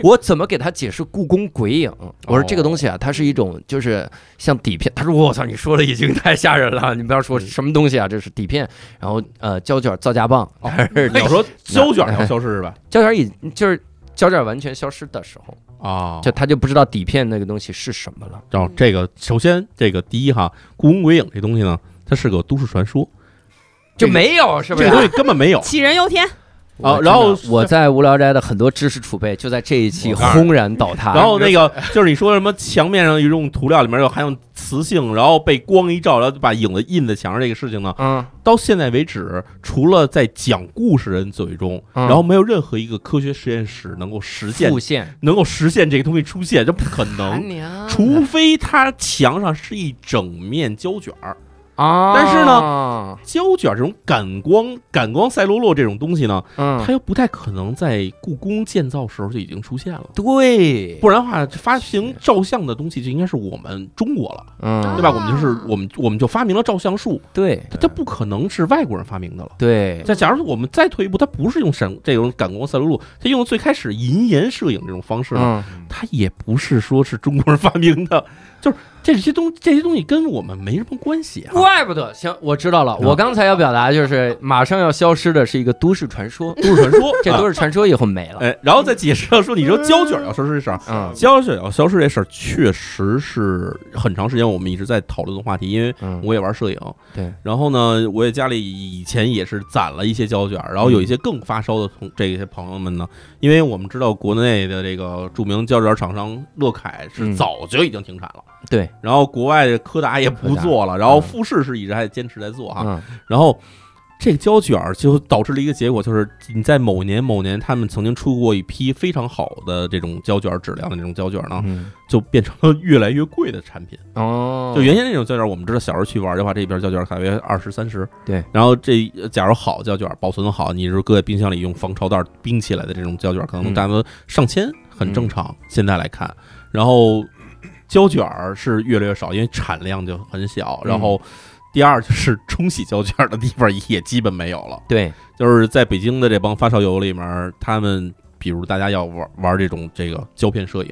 我怎么给他解释故宫鬼影？我说这个东西啊，它是一种就是像底片。他说我操，你说的已经太吓人了，你不要说什么东西啊，这是底片。然后呃，胶卷造价棒，你要说 胶卷要消失是吧？胶卷已就是胶卷完全消失的时候，啊就他就不知道底片那个东西是什么了。然后这个，首先这个第一哈，故宫鬼影这东西呢，它是个都市传说，就没有，是不这是个？东西根本没有。杞人忧天，我啊真的然后哦我在无聊斋的很多知识储备就在这一期我告诉轰然倒塌。然后那个就是你说什么墙面上有一种涂料，里面有含有磁性，然后被光一照，然后就把影子印在墙上这个事情呢，嗯，到现在为止，除了在讲故事人嘴中，嗯然后没有任何一个科学实验室能够实现复，嗯现能够实现这个东西出现，这不可能。娘除非它墙上是一整面胶卷儿，啊，但是呢，胶卷儿这种感光、感光赛璐珞这种东西呢，嗯它，又不太可能在故宫建造时候就已经出现了。对，不然的话，发行照相的东西就应该是我们中国了，嗯，对吧？我们就是我们，我们就发明了照相术，对它不可能是外国人发明的了。对，再假如我们再退一步，它不是用闪这种感光赛璐珞，它用最开始银盐摄影这种方式呢，嗯，它也不是说是中国人发明的，就是这些东这些东西跟我们没什么关系啊。怪不得，行，我知道了。嗯啊我刚才要表达就是，马上要消失的是一个都市传说，，都市传说这都是市传说以后没了。嗯哎，然后再解释到说，你说胶卷要消失这事儿，嗯胶卷要消失这事儿确实是很长时间我们一直在讨论的话题，因为嗯，我也玩摄影，对，然后呢，我也家里以前也是攒了一些胶卷，然嗯后有一些更发烧的同这些朋友们呢，因为我们知道国内的这个著名胶卷厂商乐凯是嗯早就已经停产了，对，然后国外的柯达也不做了，然后嗯富士是一直还坚持在做哈，嗯然后这个胶卷儿就导致了一个结果，就是你在某年某年他们曾经出过一批非常好的这种胶卷质量的这种胶卷呢，嗯，就变成了越来越贵的产品。哦，就原先那种胶卷，我们知道小时候去玩的话，这一边胶卷大约二十三十。对，然后这呃假如好胶卷保存得好，你是搁在冰箱里用防潮袋冰起来的这种胶卷，可能嗯大约上千，很正常。现在来看，然后胶卷儿是越来越少，因为产量就很小。嗯然后第二就是冲洗胶卷的地方也基本没有了。对，就是在北京的这帮发烧友里面，他们比如大家要玩玩这种这个胶片摄影，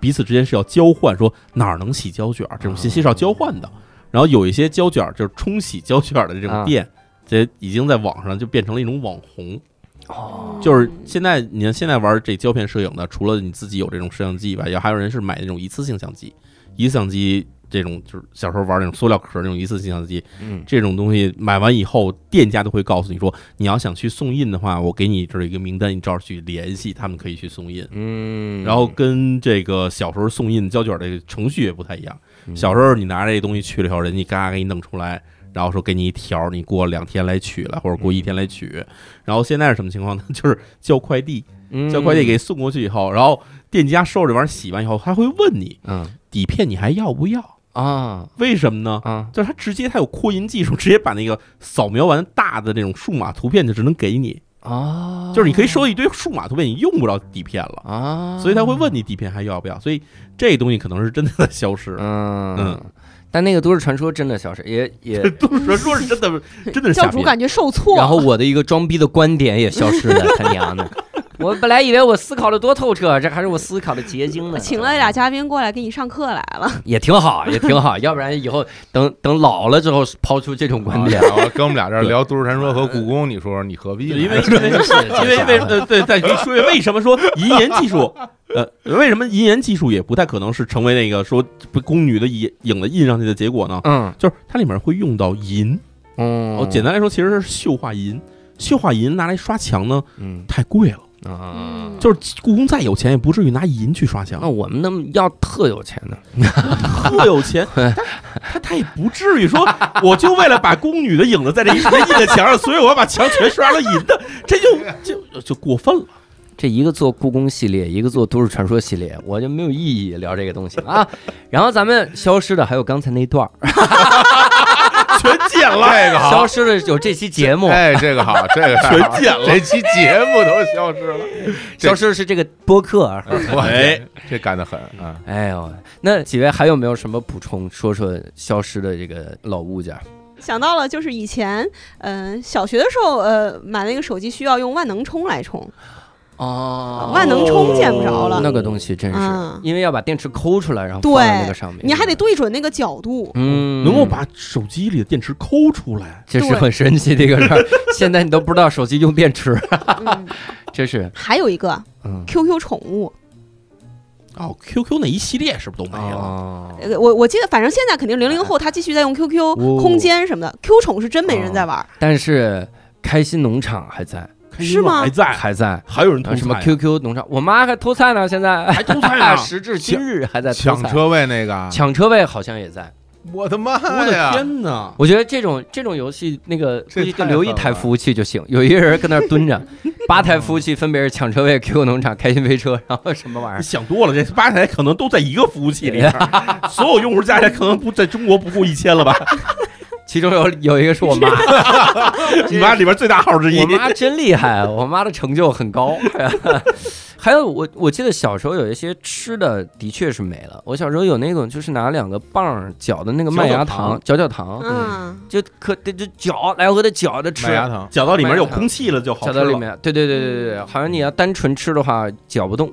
彼此之间是要交换，说哪儿能洗胶卷儿这种信息是要交换的。然后有一些胶卷儿就是冲洗胶卷儿的这种店，这已经在网上就变成了一种网红。哦，就是现在，你看现在玩这胶片摄影的，除了你自己有这种摄像机以外，也还有人是买那种一次性相机，一次相机。这种就是小时候玩那种塑料壳儿那种一次性相机，嗯，这种东西买完以后，店家都会告诉你说，你要想去送印的话，我给你这儿一个名单，你照着去联系，他们可以去送印。嗯，然后跟这个小时候送印胶卷的程序也不太一样，嗯小时候你拿着这东西去了以后，人家嘎给你弄出来，然后说给你一条，你过两天来取了，或者过一天来取。然后现在是什么情况呢？就是叫快递，嗯叫快递给，送过去以后，然后店家收拾这玩意儿洗完以后，他会问你嗯底片你还要不要？啊为什么呢？啊，就是它直接它有扩音技术，直接把那个扫描完大的那种数码图片就只能给你，哦，就是你可以收到一堆数码图片，你用不着底片了，啊，所以他会问你底片还要不要，所以这东西可能是真的在消失。嗯嗯，但那个都市传说真的消失，也也这嗯 都是说说是真的，真的是教瞎主编。感觉受挫，然后我的一个装逼的观点也消失了， 啊他娘的！ 我本来以为我思考的多透彻，这还是我思考的结晶呢。请了俩嘉宾过来给你上课来了，也挺好，也挺 好，要不然以后等等老了之后抛出这种观点，啊跟我们俩这儿聊都市传说和故宫，你说说你何必呢？因为因为 因为为呃对，再说为什么说银盐技术， 呃，为什么银盐技术也不太可能是成为那个说宫女的影影子印上去的结果呢？嗯就是它里面会用到银，哦嗯，哦，简单来说其实是溴化银，溴化银拿来刷墙呢嗯太贵了。啊。就是故宫再有钱，也不至于拿银去刷墙那。我们那么要特有钱的，特哦有 钱，他他他也不至于说， 我就为了把宫女的影子在这一瞬间印在墙上，所以我要把墙全刷了银的，这就就就过分了。这一个做故宫系列，一个做都市传说系列，我就没有意义聊这个东西了啊。 然后咱们消失的还有刚才那段儿，全剪了，这个消失的有这期节目，啊哎，这个好，这个全剪了这期节目都消失了。这消失的是这个播客。啊哇，哎这这干得狠啊！哎呦，那几位还有没有什么补充？说说消失的这个老物件儿，想到了，就是以前，嗯、小学的时候，呃，买那个手机需要用万能充来充，哦万能充见不着了，那个东西真是，嗯因为要把电池抠出来，然后放在那个上面，你还得对准那个角度。嗯，能够把手机里的电池抠出来，这是很神奇的一个事儿。现在你都不知道手机用电池，嗯、这是还有一个嗯 QQ 宠物，哦，QQ 那一系列是不是都没了？哦，呃我我记得，反正现在肯定零零后他继续在用 QQ 哎哦空间什么的，Q 宠是真没人在玩儿。但是开心农场还在，开心是吗网还在，哎还在。还有人偷啊，什么菜 QQ 农场，我妈还偷菜呢，现在还偷菜呢？时至今日还在偷抢菜，车位那个，啊抢车位好像也在。我的妈我的呀！天哪！我觉得这种这种游戏，那个估这计就太留一狠台了服务器就行，有一个人跟那儿蹲着， 八台服务器分别是抢车位、QQ 农场、开心飞车，然后什么玩意你儿。想多了，这吧台可能都在一个服务器里边儿， 所有用户加起来可能不在中国不过一千了吧？其中有有一个是我妈， 你妈里边最大号之一我，妈真厉害，我妈的成就很高。 还有我我记得小时候有一些吃的的确是没了，我小时候有那种就是拿两个棒儿搅的那个麦搅搅芽糖糖，搅搅糖，嗯，就可得就搅来回的搅着吃麦，芽糖，搅到里面有空气了就好搅吃到里了。嗯面。对对对对对对，好像你要单纯吃的话，搅不动，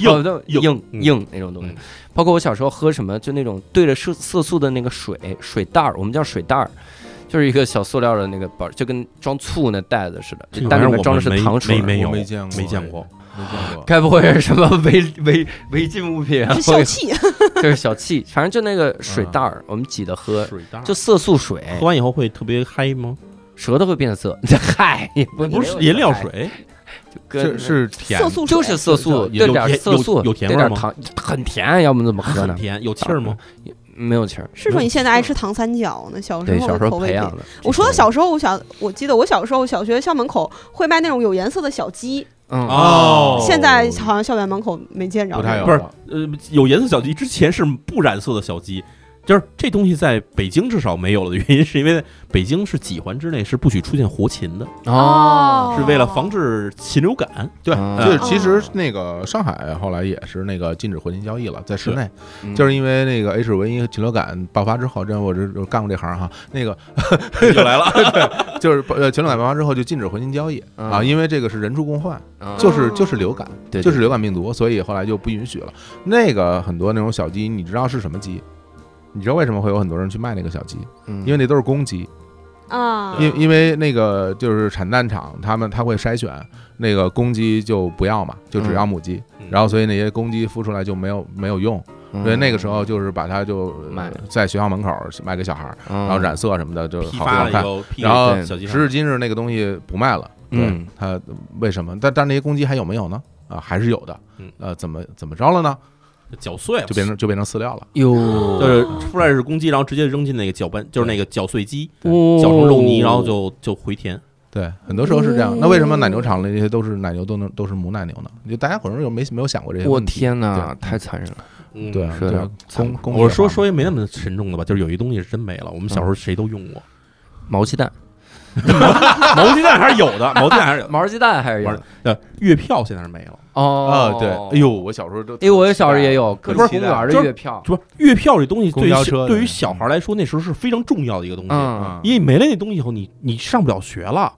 搅不动硬硬嗯硬那种东西嗯。包括我小时候喝什么，就那种兑着色色素的那个水水袋儿，我们叫水袋儿。就是一个小塑料的那个包，就跟装醋那袋子似这的，个但玩意里儿面我装的们是没糖水没。没有我没见过，哎没见过，没见过。该不会是什么违违违禁物品啊？是 笑气，就是小气，反正就那个水袋儿，我们挤着喝，水大就色素水，嗯喝完以后会特别嗨吗？舌头会变色。 嗨，也不不是饮 料，水，跟是是甜色素水就是色素，有兑点有色素，有有甜兑味儿点吗啊糖，很甜，要么怎么喝很呢？甜，有气儿吗？没有气儿。是说你现在爱吃糖三角呢？小时对，候小时的候口味培品养。的。嗯我说到小时候，我想我记得我小时候小学校门口会卖那种有颜色的小鸡，嗯，哦现在好像校园门口没见着。不太有，不是呃，有颜色小鸡之前是不染色的小鸡，就是这东西在北京至少没有了 的原因，是因为北京是几环之内是不许出现活禽的，哦是为了防止禽流感。对，嗯就是其实那个上海后来也是那个禁止婚姻交易了，在室内，嗯就是因为那个 H 文一禽流感爆发之后，这我这我干过这行哈，那个 又来了，就是呃禽流感爆发之后就禁止婚姻交易嗯啊，因为这个是人畜共患，嗯就是就是流感，对就是流感病毒，所以后来就不允许了。那个很多那种小鸡，你知道是什么鸡？你知道为什么会有很多人去卖那个小鸡？嗯因为那都是公鸡，啊，因因为那个就是产蛋场，他们他会筛选那个公鸡就不要嘛，就只要母鸡，嗯然后所以那些公鸡孵出来就没有没有用，嗯所以那个时候就是把它就卖在学校门口卖给小孩儿，嗯然后染色什么的就嗯批好发好了看以。后，批然后给小鸡时上至今日那个东西不卖了，对嗯，它为什么？但但那些公鸡还有没有呢？啊，还是有的嗯，呃，怎么怎么着了呢？搅碎了，就变成就变成饲料了。哟，就是出来是公鸡，然后直接扔进那个搅拌，就是那个搅碎机，哦搅成肉泥，然后就就回填。对，很多时候是这样嗯。那为什么奶牛场里那些都是奶牛都能都是母奶牛呢？就大家伙儿有没没有想过这些我问题？天哪，对太残忍了。嗯对啊，是对的啊，公公我说业化嘛说一没那么沉重的吧，就是有一东西是真没了，我们小时候谁都用过，毛鸡蛋，毛鸡蛋还是有的，毛鸡蛋还是 有的。毛鸡蛋还是有玩呃，月票现在是没了，哦啊，对，哎呦，我小时候都哎，我小时候也有特各期种待公园儿就的是月票，就不是月票这东西公对于交小车对于对小孩来说，那时候是非常重要的一个东西，嗯因为没了那东西以后，你你上不了学了。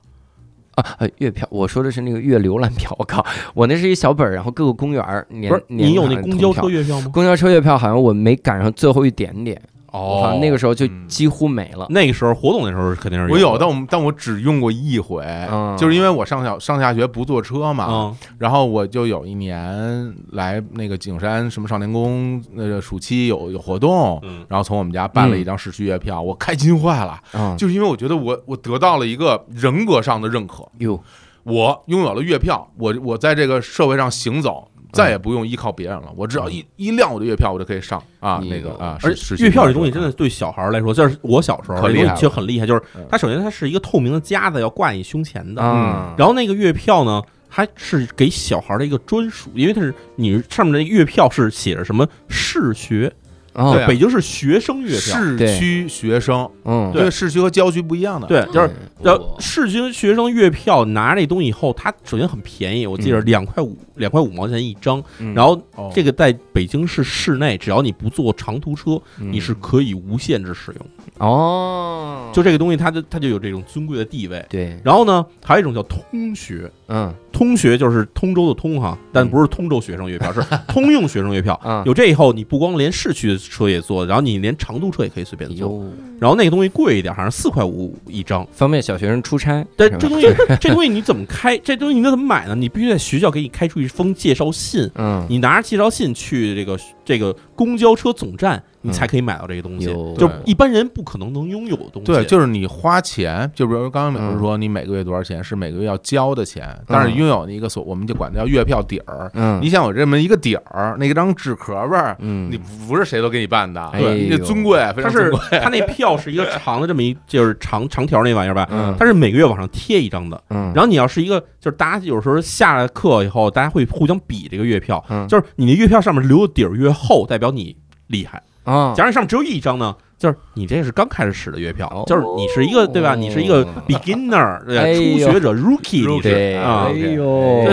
啊，呃月票，我说的是那个月浏览票。我靠，我那是一小本儿，然后各个公园儿年不是，年你有卡那的公通交票车月 票吗？公交车月票好像我没赶上最后一点点，我啊哦靠，那个时候就嗯几乎没了。那个时候活动的时候肯定是我有，有的但我们但我只用过一回嗯，就是因为我上小上下学不坐车嘛，啊，然后我就有一年来那个景山什么少年宫，那个暑期有有活动，嗯，然后从我们家办了一张市区月票，我开心坏了， 啊，就是因为我觉得我我得到了一个人格上的认可。哟，我拥有了月票，我我在这个社会上行走，再也不用依靠别人了，我只要一一亮我的月票，我就可以上啊你那个啊，嗯而实月票这东西真的对小孩儿来说，就是我小时候可这厉东害西其实很厉害，就是嗯它首先它是一个透明的夹子，要挂你胸前的，嗯啊，然后那个月票呢，它是给小孩儿的一个专属，因为它是你上面的月票是写着什么市学，然后对啊北京市学生月票，市对区学生，嗯，因为市区和郊区不一样的，对，就是嗯然后我市区学生月票拿这东西以后，它首先很便宜，我记得两块五两块五毛钱一张，嗯然后嗯哦，这个在北京市市内，只要你不坐长途车，嗯你是可以无限制使用。哦，就这个东西，它就它就有这种尊贵的地位。对，然后呢，还有一种叫通学，嗯通学就是通州的通哈，但嗯不是通州学生月票，是通用学生 月票。啊，有这以后，你不光连市区的车也坐，然后你连长途车也可以随便坐。有然后那个东西贵一点，好像四块五一张。方便小学生出差，但是吧这东西，这东西你怎么开？这东西你怎么买呢？你必须在学校给你开出一封介绍信，嗯，你拿着介绍信去这个这个公交车总站，你才可以买到这个东西。嗯有就对一般人不可能能拥有的东西。对，就是你花钱，就比如刚刚美嗯如说你每个月多少钱是每个月要交的钱，但是嗯拥有一个所，我们就管它叫月票底儿。嗯，你想有这么一个底儿，那张纸壳儿吧，嗯你不是谁都给你办的，哎呦你得尊贵，非它常是尊贵。它那票是一个长的这么一 就是长长条那玩意儿吧，嗯它是每个月往上贴一张的。嗯，然后你要是一个就是大家有时候下了课以后，大家会互相比这个月票，嗯就是你的月票上面留的底儿越厚，代表你厉害。啊，假如你上面只有一张呢，就是你这是刚开始使的月票，就是你是一个对吧？你是一个 beginner，对吧、哦哎呦初学者 rookie，你是。对，啊哎对这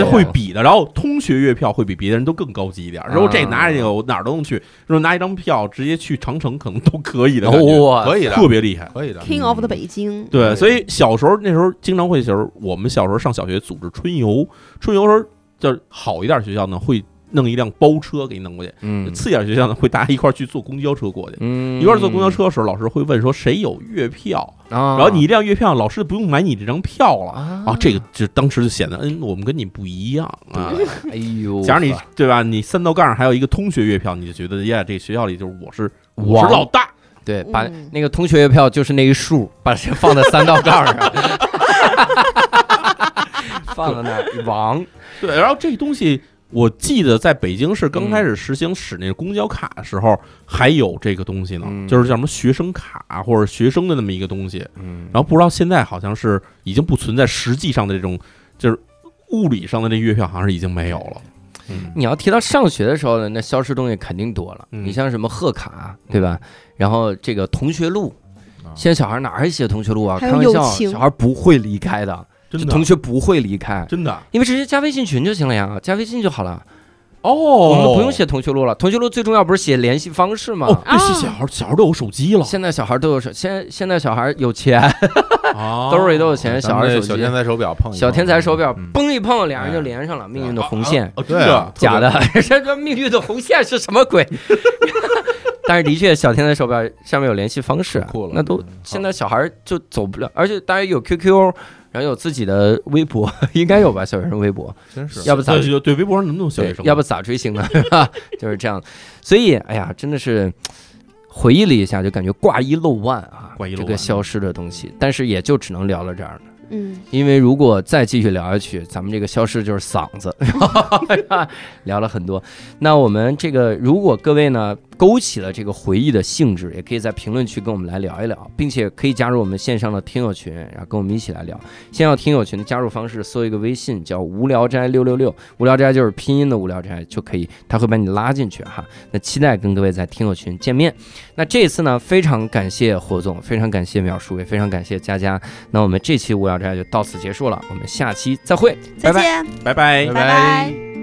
呦，会比的，然后通学月票会比别人都更高级一点。然后这啊拿着这个我哪儿都能去，然后拿一张票直接去长城可能都可以的哦感觉，哇，可以的，特别厉害。可以的。 King of the 北京，对，所以小时候那时候经常会，小时候我们小时候上小学组织春游，春游时候就是好一点的学校呢会弄一辆包车给你弄过去，嗯次一点的学校呢会大家一块儿去坐公交车过去。嗯，一块儿坐公交车的时候，老师会问说谁有月票，啊，然后你一辆月票，老师不用买你这张票了啊啊。这个就当时就显得，嗯，我们跟你不一样啊。哎呦，假如你对吧，你三道杠还有一个通学月票，你就觉得呀，这学校里就是我是我王是老大，对，把嗯那个同学月票就是那一竖，把这放在三道杠 上，放在那儿王，对，然后这东西我记得在北京市刚嗯开始实行使那个公交卡的时候，还有这个东西呢，嗯就是叫什么学生卡啊或者学生的那么一个东西。嗯然后不知道现在好像是已经不存在实际上的这种，就是物理上的这月票好像是已经没有了。嗯，你要提到上学的时候呢，那消失东西肯定多了。嗯你像什么贺卡，对吧？然后这个同学录啊，现在小孩哪还写同学录啊？还开玩有笑，友情小孩不会离开的，真就的同学不会离开，真的啊因为直接加微信群就行了呀，加微信就好了。哦，我我们不用写同学录了，同学录最重要不是写联系方式吗？哦，对，啊是小孩小孩都有手机了，现在小孩都有手，现在现在小孩有钱，啊兜里都有钱，哦咱小们孩这手小机天，才手表碰一碰小天才手表嗯嘣一碰，俩人就连上了命运的红线。哦，真对啊的，假的，这这命运的红线是什么鬼？ 但是的确，小天才手表上面有联系方式啊酷了，那都嗯好现在小孩就走不了，而且大家有 QQ，然后有自己的微博， 应该有吧？小学生微博，真是要不咋对对对，微博上能不能小学对生？要不咋追星啊？ 是吧就是这样，所以哎呀，真的是回忆了一下，就感觉挂一漏万啊，挂一漏这万个消失的东西，但是也就只能聊到这儿了。嗯，因为如果再继续聊下去，咱们这个消失就是嗓子， 聊了很多。那我们这个，如果各位呢勾起了这个回忆的兴致，也可以在评论区跟我们来聊一聊，并且可以加入我们线上的听友群，然后跟我们一起来聊。线上听友群的加入方式，搜一个微信叫“无聊斋六六六”，无聊斋就是拼音的无聊斋就可以，他会把你拉进去哈。那期待跟各位在听友群见面。那这次呢，非常感谢火总，非常感谢淼叔，也非常感谢佳佳。那我们这期无聊斋就到此结束了，我们下期再会，再拜拜。见，拜拜拜拜